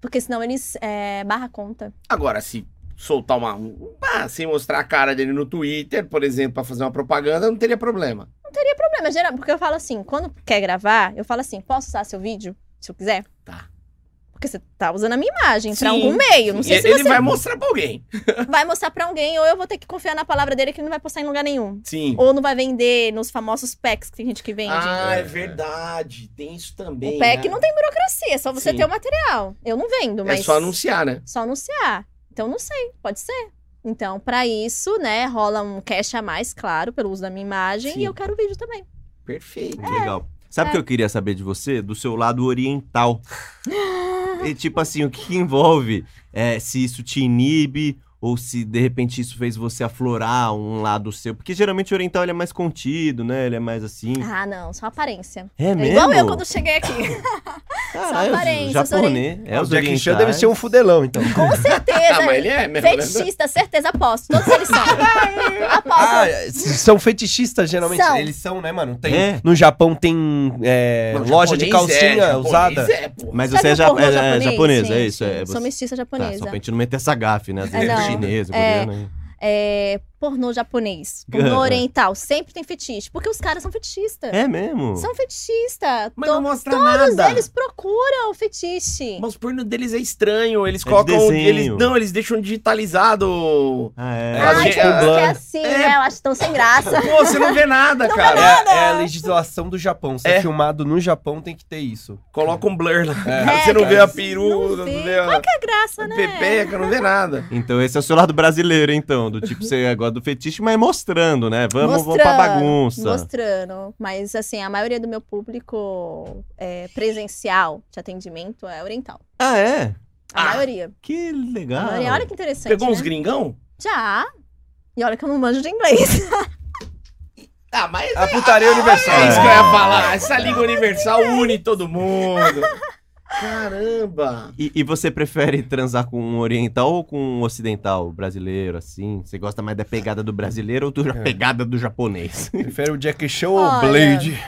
Speaker 4: Porque senão eles é, barra conta.
Speaker 1: Agora, se soltar uma. um- Ah, sem mostrar a cara dele no Twitter, por exemplo, pra fazer uma propaganda, não teria problema.
Speaker 4: Problema geral, porque eu falo assim, quando quer gravar, eu falo assim, posso usar seu vídeo, se eu quiser?
Speaker 1: Tá.
Speaker 4: Porque você tá usando a minha imagem
Speaker 1: Sim.
Speaker 4: pra algum meio. Não sei
Speaker 1: E- é,
Speaker 4: se
Speaker 1: ele
Speaker 4: você
Speaker 1: vai mostrar pra alguém.
Speaker 4: vai mostrar pra alguém, ou eu vou ter que confiar na palavra dele que ele não vai postar em lugar nenhum.
Speaker 1: Sim.
Speaker 4: Ou não vai vender nos famosos packs que tem gente que vende.
Speaker 1: Ah, é
Speaker 3: É.
Speaker 1: verdade. Tem isso também.
Speaker 4: o pack
Speaker 1: né?
Speaker 4: não tem burocracia, é só você
Speaker 1: Sim.
Speaker 4: ter o material. Eu não vendo, mas.
Speaker 1: É só anunciar, né?
Speaker 4: só anunciar. Então não sei, pode ser. Então, pra isso, né, rola um cash a mais, claro, pelo uso da minha imagem.
Speaker 1: Sim.
Speaker 4: E eu quero vídeo também.
Speaker 1: Perfeito.
Speaker 4: É.
Speaker 3: Legal. Sabe o que eu queria saber de você? Do seu lado oriental. E, tipo assim, o que que envolve? É, se isso te inibe ou se de repente isso fez você aflorar um lado seu. Porque geralmente o oriental ele é mais contido, né? Ele é mais assim.
Speaker 4: Ah, não, só aparência.
Speaker 3: É
Speaker 4: É
Speaker 3: mesmo?
Speaker 4: igual eu quando cheguei aqui.
Speaker 3: Caralho,
Speaker 4: aparência,
Speaker 3: japonês. É,
Speaker 2: o
Speaker 3: os
Speaker 2: Jack Chan
Speaker 3: orientais.
Speaker 2: deve ser um fudelão, então.
Speaker 4: Com certeza.
Speaker 1: Ah, mas ele é mesmo. né?
Speaker 4: Fetichista, certeza, aposto. Todos eles são. aposto.
Speaker 2: Ah, s- são fetichistas, geralmente.
Speaker 4: São.
Speaker 2: Eles são, né, mano? Tem-
Speaker 3: É.
Speaker 2: No Japão tem é,
Speaker 1: Não,
Speaker 2: loja de
Speaker 1: japonês é,
Speaker 2: calcinha
Speaker 1: japonês
Speaker 2: usada.
Speaker 1: É, pô.
Speaker 3: Mas
Speaker 4: Sabe
Speaker 3: você é,
Speaker 4: o
Speaker 3: ja
Speaker 4: pornô
Speaker 3: é, é japonesa, é
Speaker 4: gente?
Speaker 3: isso. É,
Speaker 4: Sou
Speaker 3: você... Tá, só
Speaker 4: mestiça japonesa.
Speaker 3: pra gente não meter essa gafe, né? Às
Speaker 4: É,
Speaker 3: vezes
Speaker 4: não.
Speaker 3: chinesa,
Speaker 4: É.
Speaker 3: coreana. hein?
Speaker 4: É, pornô japonês, pornô oriental, sempre tem fetiche. Porque os caras são fetichistas.
Speaker 3: É mesmo?
Speaker 4: São fetichistas.
Speaker 1: Mas não mostra
Speaker 4: Todos
Speaker 1: nada.
Speaker 4: eles procuram o fetiche.
Speaker 1: Mas o porno deles é estranho. Eles
Speaker 3: É de
Speaker 1: colocam.
Speaker 3: desenho.
Speaker 1: Eles, não, eles deixam digitalizado.
Speaker 3: Ah, é.
Speaker 1: Ah,
Speaker 4: Ai,
Speaker 1: gente,
Speaker 4: tipo, porque é
Speaker 2: é-
Speaker 4: assim, né? Eu acho tão sem graça.
Speaker 1: Pô, você não vê nada, cara.
Speaker 2: É, é a legislação do Japão. Se é.
Speaker 1: É.
Speaker 2: filmado no Japão, tem que ter isso.
Speaker 1: Coloca um blur lá.
Speaker 4: É,
Speaker 1: você não vê a
Speaker 4: cara,
Speaker 1: peruca,
Speaker 4: não
Speaker 1: não
Speaker 4: vê.
Speaker 1: vê a,
Speaker 4: Qual que é a graça, né?
Speaker 1: pepeca, não vê nada.
Speaker 3: Então esse é o seu lado brasileiro, então. Do tipo, você gosta do fetiche, mas mostrando, né? Vamos, vamos pra bagunça.
Speaker 4: Mostrando. Mas, assim, a maioria do meu público é, presencial de atendimento é oriental.
Speaker 3: Ah, é?
Speaker 4: A
Speaker 1: Ah,
Speaker 4: maioria.
Speaker 3: Que
Speaker 4: A
Speaker 3: legal.
Speaker 4: maioria. Olha que interessante.
Speaker 1: Pegou uns
Speaker 4: né?
Speaker 1: gringão?
Speaker 4: Já. E olha que eu não manjo de inglês.
Speaker 1: Ah, mas
Speaker 2: A putaria universal.
Speaker 1: é isso que eu ia falar. Essa língua universal
Speaker 4: é.
Speaker 1: une todo mundo. Caramba.
Speaker 3: E, e você prefere transar com um oriental ou com um ocidental brasileiro, assim? Você gosta mais da pegada do brasileiro ou da
Speaker 2: É.
Speaker 3: pegada do japonês?
Speaker 2: Prefere o Jack Chan ou
Speaker 4: Olha.
Speaker 2: o Blade?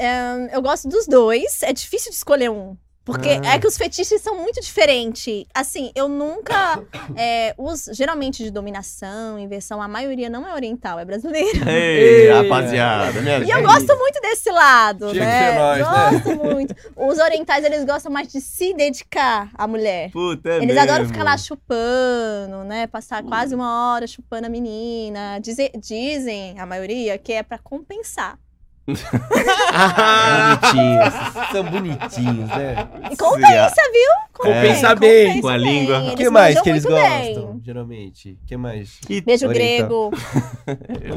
Speaker 4: Ahn, eu gosto dos dois. É difícil de escolher um. Porque
Speaker 3: Ah.
Speaker 4: é que os fetiches são muito diferentes. Assim, eu nunca. é, os, geralmente de dominação, inversão, a maioria não é oriental, é brasileira. É.
Speaker 2: É.
Speaker 3: Ei, rapaziada, me
Speaker 4: E
Speaker 3: ajuda.
Speaker 4: eu gosto muito desse lado,
Speaker 2: Tinha que
Speaker 4: né?
Speaker 2: ser nós, né?
Speaker 4: gosto muito. Os orientais, eles gostam mais de se dedicar à mulher.
Speaker 3: Puta, é
Speaker 4: Eles
Speaker 3: mesmo.
Speaker 4: adoram ficar lá chupando, né? Passar quase
Speaker 2: Hum.
Speaker 4: uma hora chupando a menina. Dize- dizem, a maioria, que é pra compensar.
Speaker 3: Ah, bonitinhos.
Speaker 2: São bonitinhos, né?
Speaker 4: E compensa, viu? É.
Speaker 1: Compensa bem.
Speaker 3: Com a língua. O
Speaker 4: bem.
Speaker 2: O
Speaker 4: Eles
Speaker 2: que mais
Speaker 4: manjam
Speaker 2: que eles
Speaker 4: muito
Speaker 2: gostam, então.
Speaker 4: bem.
Speaker 2: geralmente? O que mais?
Speaker 3: E-
Speaker 4: Beijo
Speaker 2: Oriental.
Speaker 4: grego.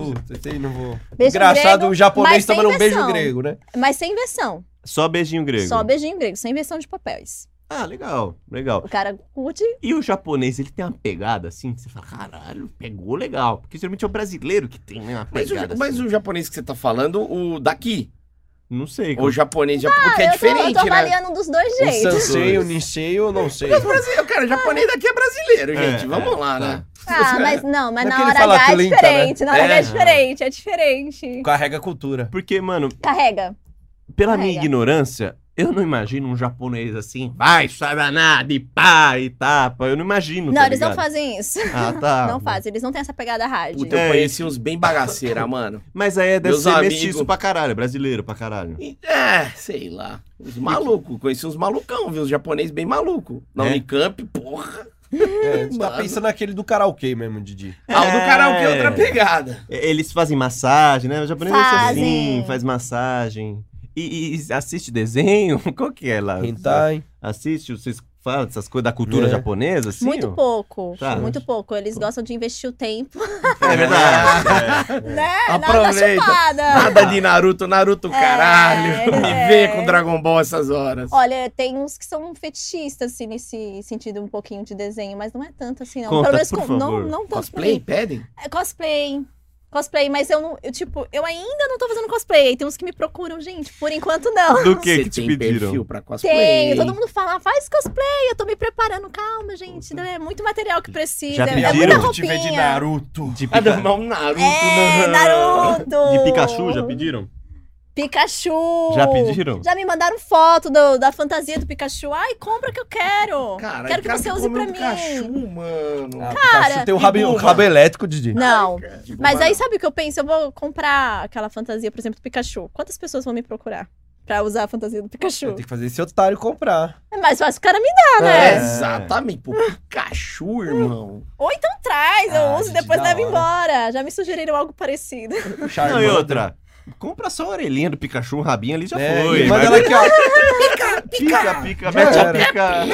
Speaker 2: Puta, esse aí não vou...
Speaker 4: Beijo
Speaker 2: Engraçado,
Speaker 4: grego,
Speaker 2: o japonês
Speaker 4: mas sem
Speaker 2: tomando um beijo
Speaker 4: versão.
Speaker 2: grego, né?
Speaker 4: Mas sem inversão.
Speaker 3: Só beijinho grego.
Speaker 4: Só beijinho grego, sem inversão de papéis.
Speaker 3: Ah, legal, legal.
Speaker 4: O cara curte.
Speaker 3: E o japonês, ele tem uma pegada assim, que você fala, caralho, pegou legal. Porque geralmente é o brasileiro que tem né, uma
Speaker 1: Mas o,
Speaker 3: pegada
Speaker 1: mas
Speaker 3: assim.
Speaker 1: o japonês que você tá falando, o daqui.
Speaker 3: Não sei.
Speaker 1: Ou
Speaker 3: como-
Speaker 1: japonês, japonês porque é
Speaker 4: Ah, eu, tô, eu tô
Speaker 1: diferente, né?
Speaker 4: avaliando dos dois
Speaker 2: O
Speaker 4: jeitos.
Speaker 2: Sansei, o Ninsei, eu não sei.
Speaker 1: Mas brasileiro, cara, japonês daqui é brasileiro,
Speaker 3: É,
Speaker 1: gente. Vamos
Speaker 3: é,
Speaker 1: lá,
Speaker 3: tá.
Speaker 1: né?
Speaker 4: Ah, mas não,
Speaker 2: Não é
Speaker 4: mas
Speaker 2: que
Speaker 4: na
Speaker 2: ele
Speaker 4: hora
Speaker 2: fala
Speaker 4: H é
Speaker 2: atleta,
Speaker 4: diferente. Na hora
Speaker 1: É.
Speaker 4: H é diferente, é diferente.
Speaker 2: Carrega a cultura.
Speaker 3: Porque, mano,
Speaker 4: Carrega.
Speaker 3: pela
Speaker 4: Ah,
Speaker 3: minha
Speaker 4: é.
Speaker 3: ignorância, eu não imagino um japonês assim, vai, sabanada, e pá, e tapa. Eu não imagino.
Speaker 4: Não,
Speaker 3: tá
Speaker 4: eles não
Speaker 3: ligado?
Speaker 4: fazem isso.
Speaker 3: Ah, tá.
Speaker 4: Não fazem, eles não têm essa pegada hard.
Speaker 1: Puta, eu
Speaker 3: É.
Speaker 1: conheci uns bem bagaceira, mano.
Speaker 3: Mas aí é, deve
Speaker 1: Meus
Speaker 3: ser
Speaker 1: amigos.
Speaker 3: mestiço pra caralho, brasileiro pra caralho.
Speaker 1: E- É, sei lá. Uns malucos. Conheci uns malucão, viu? Uns japonês bem maluco. Na
Speaker 3: É?
Speaker 1: Unicamp, porra.
Speaker 4: Hum,
Speaker 2: É, você tá
Speaker 1: Mano.
Speaker 2: pensando naquele do karaokê mesmo, Didi.
Speaker 1: Ah, o do
Speaker 3: É.
Speaker 1: karaokê é outra pegada.
Speaker 3: E- Eles fazem massagem, né? O japonês é assim,
Speaker 4: Fazem.
Speaker 3: faz massagem. E, e assiste desenho? Qual que é lá?
Speaker 2: Hentai.
Speaker 3: Assiste, vocês falam dessas coisas da cultura
Speaker 2: É.
Speaker 3: japonesa, assim?
Speaker 4: Muito
Speaker 3: ó?
Speaker 4: pouco,
Speaker 3: Tá.
Speaker 4: muito pouco. Eles gostam de investir o tempo,
Speaker 3: É verdade. É.
Speaker 4: né?
Speaker 1: Aproveita.
Speaker 4: Na, na chupada.
Speaker 1: Nada de Naruto, Naruto, caralho. Me
Speaker 4: é.
Speaker 1: vê com Dragon Ball essas horas.
Speaker 4: Olha, tem uns que são fetichistas, assim, nesse sentido um pouquinho de desenho, mas não é tanto assim, não.
Speaker 3: Conta,
Speaker 4: Pelo menos
Speaker 3: por
Speaker 4: com- não,
Speaker 3: favor.
Speaker 4: não tanto
Speaker 1: Cosplay,
Speaker 4: pra mim.
Speaker 1: pedem?
Speaker 4: É cosplay. Cosplay, mas eu não. Eu, tipo, eu ainda não tô fazendo cosplay. Tem uns que me procuram, gente. Por enquanto, não.
Speaker 3: Do que
Speaker 1: Você
Speaker 3: que te
Speaker 1: tem
Speaker 3: pediram?
Speaker 1: perfil pra cosplay?
Speaker 4: Tenho, todo mundo fala, faz cosplay, eu tô me preparando, calma, gente, né? é muito material que precisa,
Speaker 3: Já
Speaker 4: é
Speaker 3: pediram?
Speaker 4: muita
Speaker 2: Se
Speaker 4: roupinha.
Speaker 2: tiver de Naruto.
Speaker 3: De,
Speaker 1: Ah,
Speaker 3: pica...
Speaker 1: não, não, Naruto, né?
Speaker 4: É,
Speaker 1: não.
Speaker 4: Naruto!
Speaker 3: de Pikachu, já pediram?
Speaker 4: Pikachu!
Speaker 3: Já pediram?
Speaker 4: Já me mandaram foto do- da fantasia do Pikachu. Ai, compra que eu quero!
Speaker 1: Cara,
Speaker 4: quero que
Speaker 1: cara
Speaker 4: você use
Speaker 1: come
Speaker 4: pra
Speaker 1: um
Speaker 4: mim.
Speaker 1: Pikachu, mano.
Speaker 2: Ah,
Speaker 4: Cara,
Speaker 2: Pikachu tem o
Speaker 1: que
Speaker 2: rabo, o
Speaker 1: burra.
Speaker 2: rabo elétrico, Didi.
Speaker 4: Não.
Speaker 1: Tipo,
Speaker 4: Mas é
Speaker 1: mano,
Speaker 4: aí sabe o que eu penso? Eu vou comprar aquela fantasia, por exemplo, do Pikachu. Quantas pessoas vão me procurar pra usar a fantasia do
Speaker 2: Tem
Speaker 4: Pikachu?
Speaker 2: que fazer esse otário comprar.
Speaker 4: É mais fácil o cara me
Speaker 1: É,
Speaker 4: dá, né?
Speaker 1: Exatamente, pô, Pikachu, irmão.
Speaker 4: Ou então traz, eu
Speaker 2: Ah,
Speaker 4: uso e
Speaker 2: gente,
Speaker 4: depois
Speaker 2: da
Speaker 4: leva
Speaker 2: hora.
Speaker 4: embora. Já me sugeriram algo parecido.
Speaker 2: Charmander.
Speaker 3: Não, e outra? Compra só a orelhinha do Pikachu, um rabinho ali já
Speaker 2: É,
Speaker 3: foi.
Speaker 2: e manda ela
Speaker 3: vai-
Speaker 2: aqui, ó.
Speaker 3: pica, pica, mete a
Speaker 2: era.
Speaker 3: pica.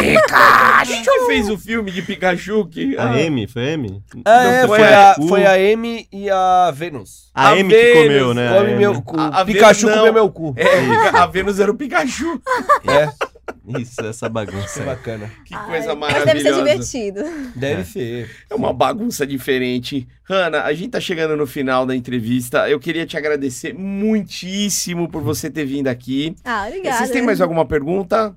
Speaker 1: Pikachu! Quem fez o filme de Pikachu que...
Speaker 3: A M, foi M?
Speaker 2: Ah,
Speaker 3: Não,
Speaker 2: é,
Speaker 3: foi
Speaker 2: foi, a,
Speaker 3: U.
Speaker 2: foi a Amy e a Venus.
Speaker 3: A
Speaker 1: a
Speaker 3: M que
Speaker 1: Vênus,
Speaker 3: comeu, né? a
Speaker 2: Come
Speaker 3: M.
Speaker 2: meu cu.
Speaker 1: A- a
Speaker 2: Pikachu
Speaker 1: Venus não.
Speaker 2: comeu meu cu.
Speaker 1: É, a Vênus era o Pikachu.
Speaker 2: É.
Speaker 3: Isso, essa
Speaker 2: Isso é
Speaker 3: bagunça. aí.
Speaker 2: bacana.
Speaker 1: Que coisa
Speaker 4: Mas
Speaker 1: maravilhosa.
Speaker 4: deve ser divertido.
Speaker 2: Deve ser.
Speaker 1: É uma bagunça diferente. Hanna, a gente tá chegando no final da entrevista. Eu queria te agradecer muitíssimo por você ter vindo aqui.
Speaker 4: Ah, obrigada.
Speaker 1: Vocês têm mais alguma pergunta?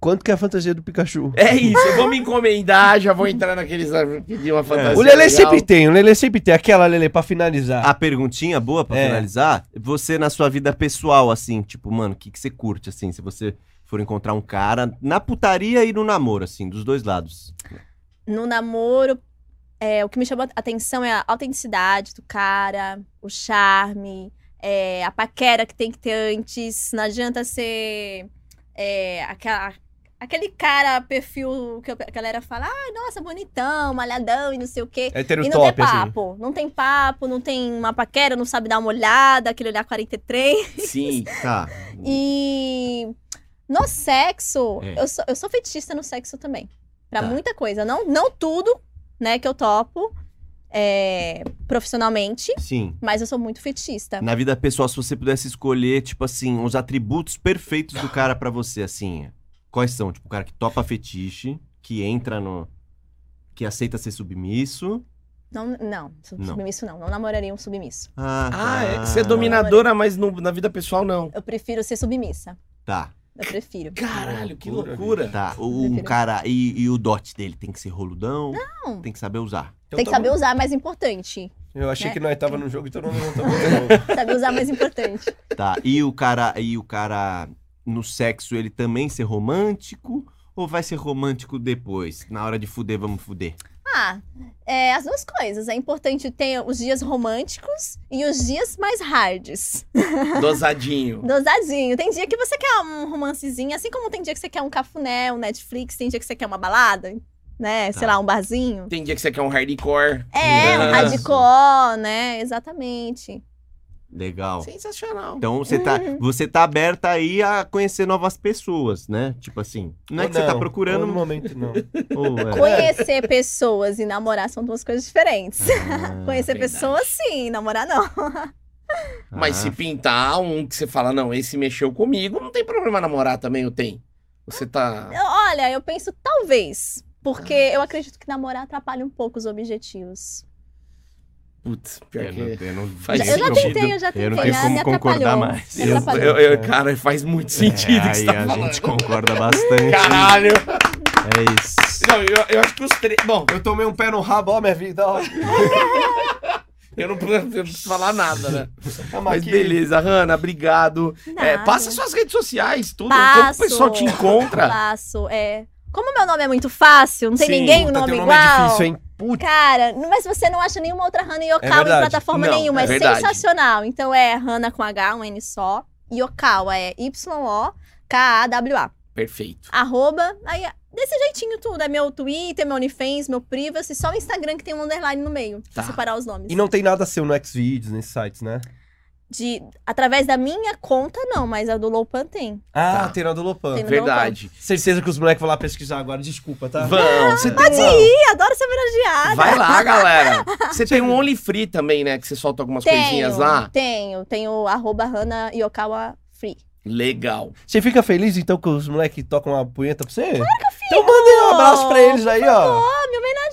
Speaker 2: Quanto que é a fantasia do Pikachu?
Speaker 1: É isso, eu vou me encomendar, já vou entrar naqueles. pedir uma fantasia.
Speaker 2: É. O Lele
Speaker 1: legal.
Speaker 2: sempre tem, o Lele sempre tem. Aquela Lele pra finalizar.
Speaker 3: A perguntinha boa pra
Speaker 2: É.
Speaker 3: finalizar, você na sua vida pessoal, assim, tipo, mano, o que, que você curte, assim, se você for encontrar um cara na putaria e no namoro, assim, dos dois lados.
Speaker 4: No namoro, é, o que me chamou a atenção é a autenticidade do cara, o charme, é, a paquera que tem que ter antes. Não adianta ser é, aquela- aquele cara perfil que a galera fala, ah, nossa, bonitão, malhadão e não sei o quê.
Speaker 2: É ter
Speaker 4: E
Speaker 2: o
Speaker 4: não tem
Speaker 2: top, assim.
Speaker 4: papo, não tem papo, não tem uma paquera, não sabe dar uma olhada, aquele olhar 43.
Speaker 1: Sim.
Speaker 3: Tá.
Speaker 4: E no sexo,
Speaker 3: É.
Speaker 4: eu, sou, eu sou fetichista no sexo também. Pra
Speaker 3: Tá.
Speaker 4: muita coisa. Não, não tudo, né, que eu topo é, profissionalmente,
Speaker 3: Sim.
Speaker 4: mas eu sou muito fetichista.
Speaker 3: Na vida pessoal, se você pudesse escolher, tipo assim, os atributos perfeitos do cara pra você, assim, quais são? Tipo, o cara que topa fetiche, que entra no. que aceita ser submisso.
Speaker 4: Não, não, sub-
Speaker 3: Não.
Speaker 4: submisso não. Não namoraria um submisso.
Speaker 3: Ah,
Speaker 1: Ah, é,
Speaker 3: tá.
Speaker 1: você é dominadora, mas no- na vida pessoal não.
Speaker 4: Eu prefiro ser submissa.
Speaker 3: Tá,
Speaker 4: Eu prefiro.
Speaker 1: Caralho, que
Speaker 2: Loucura,
Speaker 1: loucura.
Speaker 3: tá. O- Um cara. E, e o dote dele tem que ser roludão?
Speaker 4: Não.
Speaker 3: Tem que saber usar.
Speaker 2: Então
Speaker 4: Tem que
Speaker 2: tá
Speaker 4: saber usar mais importante.
Speaker 2: bom. Eu achei
Speaker 4: né?
Speaker 2: que nós tava no jogo, então não não tava no jogo.
Speaker 4: Saber usar mais importante.
Speaker 3: Tá. E o cara. E o cara. No sexo, ele também ser romântico? Ou vai ser romântico depois? Na hora de fuder, vamos fuder.
Speaker 4: Ah, é, as duas coisas. É importante ter os dias românticos e os dias mais hards.
Speaker 1: Dosadinho.
Speaker 4: Dosadinho. Tem dia que você quer um romancezinho, assim como tem dia que você quer um cafuné, um Netflix, tem dia que você quer uma balada, né?
Speaker 3: Tá.
Speaker 4: Sei lá, um barzinho.
Speaker 1: Tem dia que você quer um hardcore.
Speaker 4: É, um
Speaker 1: Isso.
Speaker 4: hardcore, né? Exatamente.
Speaker 3: Legal.
Speaker 1: Sensacional.
Speaker 3: Então você tá,
Speaker 4: Uhum.
Speaker 3: você tá aberta aí a conhecer novas pessoas, né? Tipo assim, não é
Speaker 2: Ou
Speaker 3: que você tá procurando,
Speaker 2: ou No momento, não.
Speaker 3: ou é.
Speaker 4: Conhecer pessoas e namorar são duas coisas diferentes.
Speaker 3: Ah,
Speaker 4: Conhecer
Speaker 1: verdade.
Speaker 4: pessoas, sim, namorar não.
Speaker 3: tá.
Speaker 1: Mas se pintar um que você fala, não, esse mexeu comigo, não tem problema namorar também, eu tenho. Você tá.
Speaker 4: Eu- olha, eu penso talvez. Porque
Speaker 3: Ah.
Speaker 4: eu acredito que namorar atrapalha um pouco os objetivos.
Speaker 1: Putz, pior
Speaker 3: Eu não,
Speaker 1: que.
Speaker 3: eu não,
Speaker 1: Faz
Speaker 4: Já- eu já
Speaker 1: sentido.
Speaker 4: tentei, eu já tentei.
Speaker 3: Eu não tenho
Speaker 4: ah,
Speaker 3: como
Speaker 4: me
Speaker 3: concordar
Speaker 4: atrapalhou.
Speaker 3: mais.
Speaker 4: Me
Speaker 1: Eu,
Speaker 4: atrapalhou.
Speaker 1: eu- eu- cara, faz muito sentido o
Speaker 3: é,
Speaker 1: que você
Speaker 3: aí
Speaker 1: tá
Speaker 3: a
Speaker 1: falando.
Speaker 3: gente concorda bastante.
Speaker 1: Caralho!
Speaker 3: É isso.
Speaker 1: Não, eu, eu acho que os três. Bom,
Speaker 2: Eu tomei um pé no rabo, ó, minha vida, ó.
Speaker 1: eu não, eu não preciso falar nada, né?
Speaker 2: Tamo
Speaker 1: Mas
Speaker 2: aqui.
Speaker 1: beleza, Hanna, obrigado. É,
Speaker 4: Nada.
Speaker 1: passa suas redes sociais, tudo. Como o
Speaker 4: Passo.
Speaker 1: pessoal te encontra?
Speaker 4: Passo, é. Como meu nome é muito fácil, não tem
Speaker 1: Sim,
Speaker 4: ninguém o
Speaker 2: Puta,
Speaker 4: nome,
Speaker 2: teu
Speaker 4: igual.
Speaker 2: é difícil, hein? Puta.
Speaker 4: Cara, mas você não acha nenhuma outra Hannah
Speaker 2: É
Speaker 4: Yokawa em
Speaker 2: verdade.
Speaker 4: plataforma
Speaker 1: Não,
Speaker 4: nenhuma.
Speaker 1: é
Speaker 4: É,
Speaker 1: verdade.
Speaker 4: sensacional. Então é Hannah com H, um N só. Yokawa é Y-O-K-A-W-A.
Speaker 1: Perfeito.
Speaker 4: Arroba. Aí, desse jeitinho tudo. É meu Twitter, meu OnlyFans, meu Privacy. Só o Instagram que tem um underline no meio.
Speaker 1: Tá.
Speaker 4: Pra separar os nomes.
Speaker 2: E não tem nada seu no Xvideos, nesses sites, né?
Speaker 4: De, através da minha conta, não, mas a do Loupan tem.
Speaker 2: Ah,
Speaker 1: Tá.
Speaker 2: tem nada do Lopan.
Speaker 4: Tem. Eu não
Speaker 1: Verdade.
Speaker 2: Certeza que os moleques vão lá pesquisar agora, desculpa, tá?
Speaker 1: Vão, você tem
Speaker 4: Pode
Speaker 1: um-
Speaker 4: ir, adoro ser homenageada.
Speaker 1: Vai lá, galera. Você tem um Only Free também, né? Que você solta algumas coisinhas lá.
Speaker 4: Tenho, tenho arroba Hana Yokawa Free.
Speaker 1: Legal.
Speaker 2: Você fica feliz então que os moleques tocam a punheta pra você? Claro que eu fico! Então mandem um abraço pra eles aí, ó.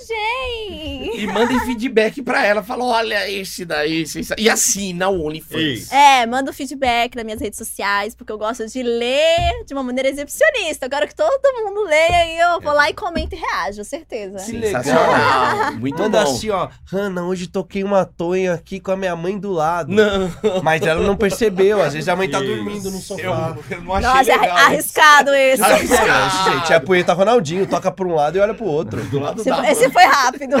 Speaker 4: Gente!
Speaker 1: E mandem feedback pra ela. Fala, olha esse daí. Esse, esse. E assina o OnlyFans.
Speaker 3: Isso.
Speaker 4: É, manda um feedback nas minhas redes sociais, porque eu gosto de ler de uma maneira exibicionista. Agora que todo mundo lê, aí eu vou lá e comento e reajo, certeza.
Speaker 2: Sim.
Speaker 1: Sensacional. Muito
Speaker 2: Manda
Speaker 1: bom.
Speaker 2: assim, ó. Hanna, hoje toquei uma tonha aqui com a minha mãe do lado.
Speaker 1: Não,
Speaker 2: Mas ela não percebeu, às vezes a mãe tá
Speaker 3: Isso.
Speaker 2: dormindo no sofá.
Speaker 1: eu, eu não achei
Speaker 4: Nossa, é
Speaker 1: legal.
Speaker 4: arriscado esse.
Speaker 1: Arriscado.
Speaker 2: É, gente, é a punheta Ronaldinho, toca pra um lado e olha pro outro.
Speaker 1: É Do lado
Speaker 4: Esse,
Speaker 1: da
Speaker 4: esse foi rápido.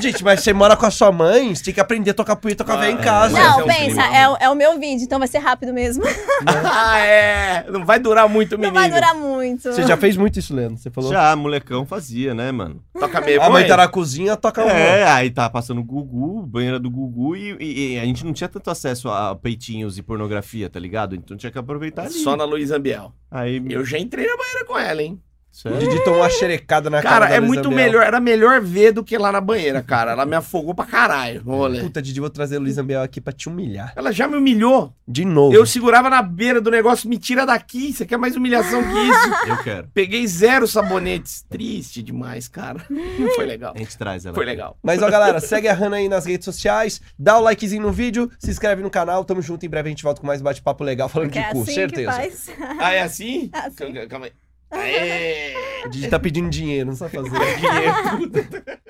Speaker 2: Gente, mas você mora com a sua mãe, você tem que aprender a tocar punheta com a velha em casa.
Speaker 4: Não,
Speaker 3: é um
Speaker 4: pensa,
Speaker 3: crime.
Speaker 4: é, o- é o meu vídeo, então vai ser rápido mesmo.
Speaker 1: Ah, é. Não vai durar muito,
Speaker 4: Não
Speaker 1: menino.
Speaker 4: vai durar muito.
Speaker 2: Você já fez muito isso, Leandro. Você falou.
Speaker 3: Já, molecão fazia, né, mano?
Speaker 1: Toca meio.
Speaker 2: A mãe tá na cozinha, toca uma.
Speaker 3: É, aí tava passando o Gugu, banheira do Gugu, e, e- e a gente não tinha tanto acesso a peitinhos e pornografia, tá ligado? Então tinha que aproveitar ali.
Speaker 1: Só na Luiz Ambiel.
Speaker 3: Aí,
Speaker 1: Eu já entrei na banheira com ela, hein?
Speaker 2: O
Speaker 3: Sério?
Speaker 2: Didi tomou uma xerecada na cara.
Speaker 1: Cara,
Speaker 2: da
Speaker 1: é
Speaker 2: Luísa
Speaker 1: muito
Speaker 2: Mel.
Speaker 1: melhor. Era melhor ver do que lá na banheira, cara. Ela me afogou pra caralho. no Rolê.
Speaker 2: Puta, Didi, vou trazer a Luísa Biel aqui pra te humilhar.
Speaker 1: Ela já me humilhou.
Speaker 2: De novo.
Speaker 1: Eu segurava na beira do negócio, me tira daqui. Você quer mais humilhação que isso?
Speaker 3: Eu quero.
Speaker 1: Peguei zero sabonetes. Triste demais, cara. Não foi legal.
Speaker 3: A gente traz ela.
Speaker 1: Foi legal.
Speaker 2: Mas ó, galera, segue a Hannah aí nas redes sociais, dá o likezinho no vídeo, se inscreve no canal, tamo junto, em breve a gente volta com mais bate-papo legal falando
Speaker 4: Que
Speaker 2: de
Speaker 4: é
Speaker 2: cu,
Speaker 4: assim
Speaker 2: certeza.
Speaker 4: que faz.
Speaker 1: Ah, é assim?
Speaker 4: É assim.
Speaker 1: Calma aí. Aê!
Speaker 2: O Didi tá pedindo dinheiro, não sabe fazer.
Speaker 1: Dinheiro.